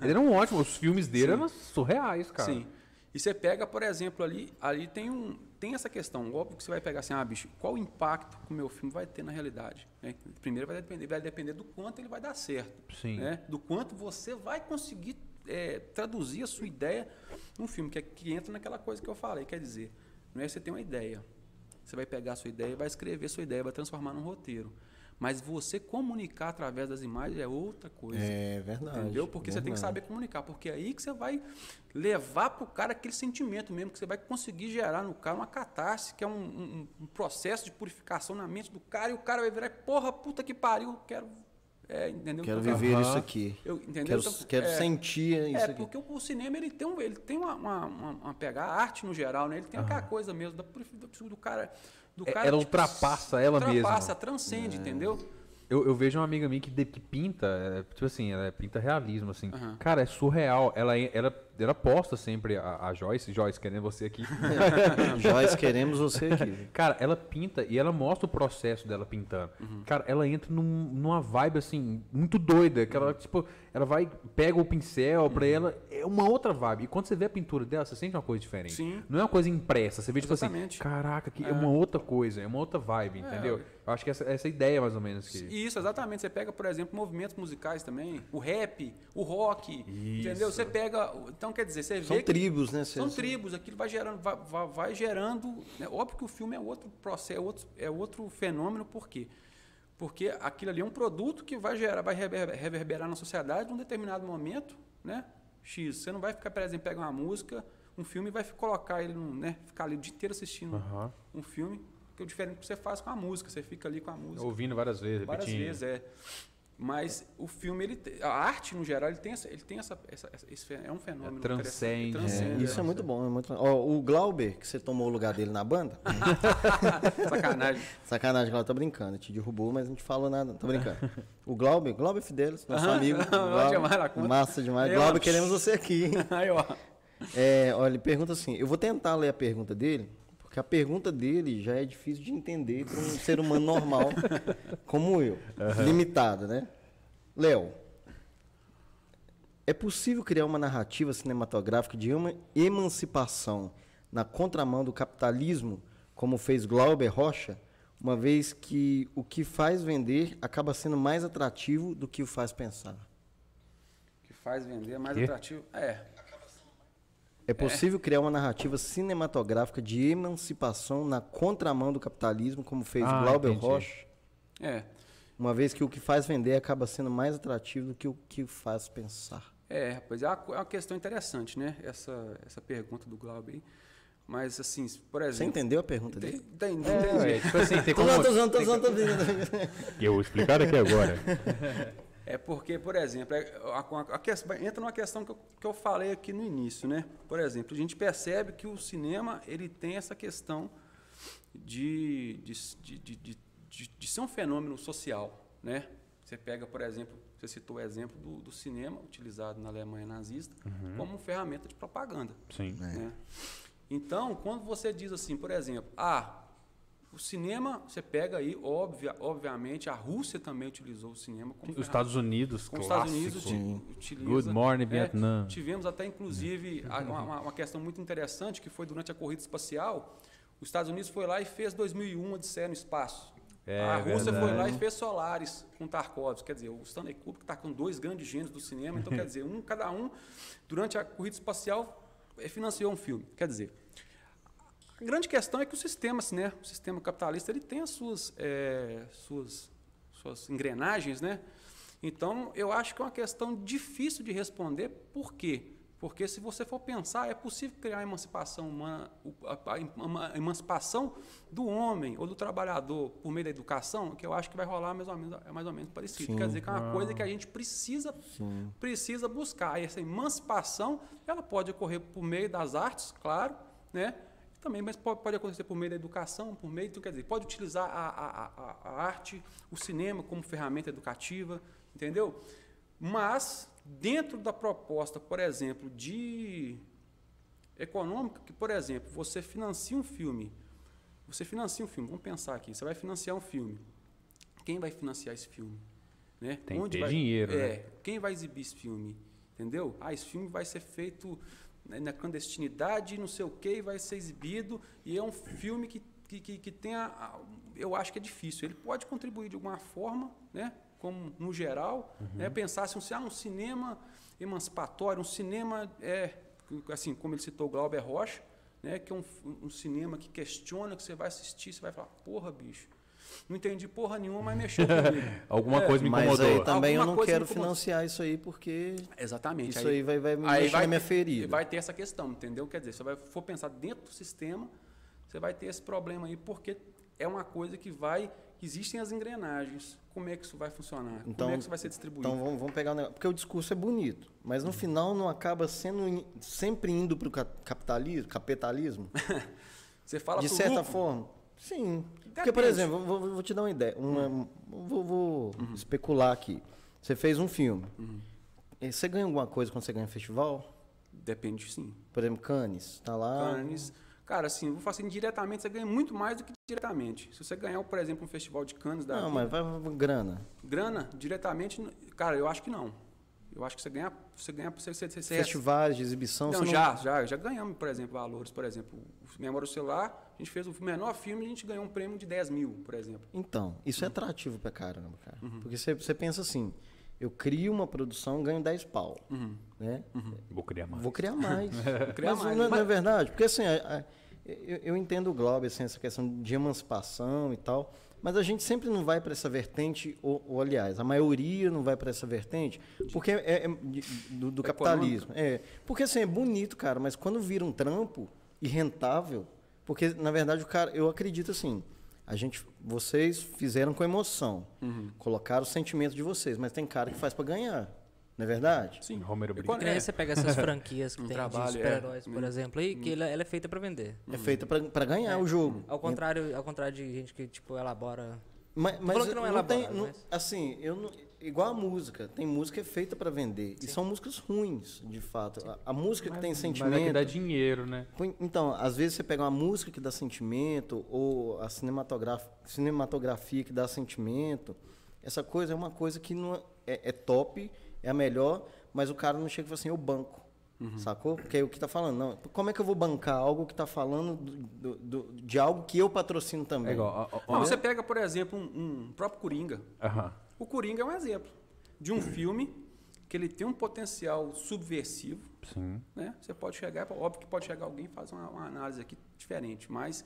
Ele era um ótimo. Os filmes dele eram surreais, cara. Sim. E você pega, por exemplo, ali, ali tem, um, tem essa questão. Óbvio que você vai pegar assim, ah, bicho, qual o impacto que o meu filme vai ter na realidade? né? Primeiro vai depender, vai depender do quanto ele vai dar certo. Sim. né? Do quanto você vai conseguir é, traduzir a sua ideia num filme, que, é- que entra naquela coisa que eu falei. Quer dizer, não é você ter uma ideia. Você vai pegar a sua ideia, vai escrever a sua ideia, vai transformar num roteiro. Mas você comunicar através das imagens é outra coisa. É verdade. Entendeu? Porque você tem que verdade. saber comunicar, porque é aí que você vai levar pro cara aquele sentimento mesmo, que você vai conseguir gerar no cara uma catarse, que é um, um- um processo de purificação na mente do cara, e o cara vai virar, porra, puta que pariu, quero. É, entendeu? Quero Então, viver Aham. isso aqui. Eu, entendeu? Quero, Então, quero é, sentir isso é, aqui. porque o cinema ele tem, um- ele tem uma, uma, uma, uma pegar a arte no geral, né? Ele tem aquela coisa mesmo da purifi- do, do cara. Do É, cara ela ultrapassa ela mesma. Ultrapassa, É. transcende, entendeu? Eu, eu vejo uma amiga minha que, de- que pinta, é, tipo assim, ela pinta é, realismo, assim. Aham. Cara, é surreal. Ela, en- ela era posta sempre a, a Joyce, Joyce, querendo você aqui. Joyce, queremos você aqui. Cara, ela pinta e ela mostra o processo dela pintando. Uhum. Cara, ela entra num- numa vibe assim, muito doida. Que Uhum. ela, tipo, ela vai, pega o pincel pra ela. É uma outra vibe. E quando você vê a pintura dela, você sente uma coisa diferente. Sim. Não é uma coisa impressa. Você vê, tipo Exatamente. É. assim, caraca, que é. uma outra coisa, é uma outra vibe, entendeu? Eu acho que essa, essa ideia, mais ou menos, que. E Isso, exatamente. Você pega, por exemplo, movimentos musicais também, o rap, o rock, entendeu? Você pega. Então, quer dizer, você São vê. que- tribos, né? São tribos, aquilo vai gerando, vai, vai- vai gerando. né? Óbvio que o filme é outro processo, é outro, é outro fenômeno, por quê? Porque aquilo ali é um produto que vai gerar, vai rever- reverberar na sociedade num determinado momento, né? X. Você não vai ficar, por exemplo, pegar uma música, um filme e vai fi- colocar ele, num, né? Ficar ali o dia inteiro assistindo Aham. um filme, que é diferente do que você faz com a música, você fica ali com a música. Ouvindo várias vezes, Várias repetindo. vezes, é. Mas o filme, ele, te- a arte, no geral, ele tem, essa, ele tem essa, essa- essa- esse fe- É um fenômeno. transcende, interessante, né? É, transcende, isso é muito bom, é muito Ó, o Glauber, que você tomou o lugar dele na banda. é. Sacanagem. Sacanagem, Glauber, tô brincando. Te derrubou, mas não te falou nada, não, tô brincando. O Glauber, Glauber Fidelis, nosso amigo. Glauber, demais na conta. massa demais. Eu- Glauber, queremos você aqui. hein? Aí, ó. É, olha, ele pergunta assim: eu vou tentar ler a pergunta dele, porque a pergunta dele já é difícil de entender para um ser humano normal como eu, limitado, né? Léo, é possível criar uma narrativa cinematográfica de uma emancipação na contramão do capitalismo, como fez Glauber Rocha, uma vez que o que faz vender acaba sendo mais atrativo do que o faz pensar? Que faz vender mais Quê? atrativo. É. É possível criar uma narrativa cinematográfica de emancipação na contramão do capitalismo, como fez Ah, Glauber entendi. Rocha, É. uma vez que o que faz vender acaba sendo mais atrativo do que o que faz pensar. É, rapaz, é uma, co- é uma questão interessante, né? Essa, essa pergunta do Glauber aí. Mas, assim, por Você exemplo. entendeu a pergunta Tem, dele? tem, tem, É, tipo assim, tem Tô como. zoando, tô zoando, tô zoando, tô zoando. Eu vou explicar aqui agora. É porque, por exemplo, é- a, a- a questão- entra numa questão que eu, que eu falei aqui no início, né? Por exemplo, a gente percebe que o cinema ele tem essa questão de, de, de, de- de- de- de ser um fenômeno social, né? Você pega, por exemplo, você citou o exemplo do, do cinema utilizado na Alemanha nazista como ferramenta de propaganda. Uhum. Sim. né? Então, quando você diz assim, por exemplo, ah, o cinema, você pega aí, obvia, obviamente, a Rússia também utilizou o cinema como Os ferramenta Estados Unidos, com os clássico. Estados Unidos uti- utiliza. É, Good morning, Vietnã. Uhum. Tivemos até, inclusive, a- uma, uma- uma questão muito interessante que foi durante a corrida espacial. Os Estados Unidos foi lá e fez 2001 Odisseia no Espaço. É, a Rússia verdade. foi lá e fez Solaris com Tarkovsky. Quer dizer, o Stanley Kubrick está com dois grandes gênios do cinema. Então, quer dizer, um, cada um, durante a corrida espacial, eh, financiou um filme. Quer dizer, a grande questão é que o sistema, assim, né, o sistema capitalista, ele tem as suas, eh, suas, suas engrenagens, né? Então, eu acho que é uma questão difícil de responder. Por quê? Porque se você for pensar, é possível criar a emancipação humana, o- a, a em- uma- a emancipação do homem ou do trabalhador por meio da educação, que eu acho que vai rolar mais ou menos, é mais ou menos parecido. Quer dizer que é uma coisa que a gente precisa, precisa buscar. E essa emancipação, ela pode ocorrer por meio das artes, claro, né? Também, mas po- pode acontecer por meio da educação, por meio, então, quer dizer, pode utilizar a, a- a- a arte, o cinema como ferramenta educativa, entendeu? Mas, dentro da proposta, por exemplo, de econômica, que, por exemplo, você financia um filme, você financia um filme, vamos pensar aqui, você vai financiar um filme, quem vai financiar esse filme? Né? Tem que ter dinheiro, É, né? quem vai exibir esse filme? Entendeu? Ah, esse filme vai ser feito né, na clandestinidade, não sei o quê, e vai ser exibido. E é um filme que, que, que, que tem a- a- Eu acho que é difícil. Ele pode contribuir de alguma forma, né? Como no geral, né? Uhum. Pensasse assim, ah, um cinema emancipatório, um cinema, é, assim, como ele citou o Glauber Rocha, né? Que é um, um cinema que questiona, que você vai assistir, você vai falar, porra, bicho, não entendi porra nenhuma, mas mexeu comigo. Alguma coisa me É, Mas aí incomodou. também eu Alguma não coisa quero me incomodou. é financiar isso aí, porque Exatamente. isso aí vai, vai me Aí mexer vai na minha ter- ferida. Vai ter essa questão, entendeu? Quer dizer, se você vai, for pensar dentro do sistema, você vai ter esse problema aí, porque é uma coisa que vai. Existem as engrenagens. Como é que isso vai funcionar? Então- Como é que isso vai ser distribuído? Então vamos, vamos pegar o negócio. Porque o discurso é bonito, mas no final não acaba sendo in- sempre indo para o capitalismo? capitalismo? você fala De pro certa lucro, forma, sim. Porque, por Depende. Hum. exemplo, vou, vou- vou te dar uma ideia. Uma, Vou, vou Uhum. um especular aqui. Você fez um filme. E Você ganha alguma coisa quando você ganha festival? Depende sim. Por exemplo, Cannes, tá lá. Cannes. Cara, assim, vou falar assim, diretamente você ganha muito mais do que diretamente. Se você ganhar, por exemplo, um festival de Cannes da Não, mas vai, vai- vai- grana. grana, diretamente, n- cara, eu acho que não. Eu acho que você ganha, você ganha, você, você, você é Festivais de exibição. não, você já, já, já ganhamos, por exemplo, valores, por exemplo, o Memória Celular, a gente fez o menor filme e a gente ganhou um prêmio de 10 mil, por exemplo. Então, Uhum. isso é atrativo pra caramba, cara. Porque você- você pensa assim, eu crio uma produção, ganho 10 pau, Uhum. né? Vou criar mais. Vou criar mais. criar Mas mais, Não, né? é- não é verdade? Porque assim, a- a- eu, eu entendo o Globo, assim, essa questão de emancipação e tal, mas a gente sempre não vai para essa vertente, ou, ou, aliás, a maioria não vai para essa vertente, porque é, é de- do, do capitalismo. É. Porque assim, é bonito, cara, mas quando vira um trampo e rentável, porque na verdade o cara, eu acredito assim, a gente, vocês fizeram com emoção, colocaram o sentimento de vocês, mas tem cara que faz para ganhar, não é verdade? Sim. Romero E Brito. quando- é, Que nem você pega essas franquias que tem trabalho, é. de super-heróis, por exemplo, aí, que ela, ela é feita pra vender. É feita para ganhar o jogo. Ao contrário, ao contrário de gente que, tipo, elabora. Mas, mas falando que não é não tem, elaborado, não- mas- assim, eu não- igual a música, tem música que é feita pra vender e são músicas ruins, de fato. A, a música que tem Mas é que sentimento. dá dinheiro, né? Põe- Então, às vezes você pega uma música que dá sentimento ou a cinematograf- cinematografia que dá sentimento. Essa coisa é uma coisa que não é, é top, é a melhor, mas o cara não chega e fala assim, eu banco. Uhum. Sacou? Porque é o que tá falando. Não, como é que eu vou bancar algo que tá falando do- do- do- de algo que eu patrocino também? É igual. ó, ó, ó. Não, você pega, por exemplo, um, um próprio Coringa. Aham. O Coringa é um exemplo de um filme que ele tem um potencial subversivo, Sim. né? Você pode chegar, óbvio que pode chegar alguém e fazer uma, uma análise aqui diferente, mas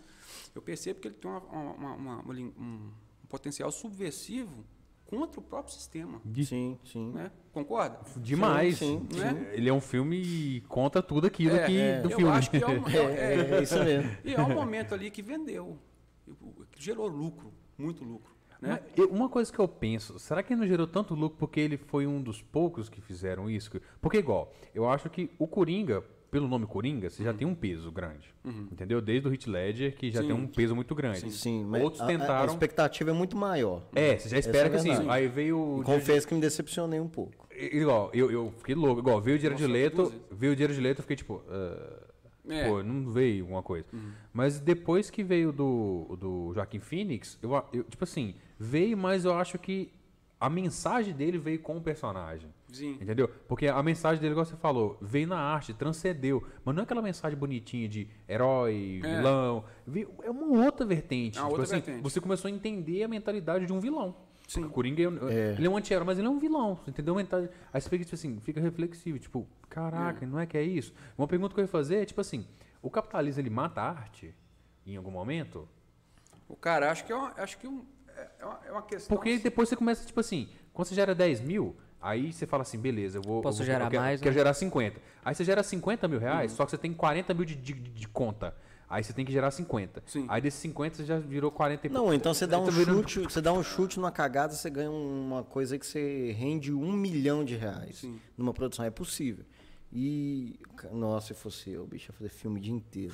eu percebo que ele tem uma- uma- uma- uma lin- um potencial subversivo contra o próprio sistema, Sim, sim. né? Concorda? Demais. Sim, né? sim, sim. Ele é um filme e conta tudo aquilo É, que, é. do eu filme. acho que é um, é- é- É, é isso mesmo. E é um momento ali que vendeu, que gerou lucro, muito lucro, né? Mas eu- uma coisa que eu penso, será que ele não gerou tanto lucro porque ele foi um dos poucos que fizeram isso? Que- Porque, igual, eu acho que o Coringa, pelo nome Coringa, você já Uhum. tem um peso grande. Entendeu? Desde o Hit Ledger, que já tem um peso muito grande. Sim, mas Outros a- a- A, tentaram. expectativa é muito maior. é, você já Essa espera é que assim. verdade. Aí veio o. Confesso que me decepcionei um pouco. I- Igual, eu, eu fiquei louco. Igual, veio o dinheiro de Nossa, leto, duas vezes. veio o dinheiro de leto, eu fiquei tipo. ah, É. Uhum. Pô, não veio alguma coisa. Mas depois que veio do, do Joaquim Phoenix, eu, a- eu, tipo assim, veio, mas eu acho que a mensagem dele veio com o personagem. Sim. Entendeu? Porque a mensagem dele, igual você falou, veio na arte, transcendeu. Mas não é aquela mensagem bonitinha de herói, É. vilão. Veio- é uma outra vertente. É uma tipo outra assim, vertente. você começou a entender a mentalidade de um vilão. Sim. O Coringa é, um- É. ele é um anti-herói, mas ele é um vilão. você Entendeu? A mentalidade- Aí você fica, tipo assim, fica reflexivo. Tipo, caraca, não é que é isso? Uma pergunta que eu ia fazer é, tipo assim, o capitalismo, ele mata a arte em algum momento? O cara, acho que é uma, acho que um- é é uma, é uma questão. Porque depois você começa, tipo assim, quando você gera 10 mil, aí você fala assim, beleza, eu vou. Posso eu vou- gerar eu quero, mais, né? Quero gerar 50. Aí você gera 50 mil reais, só que você tem 40 mil de, de, de conta. Aí você tem que gerar 50. Sim. Aí desses 50 você já virou 40 e Não, então você dá Aí um tá virando- chute, você dá um chute numa cagada, você ganha um, uma coisa que você rende um milhão de reais Sim. numa produção. É possível. E. ca- Nossa, se fosse eu, bicho, ia fazer filme o dia inteiro.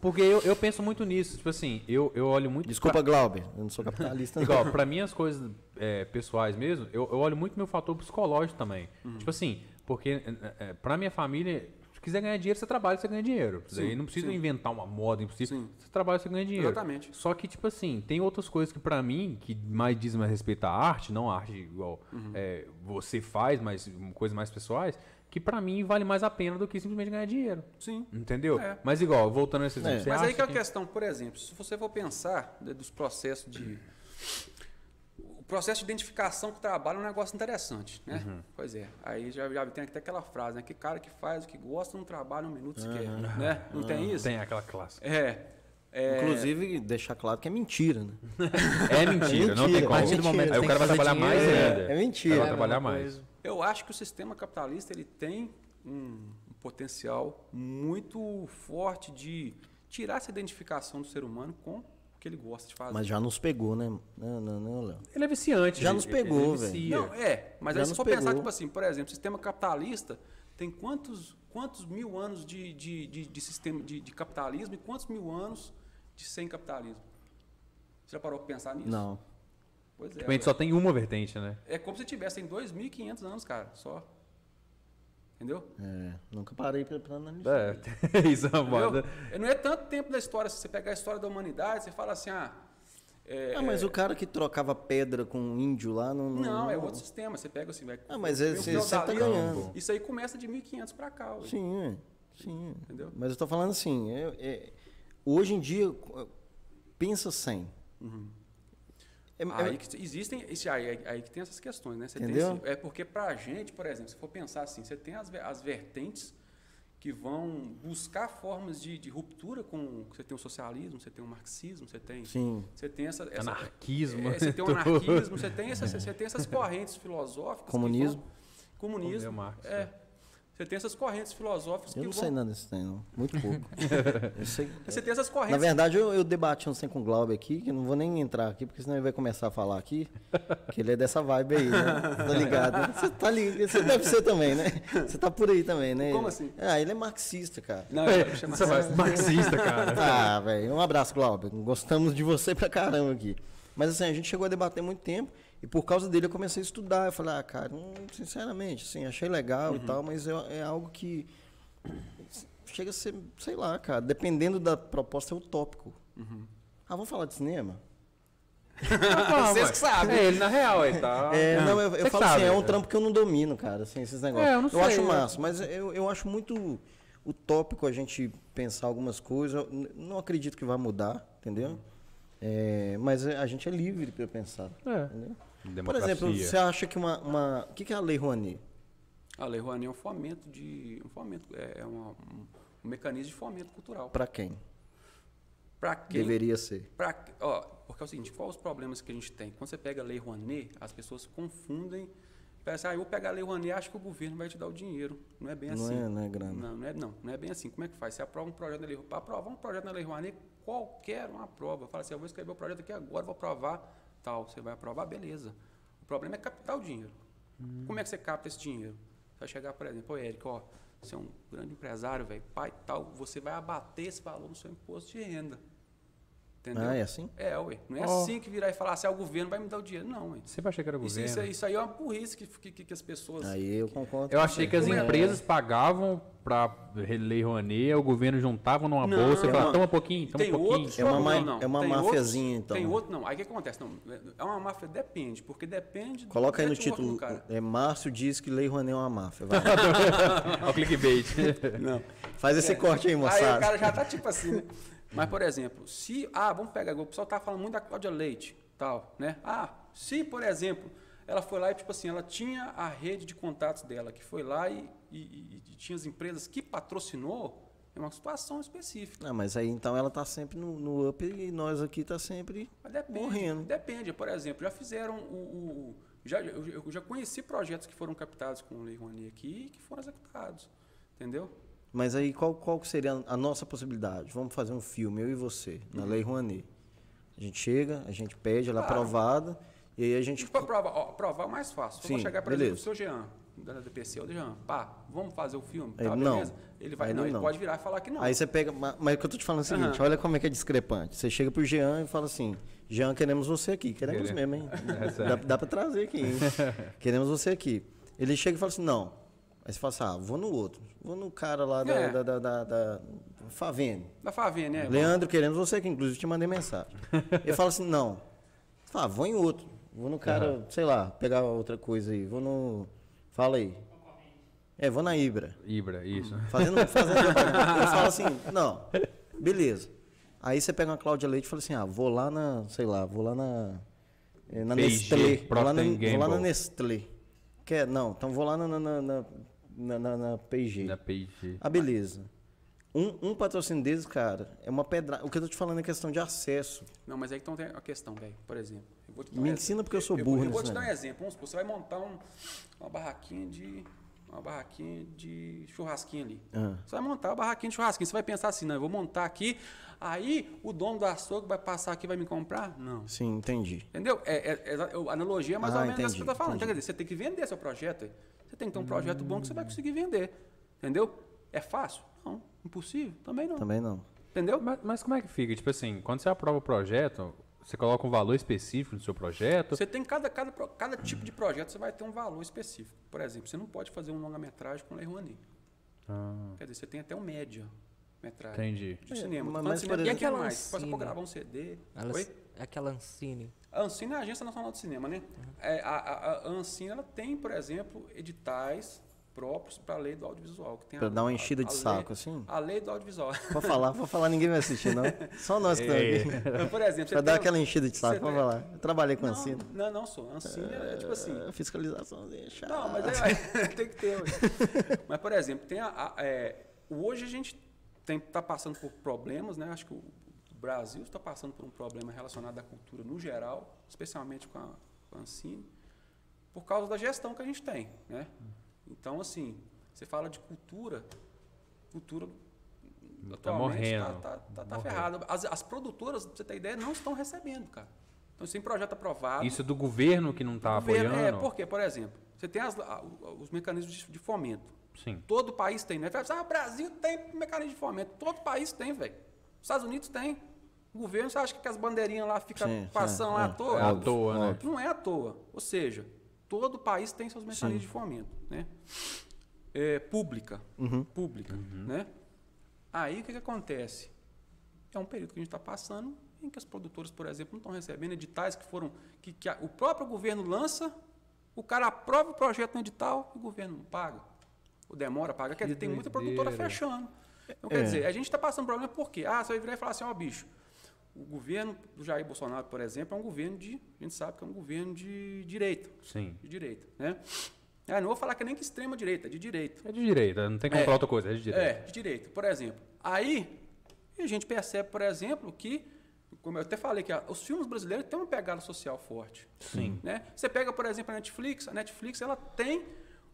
Porque eu, eu penso muito nisso. Tipo assim, eu, eu olho muito. Desculpa, Glauber, eu não sou capitalista. não. Igual, pra mim as coisas é, pessoais mesmo, eu, eu olho muito meu fator psicológico também. Uhum. Tipo assim, porque é, é, pra minha família, se quiser ganhar dinheiro, você trabalha, você ganha dinheiro. Daí não precisa inventar uma moda, impossível. Você trabalha, você ganha dinheiro. Exatamente. Só que, tipo assim, tem outras coisas que pra mim, que mais dizem mais respeito à arte, não a arte igual Uhum. é, você faz, mas hum, coisas mais pessoais, que pra mim vale mais a pena do que simplesmente ganhar dinheiro. Sim. Entendeu? É. Mas igual, voltando a esse exemplo, É. você Mas acha aí que é a questão, por exemplo, se você for pensar né, dos processos de. O processo de identificação com o trabalho é um negócio interessante, né? Uhum. Pois é. Aí já, já tem até aquela frase, né? Que cara que faz o que gosta não trabalha um minuto sequer, né? Não tem isso? tem aquela classe. É. é Inclusive, deixar claro que é mentira, né? É mentira, não tem Mentira, como. a partir do momento aí tem o que cara vai fazer trabalhar mais dinheiro. É, ainda. é mentira. Aí Vai É, trabalhar uma mais. coisa. Eu acho que o sistema capitalista ele tem um, um potencial muito forte de tirar essa identificação do ser humano com o que ele gosta de fazer. Mas já nos pegou, né? Não, não, não, Léo. Ele é viciante. Já ele- nos pegou, ele velho. vicia. não, é, mas Já aí se nos for pensar, pegou. tipo assim, por exemplo, sistema capitalista tem quantos, quantos mil anos de, de, de, de sistema de, de capitalismo e quantos mil anos de sem capitalismo? Você já parou pra pensar nisso? Não. Pois é. Tipo, a gente velho. só tem uma vertente, né? É como se tivesse em 2.500 anos, cara, só. Entendeu? É, nunca parei pra, pra analisar. É, isso é uma Entendeu? moda. E Não é tanto tempo da história. Se você pegar a história da humanidade, você fala assim, ah. é, Ah, mas o cara que trocava pedra com um índio lá não. Não, é outro sistema. Você pega assim, vai. Ah, mas é- vem você o sempre tá feudalismo, ganhando. Isso aí começa de 1500 pra cá. ué. Sim, é. sim. é. Entendeu? Mas eu tô falando assim, é- é- hoje em dia, co- pensa 100. É- é- Uhum. Aí que existem, isso aí, aí- aí que tem essas questões, né? Você tem Entendeu? esse- é porque pra gente, por exemplo, se for pensar assim, você tem as, ve- as vertentes que vão buscar formas de, de ruptura com. Você tem o socialismo, você tem o marxismo, você tem. Sim. Você tem essa. essa- Anarquismo. é, você tem o anarquismo, você tem, essas, você tem essas correntes filosóficas. que Comunismo. vão- Como deu comunismo. Marx, né? é. Você tem essas correntes filosóficas Eu que não vão. sei nada desse trem, não. Muito pouco. eu sei. é. Você é tem essas Na correntes. verdade, eu, eu debati ontem com o Glauber aqui, que eu não vou nem entrar aqui, porque senão ele vai começar a falar aqui, que ele é dessa vibe aí, né? Tá ligado? Você tá ligado, você deve ser também, né? Você tá por aí também, né? Como assim? Ah, ele é marxista, cara. Não, eu É, quero chamar- você vai- marxista, cara. Ah, velho, um abraço, Glauber. Gostamos de você pra caramba aqui. Mas assim, a gente chegou a debater muito tempo e por causa dele eu comecei a estudar. Eu falei, ah, cara, hum, sinceramente, assim, achei legal e tal, mas eu- é algo que chega a ser, sei lá, cara, dependendo da proposta, é utópico. Ah, vamos falar de cinema? Vocês que sabem. É, ele na real, ele tá. É, não, eu, eu Você que falo assim, sabe, é um cara. trampo que eu não domino, cara, assim, esses negócios. É, eu não sei, acho eu- massa, mas eu, eu acho muito utópico a gente pensar algumas coisas. Eu n- não acredito que vai mudar, entendeu? É, mas a gente é livre para pensar. É. entendeu? Por Democracia. exemplo, você acha que uma. uma- O que, que é a Lei Rouanet? A Lei Rouanet é um fomento de. Um fomento, é é uma- um, um mecanismo de fomento cultural. Para quem? Pra quem? Deveria ser. pra- ó, porque é o seguinte, quais os problemas que a gente tem? Quando você pega a Lei Rouanet, as pessoas confundem. Pensam, ah, eu vou pegar a Lei Rouanet acho que o governo vai te dar o dinheiro. Não é bem Não assim. é, não é grana. Não, não é, não, não é bem assim. Como é que faz? Você aprova um projeto na Lei Rouanet. Para aprovar um projeto na Lei Rouanet, qualquer um aprova. Fala assim, eu vou escrever o projeto aqui agora, vou aprovar tal. Você vai aprovar, beleza. O problema é captar o dinheiro. Como é que você capta esse dinheiro? Você vai chegar, por exemplo, ô Érico, ó, você é um grande empresário, velho, pai e tal, você vai abater esse valor no seu imposto de renda. Entendeu? Ah, é assim? É, ué. Não é Ó. assim que virar e falar assim, ah, o governo vai me dar o dinheiro. Não, ué. Sempre achei que era Isso, governo. isso aí- isso aí é uma burrice que, que- que- que as pessoas. Aí eu concordo. Eu achei que as empresas pagavam pra Lei Rouanet, o governo juntava numa Não, bolsa e é falava, uma- toma um pouquinho, toma Tem um pouquinho. outros É uma problemas, ma- não. é uma Tem mafiazinha, outros- então. Tem outro, não. Aí o que acontece? Não, é uma máfia, depende, porque depende do Coloca aí no network do título. cara. É Márcio diz que Lei Rouanet é uma máfia. vai. Olha o clickbait. Faz esse corte aí, moçada. Aí o cara já tá tipo assim, né? Mas, por exemplo, se. Ah, vamos pegar. O pessoal tá falando muito da Cláudia Leite, tal, né? Ah, se, por exemplo, ela foi lá e, tipo assim, ela tinha a rede de contatos dela, que foi lá e, e- e- e tinha as empresas que patrocinou, é uma situação específica. Não, mas aí então ela tá sempre no, no up e nós aqui tá sempre Mas depende. morrendo. Depende. Por exemplo, já fizeram o. o- o- já, eu, eu já conheci projetos que foram captados com o Lei Rouanet aqui e que foram executados. Entendeu? Mas aí qual, qual que seria a nossa possibilidade? Vamos fazer um filme, eu e você, na Lei Rouanet. A gente chega, a gente pede, ela é Uhum. Claro. aprovada, e aí a gente. Tipo, aprovar, ó, aprovar é mais fácil. Se eu vou Sim, chegar para beleza. o seu Jean, da DPC, ou do Jean, pá, vamos fazer o filme? Ele, tá, não. beleza? Ele vai, Ele não, ele não. pode virar e falar que não. Aí você pega. ma- Mas o que eu tô te falando é o seguinte: Aham. olha como é que é discrepante. Você chega pro Jean e fala assim: Jean, queremos você aqui. Queremos Queremos. mesmo, hein? É sério. dá, dá pra trazer aqui, hein? queremos você aqui. Ele chega e fala assim: não. Aí você fala assim: ah, vou no outro. Vou no cara lá da, É. da, da, da, da Favene. Da Favene, É né? Leandro, queremos você aqui, inclusive te mandei mensagem. Ele fala assim, não. Fala, ah, vou em outro. Vou no cara, sei lá, pegar outra coisa aí. Vou no. Fala aí. É, vou na Ibra. Ibra, isso. Hum. Fazendo. fazendo eu falo assim, não. Beleza. Aí você pega uma Cláudia Leite e fala assim, ah, vou lá na. Sei lá, vou lá na. eh, Na P&G, Nestlé. Vou lá na, Procter vou lá na Gamble. Nestlé. Quer? Não, então vou lá na. Na, na, na, na, na- na P&G. Na page. Ah, beleza. Um, um patrocínio desses, cara, é uma pedra. O que eu tô te falando é questão de acesso. Não, mas aí então tem a questão, velho. Por exemplo, eu vou te dar Me um ensina exemplo. porque eu sou Eu, burro vou nisso, te dar um né? exemplo. Vamos supor, você vai montar um- uma barraquinha de. Uma barraquinha de churrasquinho ali. Ah. Você vai montar uma barraquinha de churrasquinho. Você vai pensar assim, não, eu vou montar aqui, aí o dono do açougue vai passar aqui e vai me comprar? Não. Sim, entendi. Entendeu? É, é- é- a analogia é mais Ah, ou menos essa entendi, que eu tô falando. entendi. Quer dizer, você tem que vender seu projeto. aí. Você tem que ter um projeto bom que você vai conseguir vender. Entendeu? É fácil? Não. Impossível? Também não. Também não. Entendeu? Mas, mas como é que fica? Tipo assim, quando você aprova o projeto, Você coloca um valor específico no seu projeto? Você tem cada, cada, pro- cada tipo de projeto, você vai ter um valor específico. Por exemplo, você não pode fazer um longa-metragem com Lei Rouanet. Ah, Quer dizer, você tem até um média-metragem entendi. de cinema. É, mas- mas, Mas, por cinema. E exemplo- aquela Aquela mais? Você Ancine. pode gravar um CD. Ela, Oi? é Aquela Ancine. A Ancine é a Agência Nacional de Cinema, né? Uhum. É, a, a, a Ancine ela tem, por exemplo, editais próprios para a lei do audiovisual. Que tem Pra a- dar uma a- enchida a de lei- saco, assim? A lei do audiovisual. Pode falar, pode falar, ninguém vai assistir, não. Só nós que estamos aqui. por exemplo, você Pra dar tem- aquela enchida de saco, você pode tem- falar. Eu trabalhei com a não, Ancina. não, não, sou. A Ancine é, tipo assim. Ah, Fiscalizaçãozinha chata. Não, mas é, tem que ter. ué. mas, por exemplo, tem a, a- é, hoje a gente está passando por problemas, né? Acho que o Brasil está passando por um problema relacionado à cultura no geral, especialmente com a, com a Ancine, por causa da gestão que a gente tem, né? Hum. Então, assim, você fala de cultura, cultura atualmente está morrendo. tá, tá, tá Morreu. ferrada. As, as produtoras, pra você ter ideia, não estão recebendo, cara. Então, sem projeto aprovado Isso é do governo que não tá governo- apoiando? É, porque, por exemplo, você tem as- a- o- os mecanismos de, de fomento. Sim. Todo país tem, né? Fala assim, Ah, o Brasil tem mecanismo de fomento. Todo país tem, velho. Os Estados Unidos tem. O governo, você acha que as bandeirinhas lá ficam Sim, sim, passando lá é. à toa? É à toa, né? Não é à toa. Ou seja, todo país tem seus mecanismos de fomento, né? É, pública. Uhum. Pública, Uhum. né? Aí, o que, que acontece? É um período que a gente está passando em que as produtoras, por exemplo, não estão recebendo editais que foram... que, que a- o próprio governo lança, o cara aprova o projeto no edital e o governo não paga. Ou demora a pagar. Quer dizer, tem muita produtora doideira. fechando. Então, quer É. dizer, a gente está passando problema por quê? Ah, você vai virar e falar assim, ó, bicho, o governo do Jair Bolsonaro, por exemplo, é um governo de... A gente sabe que é um governo de direita Sim. de direita, né? Ah, não vou falar que é nem que extrema direita, é de direita. É de direita, não tem como É. falar outra coisa, é de direita. É, de direita, por exemplo. Aí a gente percebe, por exemplo, que, como eu até falei, que ah, os filmes brasileiros têm uma pegada social forte. Sim. Né? Você pega, por exemplo, a Netflix, a Netflix ela tem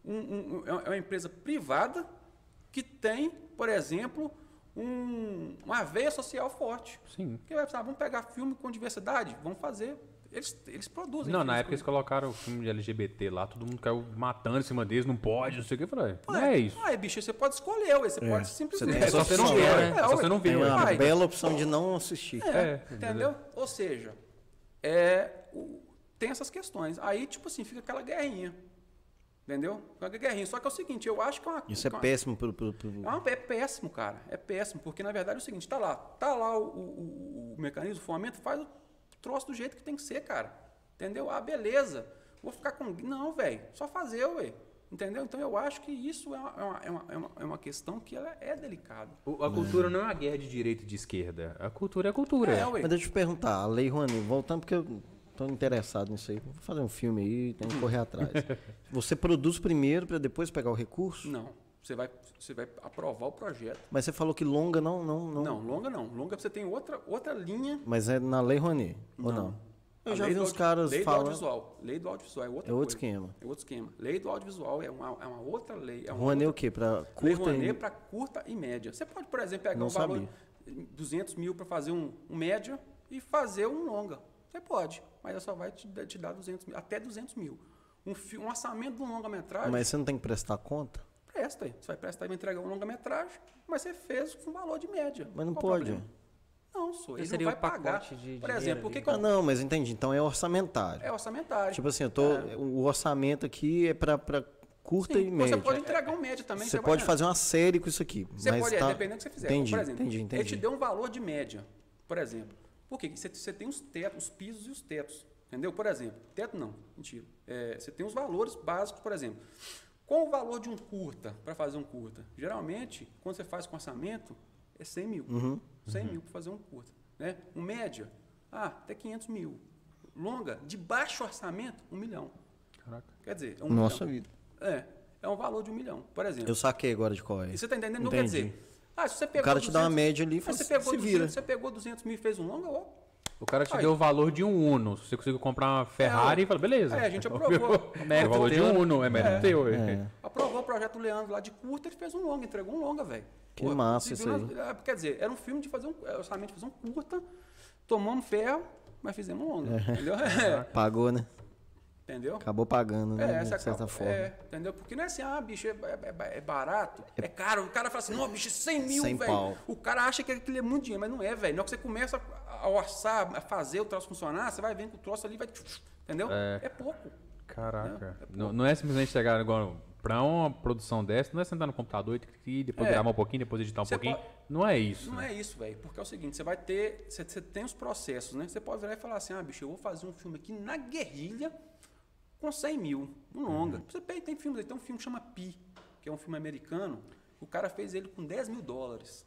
um- um- um- é uma- é uma empresa privada que tem, por exemplo, um- uma veia social forte. Sim. Que vai pensar, vamos pegar filme com diversidade, vamos fazer. Eles, eles produzem. Não, filmes na com época eles colocaram o filme de LGBT lá, todo mundo caiu matando em cima deles, não pode, não sei o que. Eu falei, não é isso. Ah, bicho, você pode escolher, ué, você pode simplesmente. tem É Ah, só você não escolher, ver, né? É só ué, você não ver, Tem ué. uma vai. bela opção de não assistir. É, É, entendeu? Ou seja, é, o- tem essas questões. Aí, tipo assim, fica aquela guerrinha. Entendeu? Fica aquela guerrinha. Só que é o seguinte, eu acho que é uma. Isso é uma- péssimo pro, pro, pro- é, uma- é péssimo, cara. É péssimo, porque na verdade é o seguinte, tá lá, tá lá o, o- o- o mecanismo, o fomento, faz o troço do jeito que tem que ser, cara. Entendeu? Ah, beleza. Vou ficar com. Não, velho. Só fazer, ué. Entendeu? Então eu acho que isso é uma, é uma- é uma- é uma- é uma questão que ela é delicada. O- A cultura não é uma guerra de direita e de esquerda. A cultura é cultura. É, ué. Mas deixa eu te perguntar, a Lei Rouanet, voltando porque eu tô interessado nisso aí. Vou fazer um filme aí, tenho que correr atrás. Você produz primeiro para depois pegar o recurso? Não. Você vai, você vai aprovar o projeto. Mas você falou que longa não, não, não. Não, longa não. Longa você tem outra, outra linha. Mas é na Lei Rouanet, ou não? Eu A já lei vi do uns audio- caras lei Do falando. audiovisual. Lei do audiovisual é outra É outro coisa. esquema. É outro esquema. Lei do audiovisual é uma, é uma outra lei. É uma Rouanet o quê? Pra outra- lei curta Rouanet e... para curta e média. Você pode, por exemplo, pegar Não um valor sabia. 200 mil para fazer um, um médio e fazer um longa. Você pode, mas ela só vai te, dar- te dar 200 mil, até 200 mil. Um, fi- um orçamento de um longa-metragem, Mas você não tem que prestar conta? presta aí. Você vai prestar e vai entregar um longa-metragem, mas você fez com valor de média. Mas não Qual o pode. problema? Não, sou. Porque Ele seria não o vai pagar. pacote de por dinheiro exemplo, o ali. que, que Ah, eu- não, mas entendi. Então é orçamentário. é orçamentário? Tipo assim, eu tô, o orçamento aqui é pra, pra curta Sim, e você média. pode entregar um médio também. Você vai pode ganhando. fazer uma série com isso aqui. Você mas pode, tá... é, dependendo do que você fizer. Entendi, por exemplo, entendi, entendi. ele te deu um valor de média, por exemplo. Por quê? Você, você tem os tetos, os pisos e os tetos. Entendeu? Por exemplo, teto não, mentira. É, você tem os valores básicos, por exemplo. Qual o valor de um curta para fazer um curta? Geralmente, quando você faz com orçamento, é 100 mil. Uhum. 100 mil para fazer um curta. Né? Um média, ah, até 500 mil. Longa, de baixo orçamento, um milhão. Caraca. Quer dizer, é um Nossa milhão. vida. É, é um valor de um milhão, por exemplo. Eu saquei agora de qual é. E você tá entendendo? Não quer Entendi. dizer. Ah, se você pegou cara te dá uma média ali e Ah, fala, assim, você pegou "Se 200, vira." Você pegou 200 mil e fez um longa, ó. O cara te Aí. deu o valor de um Uno. Se você conseguiu comprar uma Ferrari, É, fala, beleza. é, a gente aprovou. É o valor de um Uno, é mérito teu. É. Aprovou o projeto do Leandro lá de curta, ele fez um longa, entregou um longa, velho. Que massa se isso viu aí. nas- é, Quer dizer, era um filme de fazer um. era Orçamento de fazer um É. curta, tomamos ferro, mas fizemos um longa. Entendeu? É. Pagou, né? Entendeu? Acabou pagando, né? É, essa de certa acaba- forma. É, entendeu? Porque não é assim, ah, bicho, é, é- é barato, é caro. O cara fala assim, não, bicho, 100 mil, Sem pau. velho. O cara acha que aquilo é muito dinheiro, mas não é, velho. Na hora que você começa a orçar, a fazer o troço funcionar, você vai vendo que o troço ali vai... Entendeu? É. É pouco. Caraca. Não, não é simplesmente chegar agora pra uma produção dessa, não é sentar no computador e, e depois É. gravar um pouquinho, depois editar um Você pouquinho. pode- Não é isso. Não é isso, velho. Porque é o seguinte, você vai ter. Você, você tem os processos, né? Você pode virar e falar assim, ah, bicho, eu vou fazer um filme aqui na guerrilha com 100 mil. Um longa. Uhum. Você tem, tem filmes aí, tem um filme que chama Pi, que é um filme americano. O cara fez ele com 10 mil dólares.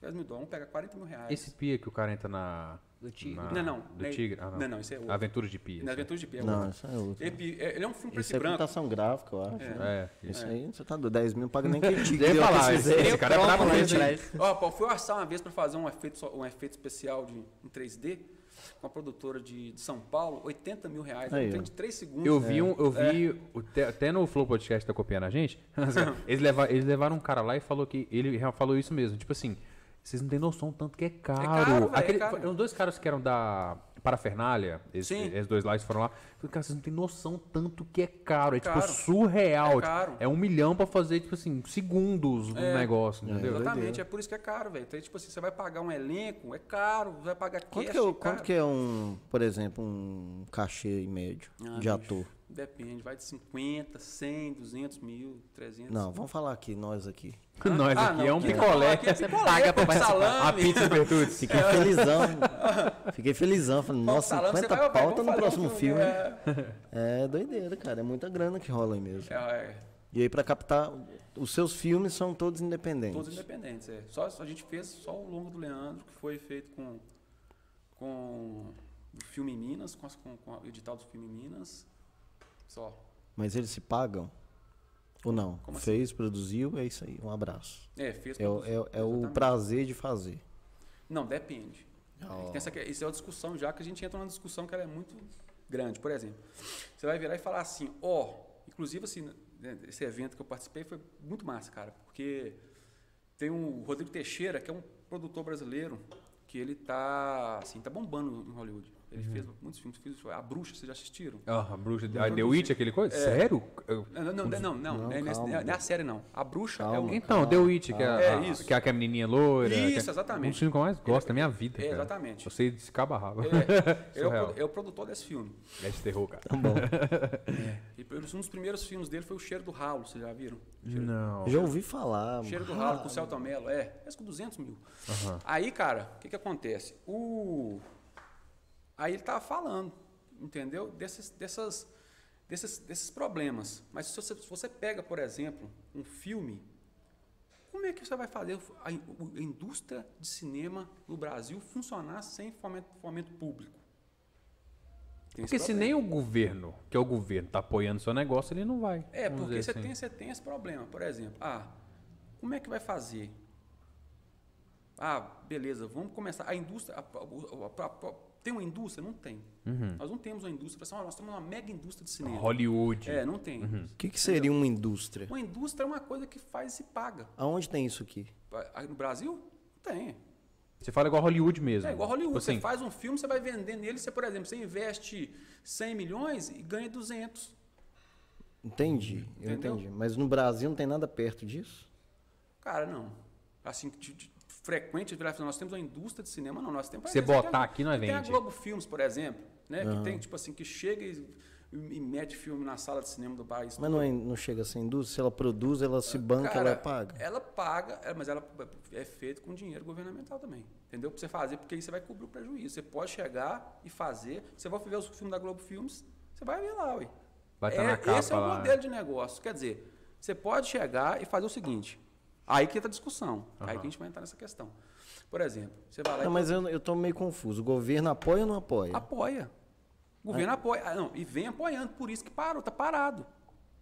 10 mil dólares, vamos pegar 40 mil reais. Esse pia que o cara entra na. Do tigre. na- Não, não. Do Não é- tigre. Ah, não. não, não, esse é outro. Aventura de pia. Na assim. Aventura de Pi. é Não, outro. isso é outro. Ele, ele é um filme preto Isso e é branco. computação gráfica, eu acho. né? É. Isso aí, você tá doido. 10 mil paga nem que te Eu ia falar, esse, esse cara é brabo Lá mesmo. hein? atrás. Ó, pô, fui orçar uma vez para fazer um efeito, só- um efeito especial de, em 3D com a produtora de, de São Paulo, 80 mil reais, Aí, um trem ó. de 3 segundos. Eu vi um, eu É. vi o te- até no Flow Podcast tá copiando a gente. eles, leva- eles levaram um cara lá e falou que ele real- falou isso mesmo, tipo assim, vocês não têm noção tanto que é caro. caro, véi, é Aquele- caro. Eram dois caras que eram da Parafernália, esses, Sim. esses dois lá eles foram lá. Falei, cara, vocês não têm noção tanto que é caro, é, Caro. tipo surreal. É caro. Tipo, é um milhão pra fazer tipo assim, segundos do negócio, entendeu? Exatamente, é por isso que é caro, velho. Então, tipo assim, você vai pagar um elenco, é caro, vai pagar Quanto cash, que, é, o- é caro. quanto que é um, por exemplo, um cachê médio Ah, de bicho, ator? Depende, vai de 50, 100, 200 mil, 300. Não, vamos falar aqui, nós aqui. Nós Ah, aqui não, é um aqui não, picolé. aqui é picolé, pra pão de participar. a salame. pizza de Bertucci. Fiquei felizão. Fiquei felizão. Falei, nossa, Salame, você 50 vai- vai- pauta no vamos fazer próximo um filme. É. É, doideira, cara. É muita grana que rola aí mesmo. é, é, E aí, pra captar, os seus filmes são todos independentes. Todos independentes, é. Só, só a gente fez só o longo do Leandro, que foi feito com, com o filme Minas, com, as- com, com o edital do filme Minas. Só. Mas eles se pagam? Ou não? Como assim? Fez, produziu, é isso aí. Um abraço. É, fez É, o- produziu, é- é o exatamente. prazer de fazer. Não, depende. Ah, Ó. Tem essa que- isso é uma discussão já que a gente entra numa discussão que ela é muito grande. Por exemplo, você vai virar e falar assim, ó, inclusive assim, né, esse evento que eu participei foi muito massa, cara, porque tem um Rodrigo Teixeira, que é um produtor brasileiro, que ele tá, assim, tá bombando em Hollywood. Ele Uhum. fez muitos filmes, fez A Bruxa, vocês já assistiram? Ah, a bruxa, a The Witch, aquele coisa? É. Sério? Eu- Não, não, não, não, não, não, é nesse- calma. não é a série não. A Bruxa é Calma. um... Então, The Witch, que é, a, É, a- isso. que é aquela menininha loira. Isso, que é- exatamente. Um filme que eu mais gosto da minha vida, É, cara. exatamente. Eu sei descabarrava. É, é o Surreal. pro- é o produtor desse filme. É de terror, cara. E um dos primeiros filmes dele foi O Cheiro do Ralo, vocês já viram? Não. Já ouvi falar. Cheiro do mano. Ah, ralo com o Celta Mello, é. Mas com 200 mil. Aí, cara, o que que acontece? O... Aí ele tava falando, entendeu? Desses, dessas, desses, desses problemas. Mas se você, se você pega, por exemplo, um filme, como é que você vai fazer a, in- o- a indústria de cinema no Brasil funcionar sem fomento, fomento público? Tem esse Porque se problema. nem o governo, que é o governo, tá apoiando seu negócio, ele não vai. É, Vamos porque dizer você assim. tem, você tem esse problema. Por exemplo, ah, como é que vai fazer? Ah, beleza, vamos começar. A indústria. a- a- a- a- a- tem uma indústria? Não tem. Nós não temos uma indústria. Assim, ó, nós temos uma mega indústria de cinema. Uhum. Hollywood. Uhum. É, não tem. O que, que seria uma indústria? Uma indústria é uma coisa que faz e se paga. Aonde tem isso aqui? Ah, No Brasil, não tem. Você fala igual Hollywood mesmo. É igual Hollywood. Tipo Você Assim, faz um filme, você vai vender nele. Você, por exemplo, você investe 100 milhões e ganha 200. Entendi, eu Entendeu? entendi. Mas no Brasil não tem nada perto disso? Cara, não. Assim, de, de, frequente, virar e falar, nós temos uma indústria de cinema, não, nós temos... Você tem a- botar aqui, nós Tem a vende. Globo Filmes, por exemplo, né? Que tem, tipo assim, que chega e, e mete filme na sala de cinema do país. Mas não, é- não chega a ser indústria? Se ela produz, ela se banca, Cara, ela paga? Ela paga, é, mas ela é feita com dinheiro governamental também. Entendeu? Pra você fazer, porque aí você vai cobrir o prejuízo. Você pode chegar e fazer. Você vai ver os filmes da Globo Filmes, você vai ver lá, ué. Vai tá é, na capa esse é o lá, né? modelo de negócio. Quer dizer, você pode chegar e fazer o seguinte. Aí que entra a discussão. Aí que a gente vai entrar nessa questão. Por exemplo, você vai lá Não, e mas eu, eu tô meio confuso. O governo apoia ou não apoia? apoia. O governo apoia. Ah, Não, e vem apoiando, por isso que parou, tá parado.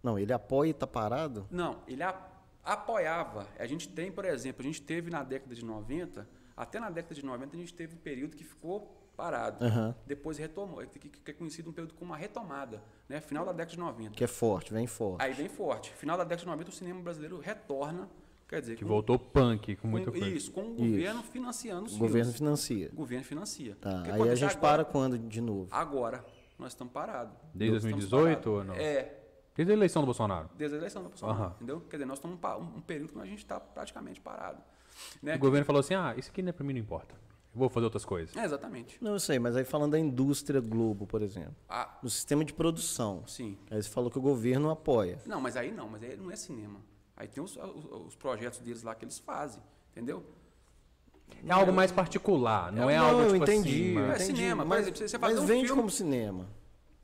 Não, ele apoia e tá parado? Não, ele a- apoiava. A gente tem, por exemplo, a gente teve na década de 90, até na década de 90 a gente teve um período que ficou parado. Aham. Depois retomou, que, que- que é conhecido um período como uma retomada, né? Final da década de 90. Que é forte, vem forte. Aí vem forte. Final da década de 90 o cinema brasileiro retorna, quer dizer, que com- voltou punk com com- muita coisa. Isso, com o governo financiando os o governo filmes. financia. O governo financia. Tá, O que aí a acontece gente agora- para quando de novo? Agora, nós estamos parados. Desde Nós estamos 2018 parados. ou não? É, Desde a eleição do Bolsonaro. desde a eleição do Bolsonaro, Aham. entendeu? Quer dizer, nós estamos um pa- um período que a gente está praticamente parado. O Né? governo falou assim: ah, isso aqui não é pra mim, não importa. Eu vou fazer outras coisas. É, exatamente. Não, eu sei, mas aí falando da indústria Globo, por exemplo. Ah, No sistema de produção. sim. Aí você falou que o governo apoia. Não, mas aí não, mas aí não é cinema. Aí tem os, os- os projetos deles lá que eles fazem, entendeu? É algo mais particular, não é, não, algo eu tipo assim. entendi, eu mano. É entendi. cinema, por mas, exemplo, você- você fazer mas um vende filme- como cinema.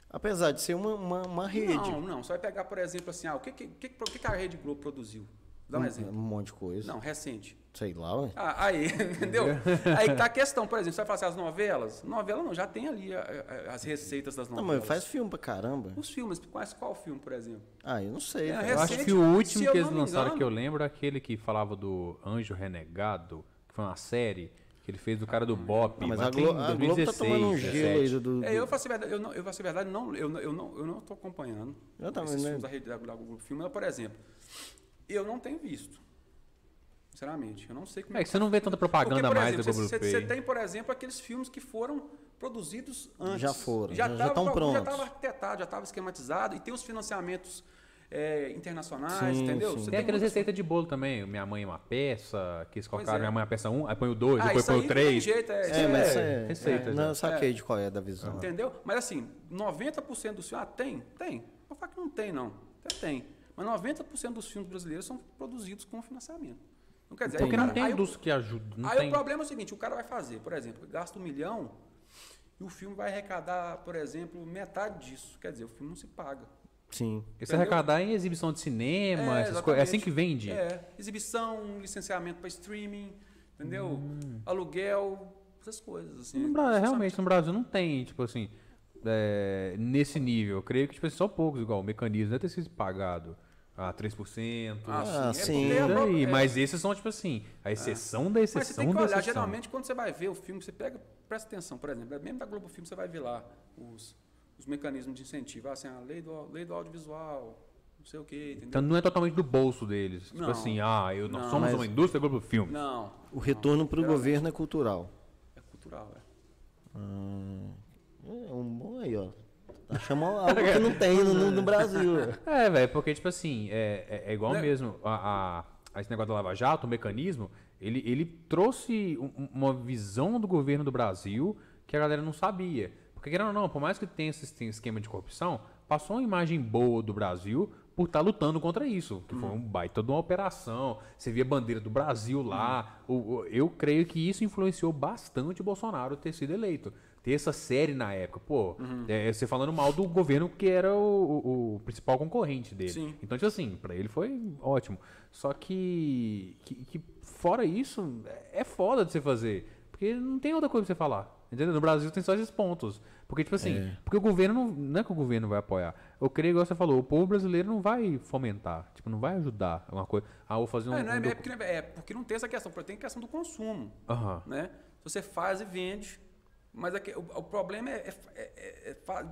Apesar de ser uma, uma, uma rede. Não, não. Você vai pegar, por exemplo, assim, ah, o que, que, que, o que que a Rede Globo produziu? Dá Hum. um exemplo. Um monte de coisa. Não, recente. Sei lá, ué. Ah, aí, entendeu? Aí que tá a questão, por exemplo, você vai falar assim, as novelas? Novela não, já tem ali a- a- as receitas das Não, novelas. mas faz filme pra caramba. Os filmes, quais, qual filme, por exemplo? Ah, eu não sei. É, cara. Eu acho Recente, que o se último eu que eles não me lançaram engano- que eu lembro é aquele que falava do Anjo Renegado, que foi uma série que ele fez do cara do Bop. Ah, mas a, lá em Glo a Globo tá 2016, tomando um gelo aí 17. do. do- É, eu faço verdade, eu não, eu faço verdade, não, eu não, eu não, eu não tô acompanhando. Eu também, esses né? filmes da rede da, da Globo Filme, mas, por exemplo, eu não tenho visto. Sinceramente, eu não sei como É que você não vê tanta tá propaganda Porque, por mais exemplo, do Google você, você Pay. tem, por exemplo, aqueles filmes que foram produzidos antes. Já foram, já- já tava- estão Já prontos. estava arquitetado, já estava esquematizado. E tem os financiamentos é, internacionais, Sim, entendeu? sim. Você Tem aquelas muitas- receitas de bolo também. Minha mãe é uma peça, que eles Pois colocaram é. Minha mãe é a peça 1, aí põe o 2, Ah, depois isso põe aí o 3. Não tem jeito, é, É, isso mas é- isso é. receita, é, já. não, eu saquei de qual é da Ah. visão. Entendeu? Mas assim, 90% dos filmes. Ah, tem? Tem. Vou falar que não tem, não. Até tem. Mas 90% dos filmes brasileiros são produzidos com financiamento. Não quer dizer, aí Porque o não cara- aí tem o- dos que ajudam. Não aí tem. o problema é o seguinte, o cara vai fazer, por exemplo, gasta um milhão e o filme vai arrecadar, por exemplo, metade disso. Quer dizer, o filme não se paga. Sim. Esse arrecadar em exibição de cinema, essas coisas. É assim exatamente. que vende. É, exibição, licenciamento para streaming, entendeu? Hum. Aluguel, essas coisas. Assim, No Bra- Você é realmente, no Brasil não tem, tipo assim, é, nesse nível. Eu creio que tipo, são poucos, igual o mecanismo deve ter sido pagado a 3%. Ah, é sim. porque a Daí, própria- é, mas esses são, tipo assim, a exceção da Mas você tem exceção que da olhar, exceção. geralmente, quando você vai ver o filme, você pega, presta atenção, por exemplo, é mesmo da Globo Filme, você vai ver lá os, os mecanismos de incentivo, Ah, assim, a lei do, au- lei do audiovisual, não sei o quê, entendeu? Então não é totalmente do bolso deles. Tipo Não. assim, ah, eu, nós Não. somos Mas- uma indústria grupo filme. Não, O retorno pro governo é cultural. é cultural, é. Hum, é um bom aí, ó. Tá chamando algo que não tem no, no- no Brasil. ué. É, velho, porque, tipo assim, é, é- é igual Né? mesmo a, a- a esse negócio da Lava Jato, o mecanismo, ele, ele trouxe um- um- uma visão do governo do Brasil que a galera não sabia. Porque, querendo ou não, por mais que tenha esse esse esquema de corrupção, passou uma imagem boa do Brasil por estar lutando contra isso, que foi um baita de uma operação. Você via a bandeira do Brasil lá. O- o- eu creio que isso influenciou bastante o Bolsonaro ter sido eleito. Ter essa série na época, pô, Uhum. é, você falando mal do governo que era o, o- o principal concorrente dele. Sim. Então, tipo assim, pra ele foi ótimo. Só que, que, que fora isso, é é foda de você fazer. Porque não tem outra coisa pra você falar. Entendeu? No Brasil tem só esses pontos. Porque, tipo assim, porque o governo não, não é que o governo vai apoiar. Eu creio, igual você falou, o povo brasileiro não vai fomentar. Tipo, não vai ajudar alguma coisa. Ah, vou fazer um. É, não é, um é, docu- porque, é porque não tem essa questão, porque tem a questão do consumo, Aham. né? Você faz e vende, mas é que o, o problema é, é- é- é fa-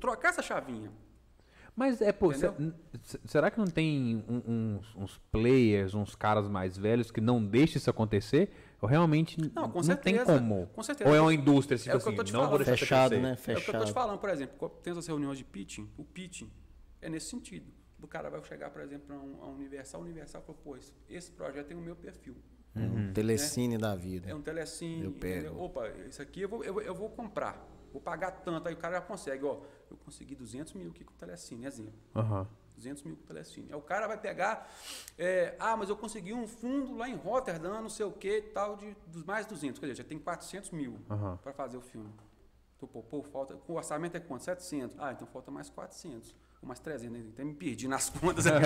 trocar essa chavinha. Mas é, pô, Entendeu? se- n- se- será que não tem um- uns, uns players, uns caras mais velhos que não deixam isso acontecer? Ou realmente n- Não, com tem certeza, como? com certeza. Ou é uma indústria, tipo É o que eu assim, tô te não vou falando. deixar isso Fechado, acontecer. né? É o que eu tô te Fechado. falando, por exemplo, quando tem essas reuniões de pitching, o pitching é nesse sentido. O cara vai chegar, por exemplo, a, um, a Universal, a Universal fala, pô, esse, esse projeto tem o meu perfil. É um telecine da vida. É um telecine. Eu entendeu? pego. Opa, isso aqui eu vou, eu, vou- eu vou comprar. Vou pagar tanto. Aí o cara já consegue, ó, eu consegui 200 mil aqui com o telecine, exemplo. Aham. 200 mil com o telecine. Aí o cara vai pegar, é, ah, mas eu consegui um fundo lá em Rotterdam, não sei o que, tal, de dos mais 200. Quer dizer, já tem 400 mil Aham. para fazer o filme. Então, pô, pô, falta, o orçamento é quanto? 700. Ah, então falta mais 400. Ou mais 300, né? até me perdi nas contas. aqui.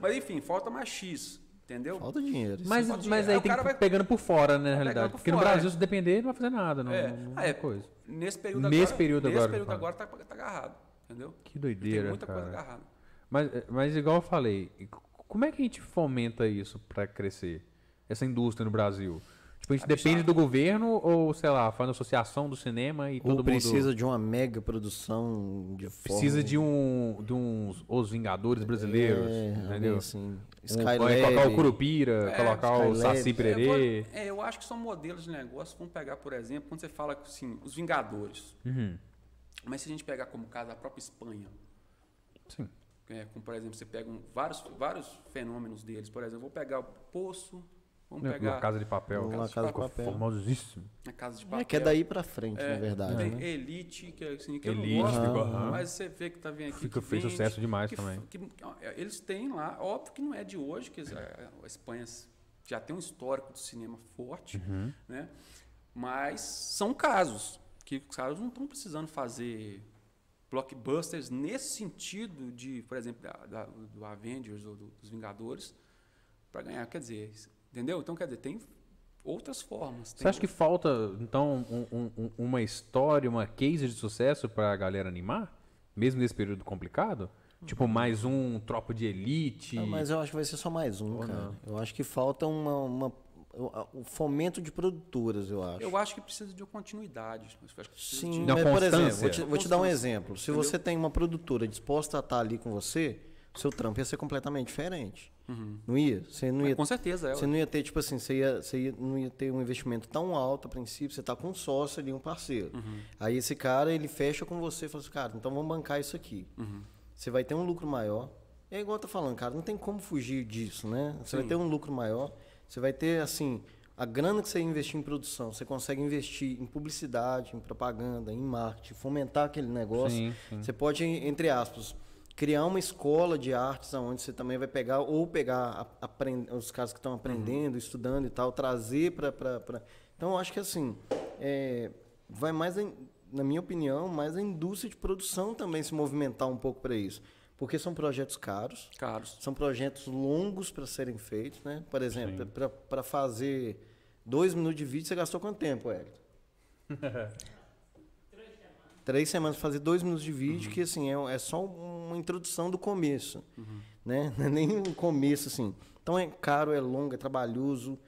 Mas enfim, falta mais X, entendeu? Falta dinheiro. isso. Mas, pode- mas aí aí tem o que cara ir vai- pegando por fora, né, na realidade. por Porque no fora, Brasil, é. se depender, não vai fazer nada, não. É. não- Ah, é. não coisa. Nesse período Nesse agora. período nesse agora, período fala. agora tá, tá agarrado. Entendeu? Que doideira, Tem muita coisa cara. agarrada. É, Mas, eh, mas igual eu falei, c- como é que a gente fomenta isso pra crescer? Essa indústria no Brasil? Tipo, a gente depende do governo ou, sei lá, faz uma associação do cinema e todo Ou mundo... precisa de uma mega produção de forma. Precisa de um de uns os Vingadores brasileiros, É, entendeu? alguém Assim. Um- vai colocar o Skylab. Curupira, É, colocar o Skylab. Saci Pererê. Eu, vou- é, eu Uhum. acho que são modelos de negócio. Vamos pegar, por exemplo, quando você fala assim, os Vingadores. Mas se a gente pegar como caso a própria Espanha, Sim. é, como por exemplo, você pega um- vários, vários fenômenos deles, por exemplo, vou pegar o Poço, vamos Na- pegar Na É, né, Casa de Papel. Uma casa de papel. Famosíssimo. a Casa de Papel. É que é daí pra frente, É, na verdade, tem né? Elite, que, é assim, que Elite, eu não gosto, ficou- mas você vê que tá vindo aqui. Fica- que fez vende, sucesso demais que- também. que- é, eles têm lá, óbvio que não é de hoje, que a a Espanha já tem um histórico de cinema forte, Uhum. né? Mas são casos que os caras não estão precisando fazer blockbusters nesse sentido de, por exemplo, da- da- do Avengers ou do- dos Vingadores para ganhar. Quer dizer, entendeu? Então, quer dizer, tem outras formas. Você acha que falta, então, um- um- um- uma história, uma case de sucesso pra galera animar? Mesmo nesse período complicado? Hum. Tipo, mais um Tropa de Elite. Ah, mas eu acho que vai ser só mais um, cara. Eu acho que falta uma, uma- o- o fomento de produtoras, eu acho. Eu acho que precisa de uma continuidade. Eu acho que precisa Sim, É, Não, mas, por constância. exemplo, vou te, vou te dar um Constância, exemplo. Se você tem uma produtora disposta a estar ali com você, seu trampo ia ser completamente diferente. Uhum. Não ia? Você não de- ia Com certeza, é. Você não ia ter, tipo assim, você, ia, você ia- não ia ter um investimento tão alto a princípio, você tá com um sócio ali, um parceiro. Uhum. Aí esse cara, ele fecha com você e fala assim, cara, então vamos bancar isso aqui. Uhum. Você vai ter um lucro maior. É igual eu tô falando, cara, não tem como fugir disso, né? Você vai ter um lucro maior, você vai ter, assim, a grana que você investir em produção, você consegue investir em publicidade, em propaganda, em marketing, fomentar aquele negócio. Sim, sim. Você pode, entre aspas, criar uma escola de artes onde você também vai pegar ou pegar a- apren- os caras que estão aprendendo, estudando e tal, trazer para pra... Então, eu acho que assim, é, vai mais, em- na minha opinião, mais a indústria de produção também se movimentar um pouco para isso. Porque são projetos caros, Caros. são projetos longos para serem feitos, né? Por exemplo, para fazer dois minutos de vídeo, você gastou quanto tempo, Hélio? Três semanas pra fazer dois minutos de vídeo, que assim, é, é só uma introdução do começo. Né? Não é nem um começo, assim. Então é caro, é longo, é trabalhoso,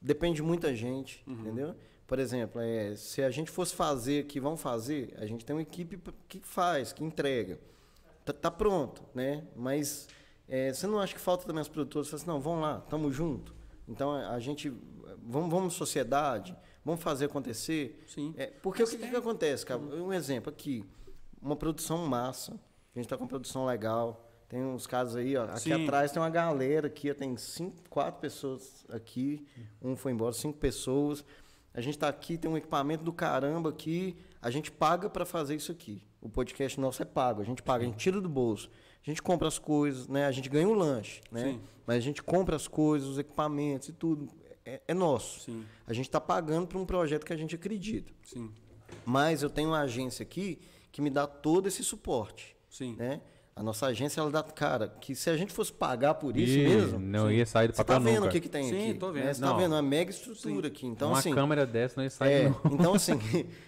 depende de muita gente, entendeu? Por exemplo, é, se a gente fosse fazer que vão fazer, a gente tem uma equipe p- que faz, que entrega. Tá, tá pronto, né? Mas é, você não acha que falta também as produtoras? Você fala assim, não, vamos lá, tamo junto. Então a a gente, vamos, vamos sociedade, vamos fazer acontecer. Sim. Uhum. É, porque o que, que que acontece, cara? Um exemplo aqui. Uma produção massa. A gente tá com uma produção legal. Tem uns casos aí, ó. Aqui Sim. atrás tem uma galera aqui, ó, tem cinco, quatro pessoas aqui. Um foi embora, cinco pessoas. A gente tá aqui, tem um equipamento do caramba aqui. A gente paga para fazer isso aqui. O podcast nosso é pago. A gente paga, a gente tira do bolso. A gente compra as coisas, né? A gente ganha o lanche, né? Sim. Mas a gente compra as coisas, os equipamentos e tudo. É, é nosso. Sim. A gente está pagando para um projeto que a gente acredita. Sim. Mas eu tenho uma agência aqui que me dá todo esse suporte. Sim. Né? A nossa agência, ela dá. Cara, que se a gente fosse pagar por isso Ih, mesmo. não ia sair do Você tá papel vendo nunca. o que, que tem Sim, aqui? tô né? vendo. Você tá Não. vendo? É uma mega estrutura aqui. Então, uma assim. câmera dessa não tá ia sair, É, não. então assim,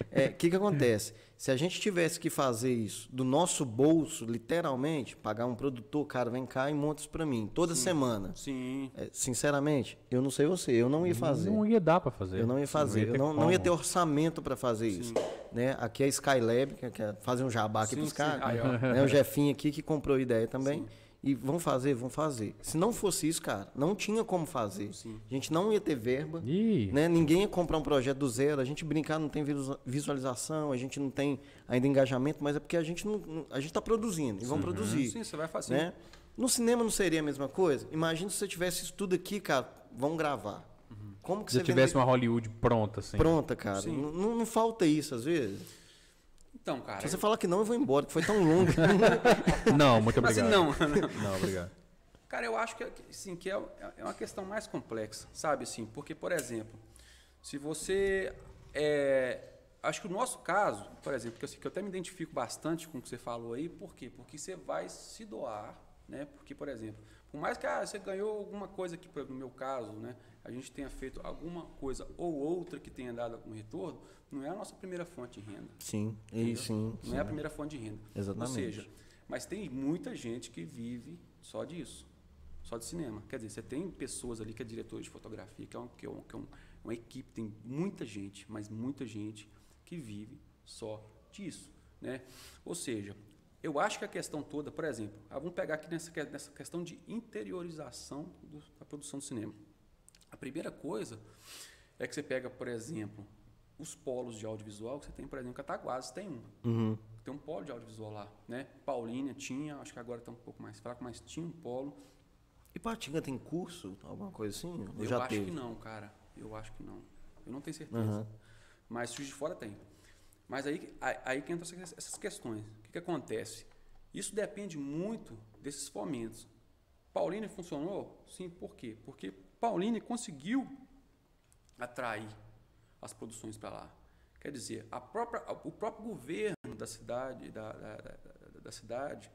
é, que que acontece? Se a gente tivesse que fazer isso do nosso bolso, literalmente, pagar um produtor, cara, vem cá e monta isso pra mim, toda semana. Sim. É, sinceramente, eu não sei você, eu não ia fazer. Não ia dar pra fazer. Eu não ia fazer, eu não, não ia ter como. orçamento para fazer isso. Né? Aqui é a Skylab, que que é fazer um jabá aqui Sim, pros sim. caras. Aí, ó. né? O Jefinho aqui que comprou a ideia também. E vão fazer, vão fazer. Se não fosse isso, cara, não tinha como fazer. A gente não ia ter verba. Ih. Né? Ninguém ia comprar um projeto do zero. A gente brincar, não tem visu- visualização, a gente não tem ainda engajamento, mas é porque a gente não. não- A gente tá produzindo e vão produzir. Sim, você vai fazer. né? No cinema não seria a mesma coisa? Imagina se você tivesse isso tudo aqui, cara, vão gravar. Uhum. Como que Se você tivesse vende- uma Hollywood pronta, assim. pronta, cara. Sim. N- Não não falta isso às vezes. Então, cara. Se você falar que não, eu vou embora, que foi tão longo. Não, muito mas obrigado. não. Tipo assim, Não, obrigado. cara, eu acho que, assim, que é, é uma questão mais complexa, sabe? Assim, porque, por exemplo, se você. é, acho que o nosso caso, por exemplo, que eu, sei que eu até me identifico bastante com o que você falou aí, por quê? Porque você vai se doar, né? Porque, por exemplo, por mais que ah, você ganhou alguma coisa que, por exemplo, no meu caso, né? A gente tenha feito alguma coisa ou outra que tenha dado algum retorno, não é a nossa primeira fonte de renda. Sim, e Entendeu? sim. Não é a primeira fonte de renda. Exatamente. Ou seja, mas tem muita gente que vive só disso, só de cinema. Quer dizer, você tem pessoas ali que é diretor de fotografia, que é, um, que é, um, que é um- uma equipe, tem muita gente, mas muita gente que vive só disso, né? Ou seja, eu acho que a questão toda, por exemplo, ah, vamos pegar aqui nessa, que- nessa questão de interiorização do- da produção do cinema. A primeira coisa é que Uhum. você pega, por exemplo, os polos de audiovisual que você tem, por exemplo, Cataguases tem um. tem um polo de audiovisual lá, né? Paulínia tinha, acho que agora tá um pouco mais fraco, mas tinha um polo. E Patinga tem curso? Alguma coisa assim? Ou eu já acho teve? que não, cara. Eu acho que não. Eu não tenho certeza. Aham. Mas Juiz de Fora tem. Mas aí, aí, aí que entram essas- essas questões. O que, que acontece? Isso depende muito desses fomentos. Pauline funcionou? Sim, por quê? Porque Pauline conseguiu atrair as produções para lá. Quer dizer, a própria, o próprio governo da cidade, da, da- da- da- da cidade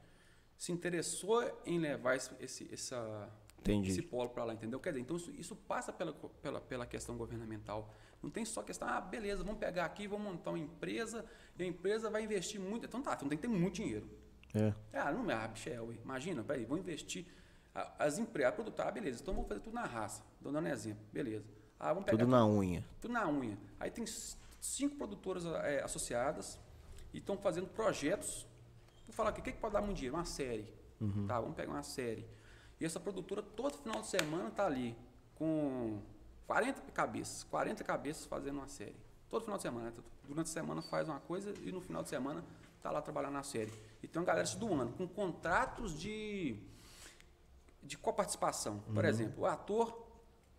se interessou em levar esse, esse- essa, Entendi. esse polo para lá, entendeu? Quer dizer, então isso, isso passa pela, co- pela, pela questão governamental. Não tem só questão, ah, beleza, vamos pegar aqui, vamos montar uma empresa, e a empresa vai investir muito. Então tá, então tem que ter muito dinheiro. É. Ah, não é, ah, bicho, é, ué. imagina, peraí, vou investir. Ah, As empresas, a produtora, ah, beleza, então vamos fazer tudo na raça. Tô dando um exemplo, beleza. Ah, vamos pegar Tudo na unha. tudo na unha. Aí tem c- cinco produtoras eh, associadas e estão fazendo projetos. Vou falar aqui, o que, que pode dar muito dinheiro? Uma série. Tá, vamos pegar uma série. E essa produtora, todo final de semana, tá ali com 40 cabeças, 40 cabeças fazendo uma série. Todo final de semana. né? Durante a semana faz uma coisa e no final de semana tá lá trabalhando na série. E tem uma galera estudando, com contratos de de coparticipação. Por Uhum. exemplo, o ator,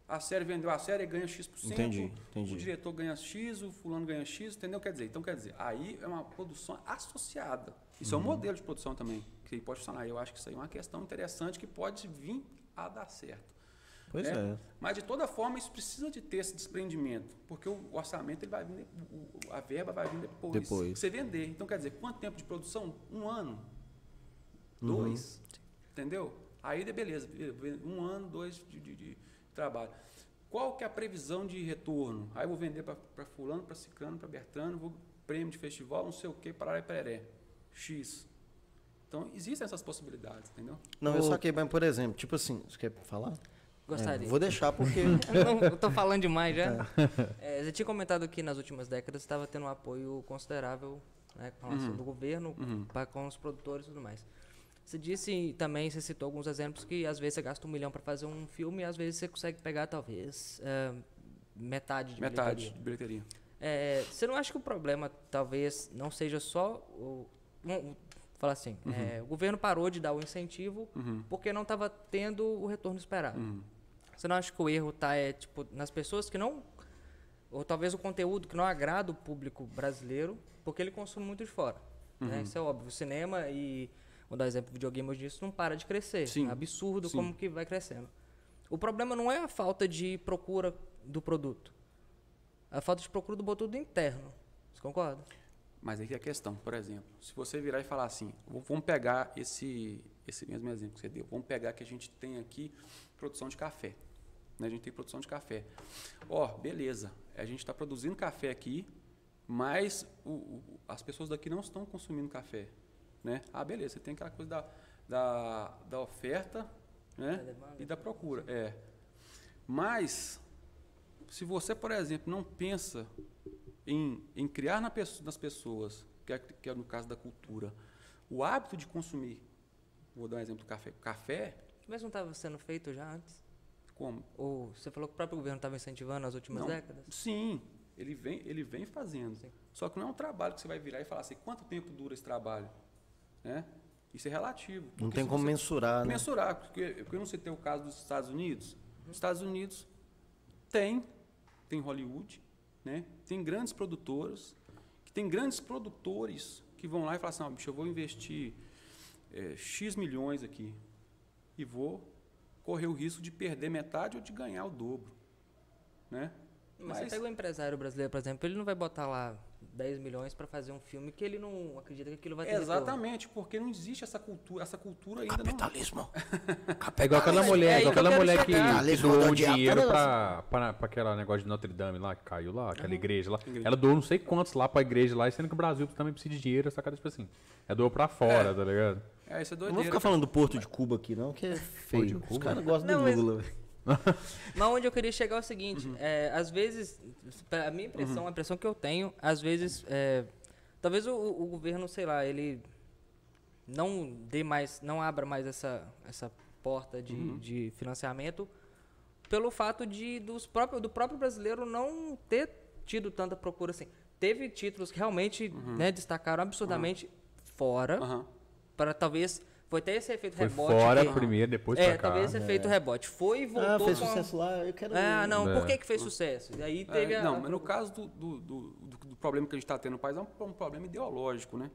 a série vendeu a série e ganha X%. Entendi, entendi. O diretor ganha X, o fulano ganha X, entendeu? Quer dizer, então quer dizer, aí é uma produção associada. Isso Uhum. é um modelo de produção também, que pode funcionar. Eu acho que isso aí é uma questão interessante que pode vir a dar certo. Pois né? é. Mas de toda forma, isso precisa de ter esse desprendimento, porque o orçamento ele vai vir, de- o- a verba vai vir depois. Depois. Você vender. Então quer dizer, quanto tempo de produção? Um ano. Dois. Entendeu? Aí de- beleza, um ano, dois de, de- de trabalho. Qual que é a previsão de retorno? Aí eu vou vender para fulano, para ciclano, para bertano, vou prêmio de festival, não sei o que, parará e pereré. X. Então existem essas possibilidades, entendeu? Não, eu Ô. saquei, mas por exemplo, tipo assim, você quer falar? Gostaria. É, vou deixar porque. Não, eu tô falando demais já. É, você tinha comentado que nas últimas décadas estava tendo um apoio considerável né, com relação do governo, pra, com os produtores e tudo mais. Você disse também, você citou alguns exemplos que às vezes você gasta um milhão para fazer um filme e às vezes você consegue pegar talvez é, metade de Metade bilheteria. de bilheteria. É, você não acha que o problema talvez não seja só o. um- falar assim, é, o governo parou de dar o incentivo porque não estava tendo o retorno esperado. Você não acha que o erro tá é, tipo, nas pessoas que não. Ou talvez o conteúdo que não agrada o público brasileiro, porque ele consome muito de fora. né? Isso é óbvio. O cinema e. Vou dar um exemplo, videogame hoje disso não para de crescer. Sim. É absurdo Sim. como que vai crescendo. O problema não é a falta de procura do produto. A falta de procura do produto interno. Você concorda? Mas aí que é a questão, por exemplo, se você virar e falar assim, v- vamos pegar esse, esse mesmo exemplo que você deu, vamos pegar que a gente tem aqui produção de café. Né? A gente tem produção de café. Ó, beleza, a gente está produzindo café aqui, mas o- o- as pessoas daqui não estão consumindo café. Né? Ah, beleza, você tem aquela coisa da, da, da oferta né? Da demanda. e da procura. É. Mas se você, por exemplo, não pensa em, em criar na pesso- nas pessoas, que é, que é no caso da cultura, o hábito de consumir, vou dar um exemplo do café. Café, Mas não estava sendo feito já antes? como? Ou você falou que o próprio governo estava incentivando nas últimas Não. décadas? Sim, ele vem, ele vem fazendo. Sim. Só que não é um trabalho que você vai virar e falar assim, quanto tempo dura esse trabalho? Né? Isso é relativo. Não porque tem se como você- mensurar, né? mensurar, porque, porque eu não citei o caso dos Estados Unidos. Os Estados Unidos tem, tem Hollywood, né? tem grandes produtoras, que tem grandes produtores que vão lá e falam assim, "Ó, bicho, eu vou investir eh, X milhões aqui e vou correr o risco de perder metade ou de ganhar o dobro. Né? Mas você pega o empresário brasileiro, por exemplo, ele não vai botar lá 10 milhões para fazer um filme que ele não acredita que aquilo vai ter retorno. Exatamente, porque não existe essa cultura, essa cultura ainda não Capitalismo. É igual aquela mas é mulher, aí igual que eu aquela quero Tá mulher que, chegar. que Alice doou mandou um diabo, dinheiro né, pra, pra, pra aquele negócio de Notre Dame lá, que caiu lá, aquela igreja lá. Ela doou não sei quantos lá pra igreja lá, e sendo que o Brasil também precisa de dinheiro, essa cara, tipo assim. Ela doou pra fora, tá ligado? É, isso é Não vou doideira. ficar falando do Porto de Cuba aqui, não, que é feio. Os caras gostam Não, do mas- Lula. velho. Mas onde eu queria chegar é o seguinte, é, às vezes, pra- a minha impressão, a impressão que eu tenho, às vezes, é, talvez o, o governo, sei lá, ele não dê mais, não abra mais essa, essa porta de, de financiamento pelo fato de dos próprio, do próprio brasileiro não ter tido tanta procura assim. Teve títulos que realmente né, destacaram absurdamente fora, Aham. para talvez. Foi até esse efeito Foi rebote. fora que- primeiro, depois É, pra cá. talvez esse efeito rebote. Foi e voltou. Ah, fez com a- sucesso lá, eu quero. Ah, não, por É. que, que fez sucesso? E aí É, teve a. não, mas no caso do, do, do- do- do problema que a gente está tendo no país, é um, pro- um problema ideológico, né?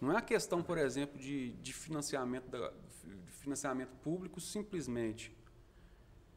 Não é a questão, por exemplo, de, de financiamento, da- de financiamento público simplesmente.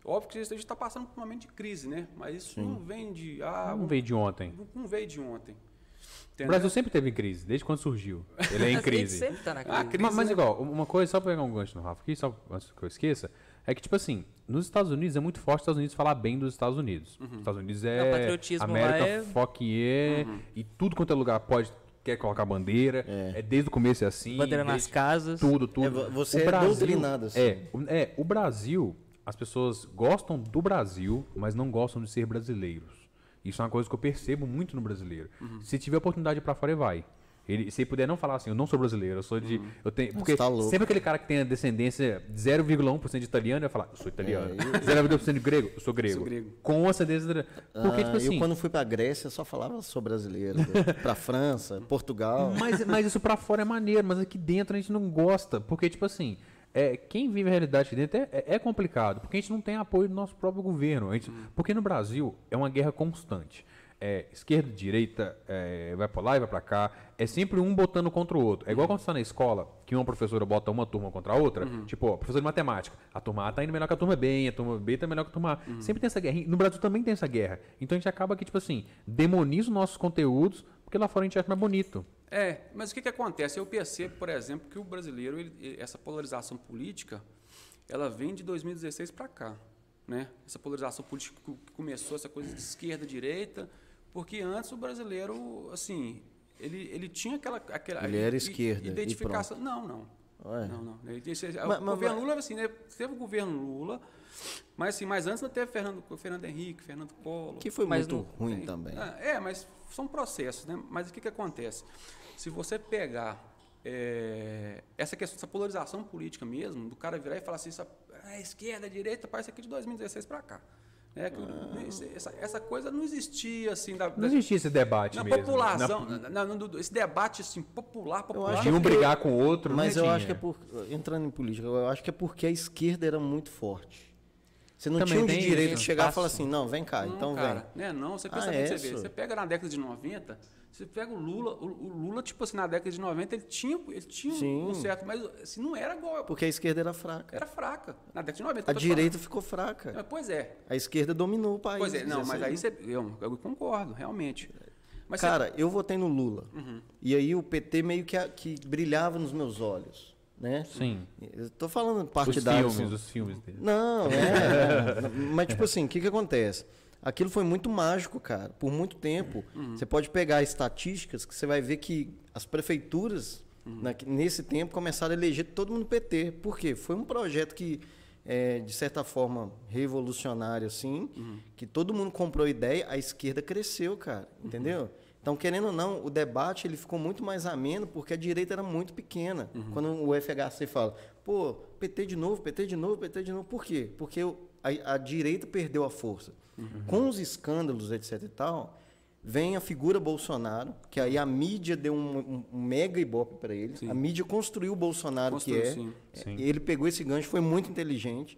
Óbvio que a gente está passando por um momento de crise, né? Mas isso não vem de. Ah, Não veio de ontem. não- não veio de ontem. O Entendeu? Brasil sempre teve em crise, desde quando surgiu. Ele é em crise. sempre tá na Ah, crise. cri- Mas, mas né? igual, uma coisa, só pra pegar um gancho no Rafa aqui, só antes que eu esqueça, é que, tipo assim, nos Estados Unidos é muito forte os Estados Unidos falar bem dos Estados Unidos. Os Estados Unidos é. o Uhum. patriotismo lá América, é- Uhum. fucking yeah, e tudo quanto é lugar pode, quer colocar bandeira. É, desde o começo é assim. Bandeira nas desde casas. Tudo, tudo. É, vo- você é doutrinado, assim. É, o- é, o Brasil, as pessoas gostam do Brasil, mas não gostam de ser brasileiros. Isso é uma coisa que eu percebo muito no brasileiro. Se tiver oportunidade de ir pra fora, ele vai. Ele, se ele puder não falar assim, eu não sou brasileiro, eu sou de. Eu tenho, porque tá louco. sempre aquele cara que tem a descendência de 0,1% de italiano, ele vai falar, eu sou É, italiano. 0,1% de grego, eu sou grego. Sou grego. Com a descendência. Porque, Ah, tipo assim. Eu quando fui pra Grécia só falava sou brasileiro. pra França, Portugal. Mas, mas isso pra fora é maneiro, mas aqui dentro a gente não gosta. Porque, tipo assim, é, quem vive a realidade aqui dentro é, é- é complicado. Porque a gente não tem apoio do nosso próprio governo. A gente- Porque no Brasil é uma guerra constante. É, esquerda, direita, é, vai pra lá e vai pra cá. É sempre um botando contra o outro. É igual quando você tá na escola, que uma professora bota uma turma contra a outra. Tipo, ó, professor de matemática. A turma A tá indo melhor que a turma B, a turma B tá melhor que a turma A. Sempre tem essa guerra. E No Brasil também tem essa guerra. Então a gente acaba que, tipo assim, demoniza os nossos conteúdos, porque lá fora a gente acha mais bonito. É, mas o que, que acontece? Eu percebo, por exemplo, que o brasileiro, ele- ele- essa polarização política, ela vem de 2016 para cá. Né? Essa polarização política co- que começou, essa coisa de esquerda, direita, porque antes o brasileiro, assim, ele, ele tinha aquela. aquela Ele era i- esquerda, e Identificação. Não, não. Ué. Não, não. Ele- esse- o mas- governo mas- Lula, assim, né? Teve o governo Lula, mas assim, mas antes não teve Fernando, Fernando Henrique, Fernando Collor. Que foi Mas muito não ruim também. Ah, É, mas são processos, né? Mas o que, que acontece? Se você pegar eh, essa questão, essa polarização política mesmo, do cara virar e falar assim, essa, ah, esquerda, direita, parece é aqui de 2016 para cá. Né? Que Ah. esse- Essa, essa coisa não existia, assim, da, Não da- existia esse debate na mesmo. né? população, Na- na- na- no- esse debate, assim, popular, popular. acho de um brigar com o outro. Mas não eu tinha. acho que é por. Entrando em política, eu acho que é porque a esquerda era muito forte. Você não Também tinha o tem de direito de isso. chegar e falar assim, não, vem cá, Não, então cara, vem. né? Não, você pensa Ah, bem, é você vê. isso? Você pega na década de 90, você pega o Lula, o, o Lula, tipo assim, na década de 90, ele tinha, ele tinha um Sim. certo, mas assim, não era igual, Porque a esquerda era fraca. era fraca. Na década de A 90. eu tô te falando. direita ficou fraca. Mas, Pois é, A esquerda dominou o país. pois é. Não, Isso mas aí você, eu, eu concordo, realmente. Mas você- Uhum. Cara, eu votei no Lula. E aí o PT meio que, a- que brilhava nos meus olhos, né? Sim. Eu tô falando Os partidário. filmes, os filmes dele. Não, é. mas, tipo assim, o que, que acontece? Aquilo foi muito mágico, cara. Por muito tempo. Você pode pegar estatísticas que você vai ver que as prefeituras, na- nesse tempo, começaram a eleger todo mundo PT. Por quê? Foi um projeto que, é, de certa forma, revolucionário, assim, que todo mundo comprou ideia, a esquerda cresceu, cara. Entendeu? Então, querendo ou não, o debate ele ficou muito mais ameno porque a direita era muito pequena. Uhum. Quando o FHC fala, pô, PT de novo, PT de novo, PT de novo. Por quê? Porque o- a, a direita perdeu a força. Uhum. Com os escândalos, etc e tal, vem a figura Bolsonaro, que aí a mídia deu um, um- um mega ibope para ele. A mídia construiu o Bolsonaro, Construiu, que é. sim. Sim. Ele pegou esse gancho, foi muito inteligente.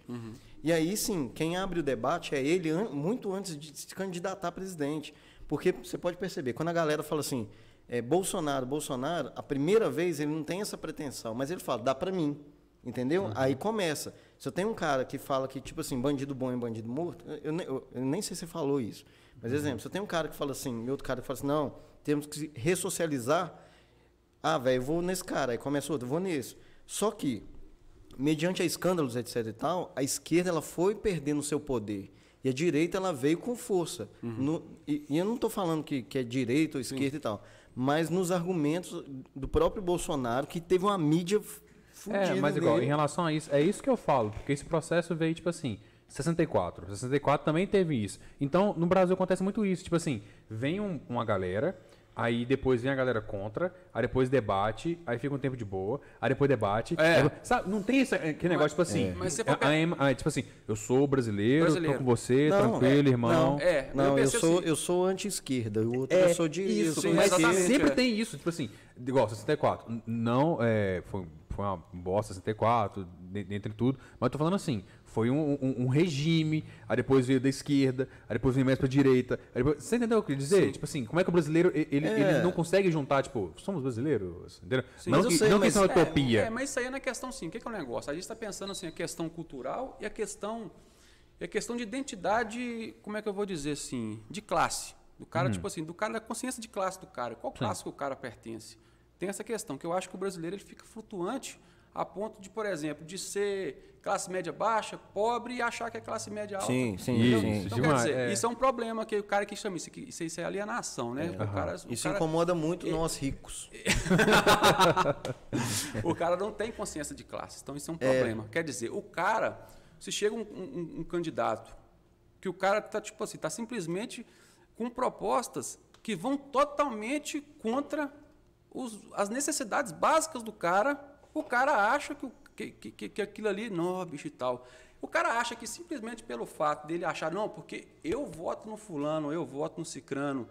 E aí, sim, quem abre o debate é ele an- muito antes de se candidatar a presidente. Porque você pode perceber, quando a galera fala assim, é, Bolsonaro, Bolsonaro, a primeira vez ele não tem essa pretensão, mas ele fala, dá pra mim. Entendeu? Aí começa. Se eu tenho um cara que fala que, tipo assim, bandido bom é bandido morto, eu, ne- eu- eu nem sei se você falou isso. Mas, exemplo, se eu tenho um cara que fala assim, e outro cara que fala assim, não, temos que se ressocializar, ah, velho, eu vou nesse cara, aí começa outro, eu vou nesse. Só que, mediante a escândalos, etc e tal, a esquerda ela foi perdendo seu poder. E a direita ela veio com força. No- e, e eu não estou falando que, que é direita ou esquerda e tal, mas nos argumentos do próprio Bolsonaro, que teve uma mídia f- fudida. É, mas igual, nele. em relação a isso, é isso que eu falo, porque esse processo veio, tipo assim, 64. 64 também teve isso. Então, no Brasil acontece muito isso, tipo assim, vem um- uma galera, Aí depois vem a galera contra, aí depois debate, aí fica um tempo de boa, aí depois debate. É. aí- sabe, não tem esse, aquele negócio, tipo assim. Mas se a- qualquer- a Emma- ah, tipo assim, eu sou brasileiro, Brasileiro. tô com você, Não, tranquilo, irmão. Não, É, não, eu eu, É, pensei sou, assim. eu sou anti-esquerda, o outro eu sou de eu isso, sou mas exatamente, sempre é. tem isso, tipo assim, igual 64, n- não, é, foi, foi uma bosta 64, de- dentre tudo, mas eu tô falando assim, foi um, um- um regime, aí depois veio da esquerda, aí depois veio mais pra direita, aí depois- você entendeu o que eu quis dizer? Tipo assim, como é que o brasileiro, e- ele, ele não consegue juntar, tipo, somos brasileiros, entendeu? não mas eu que, sei, não que mas- isso é uma É, utopia. É, mas isso aí é na questão sim. O que que é o negócio? A gente está pensando assim, a questão cultural e a questão e a questão de identidade, como é que eu vou dizer assim, de classe. Do cara, Uhum. tipo assim, do cara da consciência de classe do cara. Qual classe que o cara pertence? Tem essa questão, que eu acho que o brasileiro ele fica flutuante a ponto de, por exemplo, de ser classe média baixa, pobre e achar que é classe média alta. Sim, sim, Entendeu? sim. Então, Demais, quer dizer, é. isso é um problema que o cara que chama isso, que isso, isso é alienação, né? O cara, o Isso cara- incomoda muito nós ricos. O cara não tem consciência de classe, então isso é um problema. Quer dizer, o cara, se chega um, um- um candidato que o cara tá tipo assim, tá simplesmente com propostas que vão totalmente contra os- as necessidades básicas do cara, o cara acha que, o- que, que, que aquilo ali, não, bicho e tal. O cara acha que simplesmente pelo fato dele achar, não, porque eu voto no fulano, eu voto no cicrano,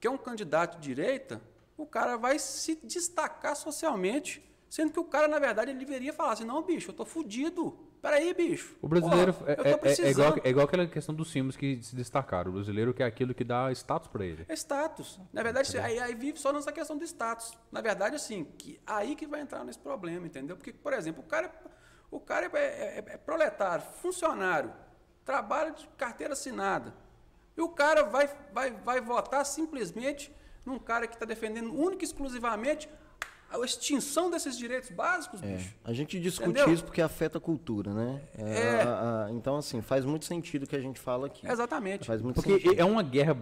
que é um candidato de direita, o cara vai se destacar socialmente, sendo que o cara, na verdade, ele deveria falar assim, não, bicho, eu tô fudido. Peraí, bicho. O brasileiro Pô, é, eu é- tô é- é igual, precisando. é igual aquela questão dos filmes que se destacaram. O brasileiro que é aquilo que dá status pra ele. É status. Na Tá verdade, aí, aí vive só nessa questão do status. Na verdade, assim, que, aí que vai entrar nesse problema, entendeu? Porque, por exemplo, o cara, é- o cara é, é- é- é proletário, funcionário, trabalha de carteira assinada. E o cara vai, vai, vai votar simplesmente num cara que está defendendo única e exclusivamente a extinção desses direitos básicos, bicho. A gente discute Entendeu? isso porque afeta a cultura, né? É, É. a- a- então, assim, faz muito sentido o que a gente fala aqui. Exatamente. Faz muito Porque sentido. é uma guerra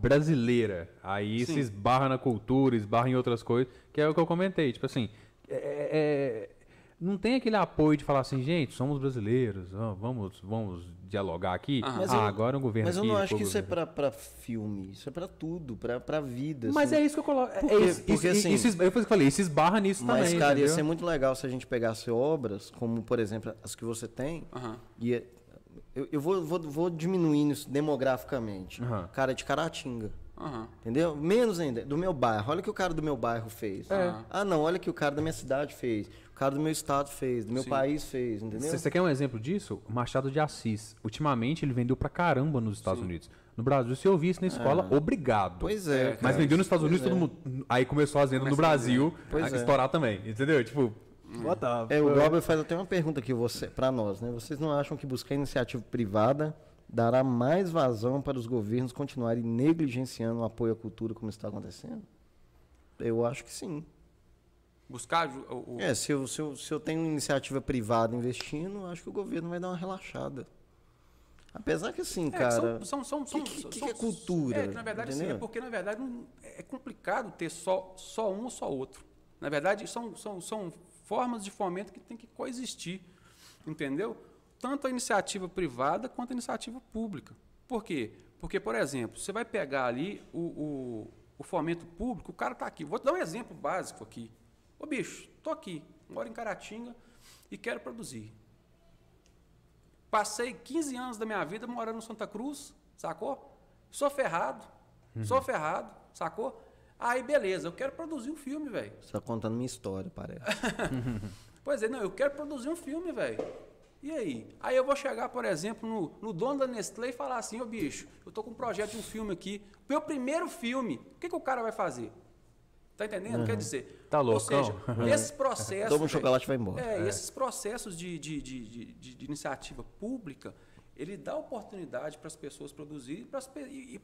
brasileira. Aí se esbarra na cultura, esbarra em outras coisas, que é o que eu comentei. Tipo assim, é- é- é- não tem aquele apoio de falar assim, gente, somos brasileiros, ó, vamos, vamos dialogar aqui. Mas ah, eu- agora o governo Mas eu não aqui, acho que pô, isso é governo- pra, pra filme, isso é pra tudo, pra, pra vida. Mas assim. é isso que eu coloco. é- Porque- é isso, porque, isso- assim, isso esbarra- eu falei, falei, isso esbarra nisso Mas, também. cara, ia entendeu? ser muito legal se a gente pegasse obras, como, por exemplo, as que você tem, Aham. e é, eu, eu vou, vou, vou diminuindo isso demograficamente. Aham. Cara é de Caratinga. Aham. Entendeu? Menos ainda, do meu bairro. Olha o que o cara do meu bairro fez. É. Ah, não, olha o que o cara da minha cidade fez. O cara do meu estado fez, do meu país fez, entendeu? Você você quer um exemplo disso? Machado de Assis. Ultimamente ele vendeu pra caramba nos Estados Unidos. No Brasil, se eu vi isso na escola, obrigado. É. Pois é, cara. é. Mas vendeu nos Estados Unidos, todo mundo. Aí começou as vendas no Brasil Pois a é. estourar também. Entendeu? Tipo. É, o Glauber faz até uma pergunta aqui você, pra nós, né? Vocês não acham que buscar iniciativa privada dará mais vazão para os governos continuarem negligenciando o apoio à cultura como está acontecendo? Eu acho que sim. Buscar ju- o, o- É, se eu, se eu, se eu tenho iniciativa privada investindo, eu acho que o governo vai dar uma relaxada. Apesar que assim, É, que cara. são, são, são, são, que- são- que é cultura, É, que na verdade, assim, entendeu? é porque, na verdade, não- é complicado ter só, só um ou só outro. Na verdade, são, são, são formas de fomento que tem que coexistir, entendeu? Tanto a iniciativa privada quanto a iniciativa pública. Por quê? Porque, por exemplo, você vai pegar ali o, o, o fomento público, o cara está aqui. Vou te dar um exemplo básico aqui. Ô, bicho, tô aqui, moro em Caratinga e quero produzir. Passei 15 anos da minha vida morando em Santa Cruz, sacou? Sou ferrado, sou ferrado, sacou? Aí, beleza, eu quero produzir um filme, velho. Você tá contando minha história, parece. Pois é, não, eu quero produzir um filme, velho. E aí? Aí eu vou chegar, por exemplo, no, no dono da Nestlé e falar assim, ô bicho, eu tô com um projeto de um filme aqui, meu primeiro filme, o que, que o cara vai fazer? Tá entendendo? Quer dizer, Tá ou loucão? seja, esses processos... Toma um velho, chocolate e vai embora. é, e esses processos de, de, de, de- de- de iniciativa pública, ele dá oportunidade para as pessoas produzirem pras pe- e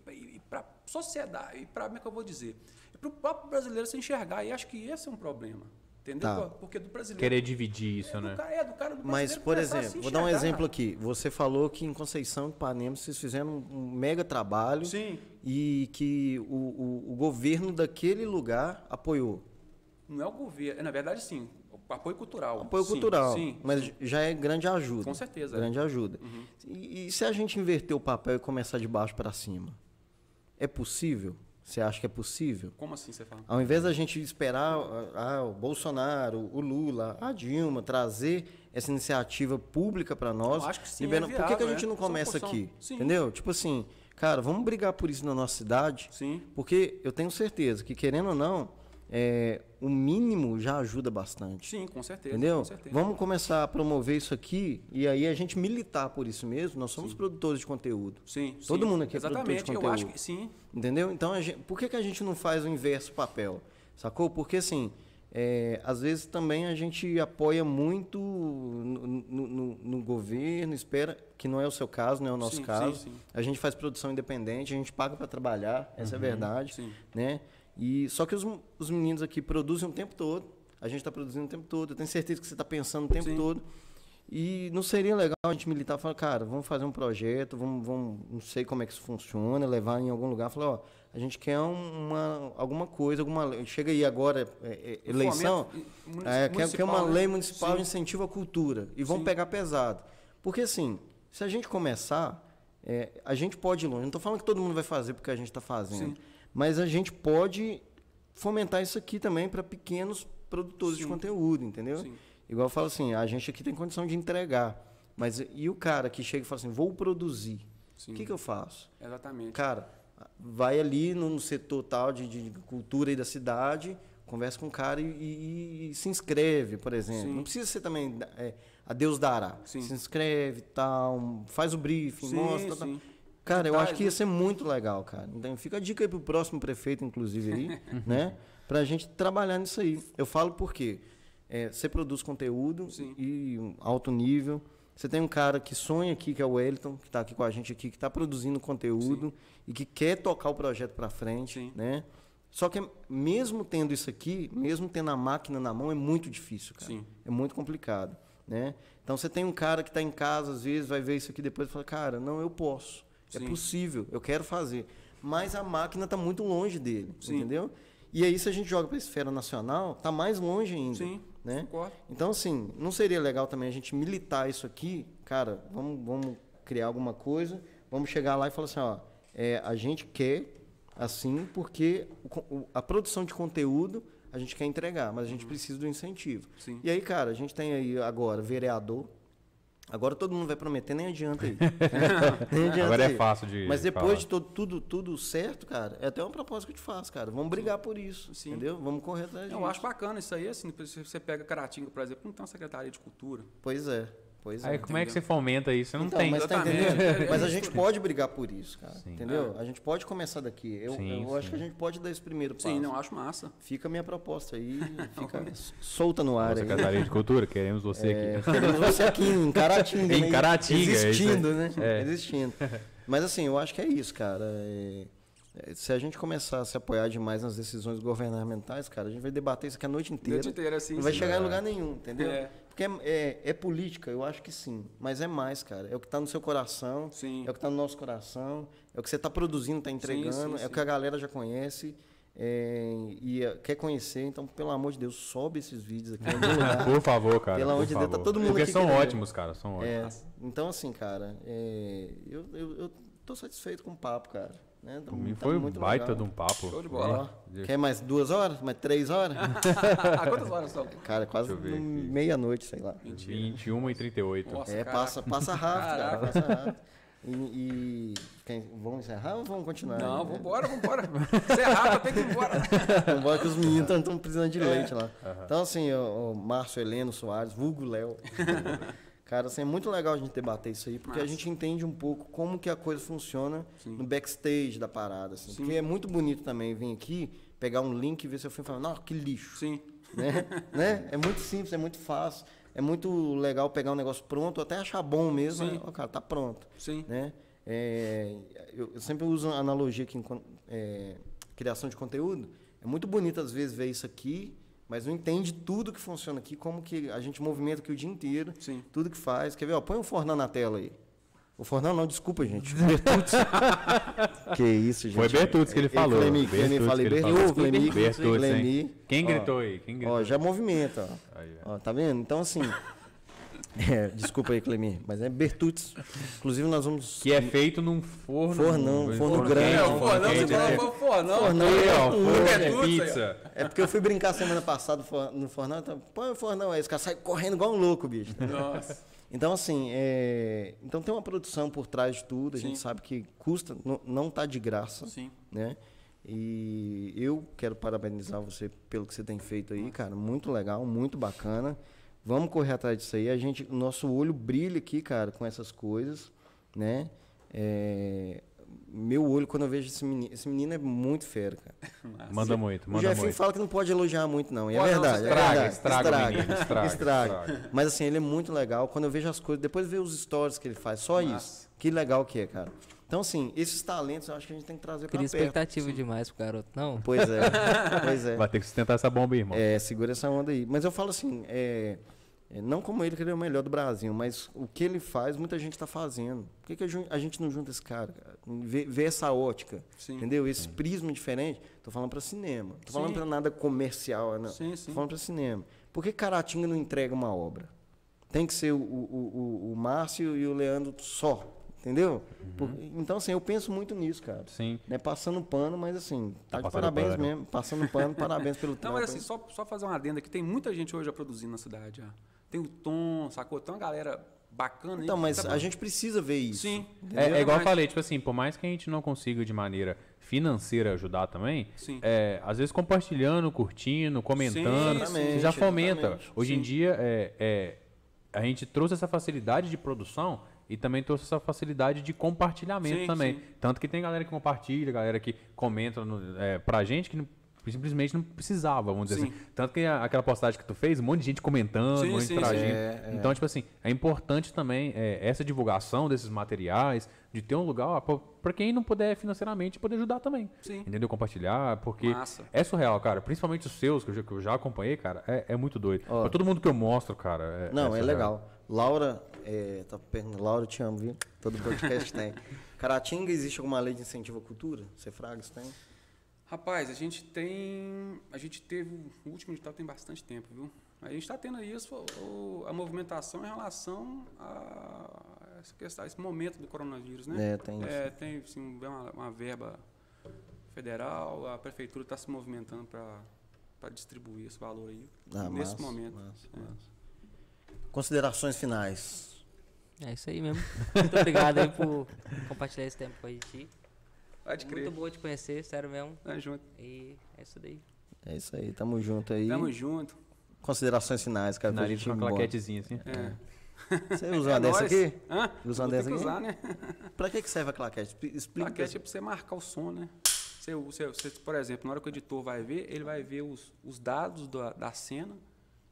para a sociedade, e para, como é que eu vou dizer, para o próprio brasileiro se enxergar. E acho que esse é um problema, entendeu? Tá. Porque do brasileiro... Querer dividir é, isso, do né? cara, é, do cara do Mas, brasileiro por começar a se exemplo, vou dar um enxergar. exemplo aqui. Você falou que em Conceição de Ipanema vocês fizeram um mega trabalho Sim. e que o, o- o governo daquele lugar apoiou. Não é o governo, é, na verdade, sim, o apoio cultural. Apoio Sim, cultural, Sim, mas já é grande ajuda. Com certeza, é. Grande ajuda. E, e se a gente inverter o papel e começar de baixo para cima? É possível? Você acha que é possível? Como assim você fala? Ao invés da gente esperar ah, o Bolsonaro, o Lula, a Dilma trazer essa iniciativa pública para nós, Eu acho que sim, liberando- é por que, que a viável, gente é. não Só uma começa porção. aqui? Sim. Entendeu? Tipo assim, cara, vamos brigar por isso na nossa cidade, Sim. porque eu tenho certeza que, querendo ou não, é, o mínimo já ajuda bastante. Sim, com certeza. Entendeu? Com certeza. Vamos começar a promover isso aqui e aí a gente militar por isso mesmo. Nós somos produtores de conteúdo. Sim, Todo sim. mundo aqui é produtor de Exatamente, eu acho conteúdo. que sim. Entendeu? Então, a gen- por que, que a gente não faz o inverso papel? Sacou? Porque, assim, é, às vezes também a gente apoia muito no, no- no- no governo, espera, que não é o seu caso, não é o nosso Sim, caso. sim, sim. A gente faz produção independente, a gente paga para trabalhar, essa é a verdade. sim. Né? E, só que os, os meninos aqui produzem o tempo todo, a gente está produzindo o tempo todo, eu tenho certeza que você está pensando o tempo Sim. todo. E não seria legal a gente militar e falar, cara, vamos fazer um projeto, vamos, vamos, não sei como é que isso funciona, levar em algum lugar, falar, ó, a gente quer um- uma, alguma coisa, alguma lei. Chega aí agora, é, é, eleição, Fomento munici- é, quer, quer uma municipal, né? lei municipal Sim. incentivo à cultura. E vão pegar pesado. Porque assim, se a gente começar, é, a gente pode ir longe. Não estou falando que todo mundo vai fazer porque a gente está fazendo. Mas a gente pode fomentar isso aqui também para pequenos produtores de conteúdo, entendeu? Sim. Igual eu falo assim, a gente aqui tem condição de entregar. Mas e o cara que chega e fala assim, vou produzir. O Sim. que, que eu faço? Exatamente. Cara, vai ali no, no setor tal de, de cultura aí da cidade, conversa com o cara e, e- e se inscreve, por exemplo. Não precisa ser também é, a Deus dará. Sim. Se inscreve tal, faz o briefing, Sim, mostra. tá- tal. sim. Cara, eu Detalhes, acho que ia ser muito legal, cara. Então fica a dica aí pro próximo prefeito, inclusive, aí, né? Pra gente trabalhar nisso aí. Eu falo por quê? É, você produz conteúdo e um alto nível. Você tem um cara que sonha aqui, que é o Wellington, que tá aqui com a gente aqui, que tá produzindo conteúdo e que quer tocar o projeto pra frente, Sim. né? Só que mesmo tendo isso aqui, mesmo tendo a máquina na mão, é muito difícil, cara. Sim. É muito complicado, né? Então você tem um cara que está em casa às vezes, vai ver isso aqui depois e fala, cara, não, eu posso, é Sim. possível, eu quero fazer, mas a máquina está muito longe dele, entendeu? E aí se a gente joga para a esfera nacional, tá mais longe ainda, Sim, né? concordo. Então assim, não seria legal também a gente militar isso aqui, cara? Vamos, vamos criar alguma coisa, vamos chegar lá e falar assim, ó, é, a gente quer assim porque o con- o- a produção de conteúdo a gente quer entregar, mas a gente precisa do incentivo. Uhum. Sim. E aí, cara, a gente tem aí agora vereador. Agora todo mundo vai prometer, nem adianta aí. Nem adianta Agora é aí. fácil de Mas depois falar. de todo, tudo, tudo certo, cara, é até uma proposta que eu te faço, cara. Vamos brigar por isso, Sim. entendeu? Vamos correr atrás disso. Eu acho bacana isso aí, assim, depois você pega Caratinga, por exemplo, não tem uma Secretaria de Cultura. Pois é, pois é. Aí como é que você fomenta isso? Você não Então, tem. mas, tá Exatamente. entendendo? É, é mas a isso Ah. gente tudo. pode brigar por isso, cara. Sim. Entendeu? A gente pode começar daqui. Eu, Sim, eu acho que a gente pode dar esse primeiro passo. Sim, não, acho massa. Fica a minha proposta aí, fica solta no Ô, ar aí. Secretaria é de Cultura, queremos você É, aqui. queremos você aqui em Caratinga. Em né? Caratinga, é isso aí. Existindo, né? É. Existindo. Mas assim, eu acho que é isso, cara. É, é, Se a gente começar a se apoiar demais nas decisões governamentais, cara, a gente vai debater isso aqui a noite inteira. Noite inteira, assim, Não vai sim. chegar em lugar nenhum, entendeu? É. Porque é, é- é política, eu acho que sim. Mas é mais, cara. É o que tá no seu coração, Sim. é o que tá no nosso coração, é o que você tá produzindo, tá entregando, sim, é o sim. que a galera já conhece. é, e é, quer conhecer, então, pelo amor de Deus, sobe esses vídeos aqui. em algum lugar. Por favor, cara. É. Pelo amor por de Deus, tá favor. todo mundo Porque aqui são querendo. ótimos, cara. São ótimos. É, então, assim, cara, é, eu, eu, eu tô satisfeito com o papo, cara. Né? Tá Por mim mu- tá foi um muito baita legal. de um papo. Show de Ó, bola. Quer mais duas horas? Mais três horas? Ah, quantas horas são? cara, quase Deixa eu ver no- aqui. meia-noite, sei lá. 21 e 38. Nossa, é, caraca. passa, passa rápido, cara, Caraca. passa rápido. E, e quem- vamos encerrar ou vamos continuar? Não, né? vambora, vambora. Você é rápido, tem que ir embora. Embora que os meninos estão precisando É. de leite lá. Então, assim, o, o Márcio Heleno Soares, vulgo Léo. Cara, assim, é muito legal a gente debater isso aí, porque a gente entende um pouco como que a coisa funciona no backstage da parada, assim. Porque é muito bonito também vir aqui, pegar um link e ver seu filme e falar, nossa, que lixo. Sim, Né? Né? É muito simples, é muito fácil, é muito legal pegar um negócio pronto, até achar bom mesmo. né? Ó, cara, tá pronto sim. né? É, eu, eu sempre uso a analogia aqui em con- é, criação de conteúdo. É muito bonito às vezes ver isso aqui, mas não entende tudo que funciona aqui, como que a gente movimenta aqui o dia inteiro, Sim. tudo que faz. Quer ver? Ó, põe o Fornan na tela aí. O Fornan não, desculpa, gente. que isso, gente. Foi Bertutz que ele Eu falou. Clemi, Clemi, Bertuzzi falei que ele Bertuzzi, falou. Clemi, Bertuzzi, hein? Clemi. Quem Ó, é gritou aí? Quem gritou? Ó, já movimenta, ó. Aí, ó. Ó, tá vendo? Então, assim, É, desculpa aí, Clemir, mas é Bertutz. Inclusive, nós vamos. Que é feito num forno. Fornão, um- forno um- grande, É, o um fornão, você quente, né? falou, foi o fornão. Fornão, Aí, ó, Tudo, forno é é tudo aí, ó. pizza. É porque eu fui brincar semana passada for- no fornão, então, põe o fornão aí, os caras saem correndo igual um louco, bicho. Nossa. Então, assim, é, então tem uma produção por trás de tudo, a gente Sim. sabe que custa, não- não tá de graça, Sim. né? E eu quero parabenizar você pelo que você tem feito aí, cara, muito legal, muito bacana. Vamos correr atrás disso aí, a gente, o nosso olho brilha aqui, cara, com essas coisas, né? É, Meu olho, quando eu vejo esse menino, esse menino é muito fera, cara. Manda muito, O manda Jefinho muito. fala que não pode elogiar muito, não. E é Pode não, verdade. você é estraga, verdade. estraga o menino, estraga, estraga. Mas assim, ele é muito legal. Quando eu vejo as coisas, depois eu vejo os stories que ele faz, só isso. Que legal que é, cara. Então, assim, esses talentos eu acho que a gente tem que trazer pra Cria perto. expectativa demais pro garoto, não? Pois é. pois é. Vai ter que sustentar essa bomba aí, irmão. É, segura essa onda aí. Mas eu falo assim, é, é, não como ele, que ele é o melhor do Brasil, mas o que ele faz, muita gente está fazendo. Por que, que a jun- a gente não junta esse cara? cara? Vê, vê essa ótica, Sim. entendeu? Esse prisma diferente. Tô falando para cinema. Tô falando Sim. para nada comercial, não. Sim, sim. Tô falando para cinema. Por que Caratinga não entrega uma obra? Tem que ser o, o, o, o- o Márcio e o Leandro só, entendeu? Uhum. Por- então, assim, eu penso muito nisso, cara. Sim. Né, passando pano, mas assim, Tá tá, de passando parabéns pano. mesmo. Passando pano, parabéns pelo Não, trampo. mas hein? assim, só, só fazer uma adenda aqui. Tem muita gente hoje a produzir na cidade. ó. Tem o Tom, sacou? Tem uma galera bacana. aí Então, que mas tá- a gente precisa ver isso. Sim. É, entendeu? é igual eu Mas- falei, tipo assim, por mais que a gente não consiga de maneira financeira ajudar também, Sim. é, às vezes compartilhando, curtindo, comentando, Sim, você já exatamente, fomenta. exatamente. Hoje em dia, é, é, a gente trouxe essa facilidade de produção e também trouxe essa facilidade de compartilhamento Sim, também. sim. Tanto que tem galera que compartilha, galera que comenta no, é, pra gente que não- simplesmente não precisava, vamos dizer Sim. assim. Tanto que a- aquela postagem que tu fez, um monte de gente comentando, um Sim, monte de sim, interagindo. sim. Então, tipo assim, é importante também é, essa divulgação desses materiais, de ter um lugar para quem não puder financeiramente poder ajudar também. Sim. Entendeu? Compartilhar, porque Massa. é surreal, cara. Principalmente os seus, que eu já, que eu já acompanhei, cara, é, é muito doido. Ó. Pra todo mundo que eu mostro, cara. É, Não, é surreal. legal. Laura, é, tá perguntando, Laura, eu te amo, viu? Todo podcast tem. Caratinga, existe alguma lei de incentivo à cultura? Cefragas tem? Rapaz, a gente tem. A gente teve. O último edital tem bastante tempo, viu? A gente está tendo aí isso, o- a movimentação em relação a essa questão, esse momento do coronavírus, né? É, tem isso. É, tem sim, uma, uma verba federal, a prefeitura está se movimentando para distribuir esse valor aí Ah, nesse massa, momento. massa, É. massa. Considerações finais. É isso aí mesmo. Muito obrigado aí por compartilhar esse tempo com a gente. Pode Muito crer. boa te conhecer, sério mesmo. Tamo junto. E é isso daí. É isso aí, tamo junto aí. Tamo junto. Considerações finais, cara. pra Nariz gente com ir uma embora. claquetezinha assim. É. Você usa uma dessa nóis. aqui? Hã? Usa uma Vou ter dessa que aqui? usar, né? Pra que, que serve a claquete? Expli- Explica. pra Plaquete é pra você marcar o som, né? Você, você, você, por exemplo, na hora que o editor vai ver, ele vai ver os, os dados da, da cena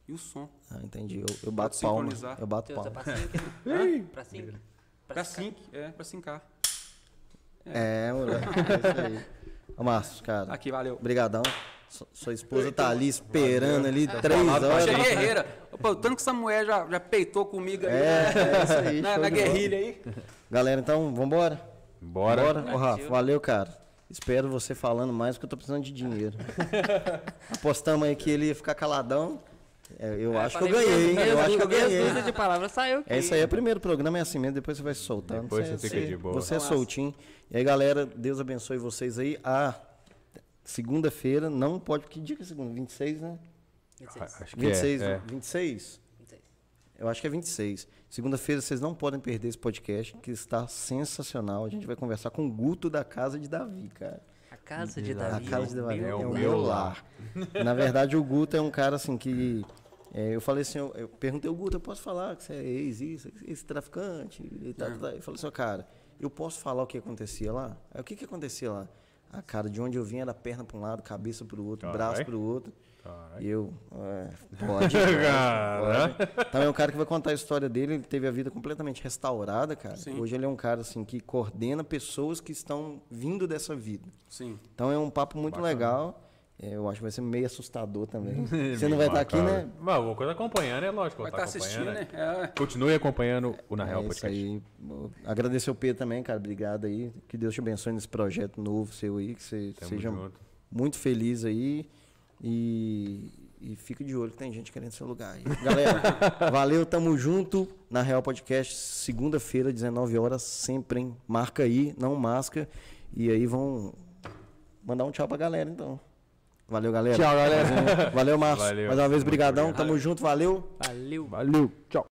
e o som. Ah, entendi. Eu, eu bato Pode palma. sincronizar. Eu bato Você usa palma. é pra sync? Hã? Pra sync? Pra sync? sync, é, pra sincar. É, moleque. É isso aí. Ô, Márcio, cara. Aqui, valeu. Obrigadão. Su- Sua esposa tá ali esperando ali três Eu horas. achei guerreira. Opa, o tanto que Samuel já, já peitou comigo aí, É, né? é isso aí. na, show na de bola. guerrilha aí. Galera, então, vambora? Bora. Ô, Rafa, valeu, cara. Espero você falando mais, porque eu tô precisando de dinheiro. Apostamos aí que ele ia ficar caladão. É, eu acho que eu ganhei, hein? Eu acho que eu dúzia ganhei. de palavras saiu aqui. É isso aí, é o primeiro programa, é assim mesmo, depois você vai se soltando. Depois Você- você fica você- de boa. Você é soltinho. E aí, galera, Deus abençoe vocês aí. Ah, segunda-feira, não pode, que dia que é segunda? 26, né? A- Acho que 26, é. né? é. 26? 26. Eu acho que é 26. Segunda-feira vocês não podem perder esse podcast, que está sensacional. A gente vai conversar com o Guto da Casa de Davi, cara. A casa de A Davi. Casa de Davi meu é o lar. meu lar. Na verdade, o Guto é um cara assim que. é, eu falei assim, eu, eu perguntei ao Guto, eu posso falar que você é ex, isso, ex traficante? E tal, tal, tal. Ele falou assim, ó, cara, eu posso falar o que acontecia lá? Aí, o que, que acontecia lá? Ah, cara, de onde eu vim era perna para um lado, cabeça para o outro, braço Carai. para o outro. Carai. E eu, é, pode, pode, pode. Então é um cara que vai contar a história dele, ele teve a vida completamente restaurada, cara. Sim. Hoje ele é um cara assim que coordena pessoas que estão vindo dessa vida. Sim. Então é um papo muito legal. É, Eu acho que vai ser meio assustador também. Você Meio não vai estar aqui, macabro. né? Mas vou coisa acompanhando, é lógico. Vai Vai estar tá assistindo, acompanhando. né? né? É. Continue acompanhando o Na Real é isso Podcast. aí. Bom, Agradecer o Pedro também, cara. Obrigado aí. Que Deus te abençoe nesse projeto novo seu aí. Que você Tamo seja junto. muito feliz aí. E, E fica de olho, que tem gente querendo seu lugar aí. Galera, valeu, tamo junto. Na Real Podcast, segunda-feira, 19 horas, sempre, hein? Marca aí, não masca. E aí vão mandar um tchau pra galera, então. Valeu, galera. Tchau, galera. Mais um- Valeu, Márcio. Valeu. Mais uma vez, brigadão. Muito Tamo junto, valeu. Valeu. Valeu, tchau.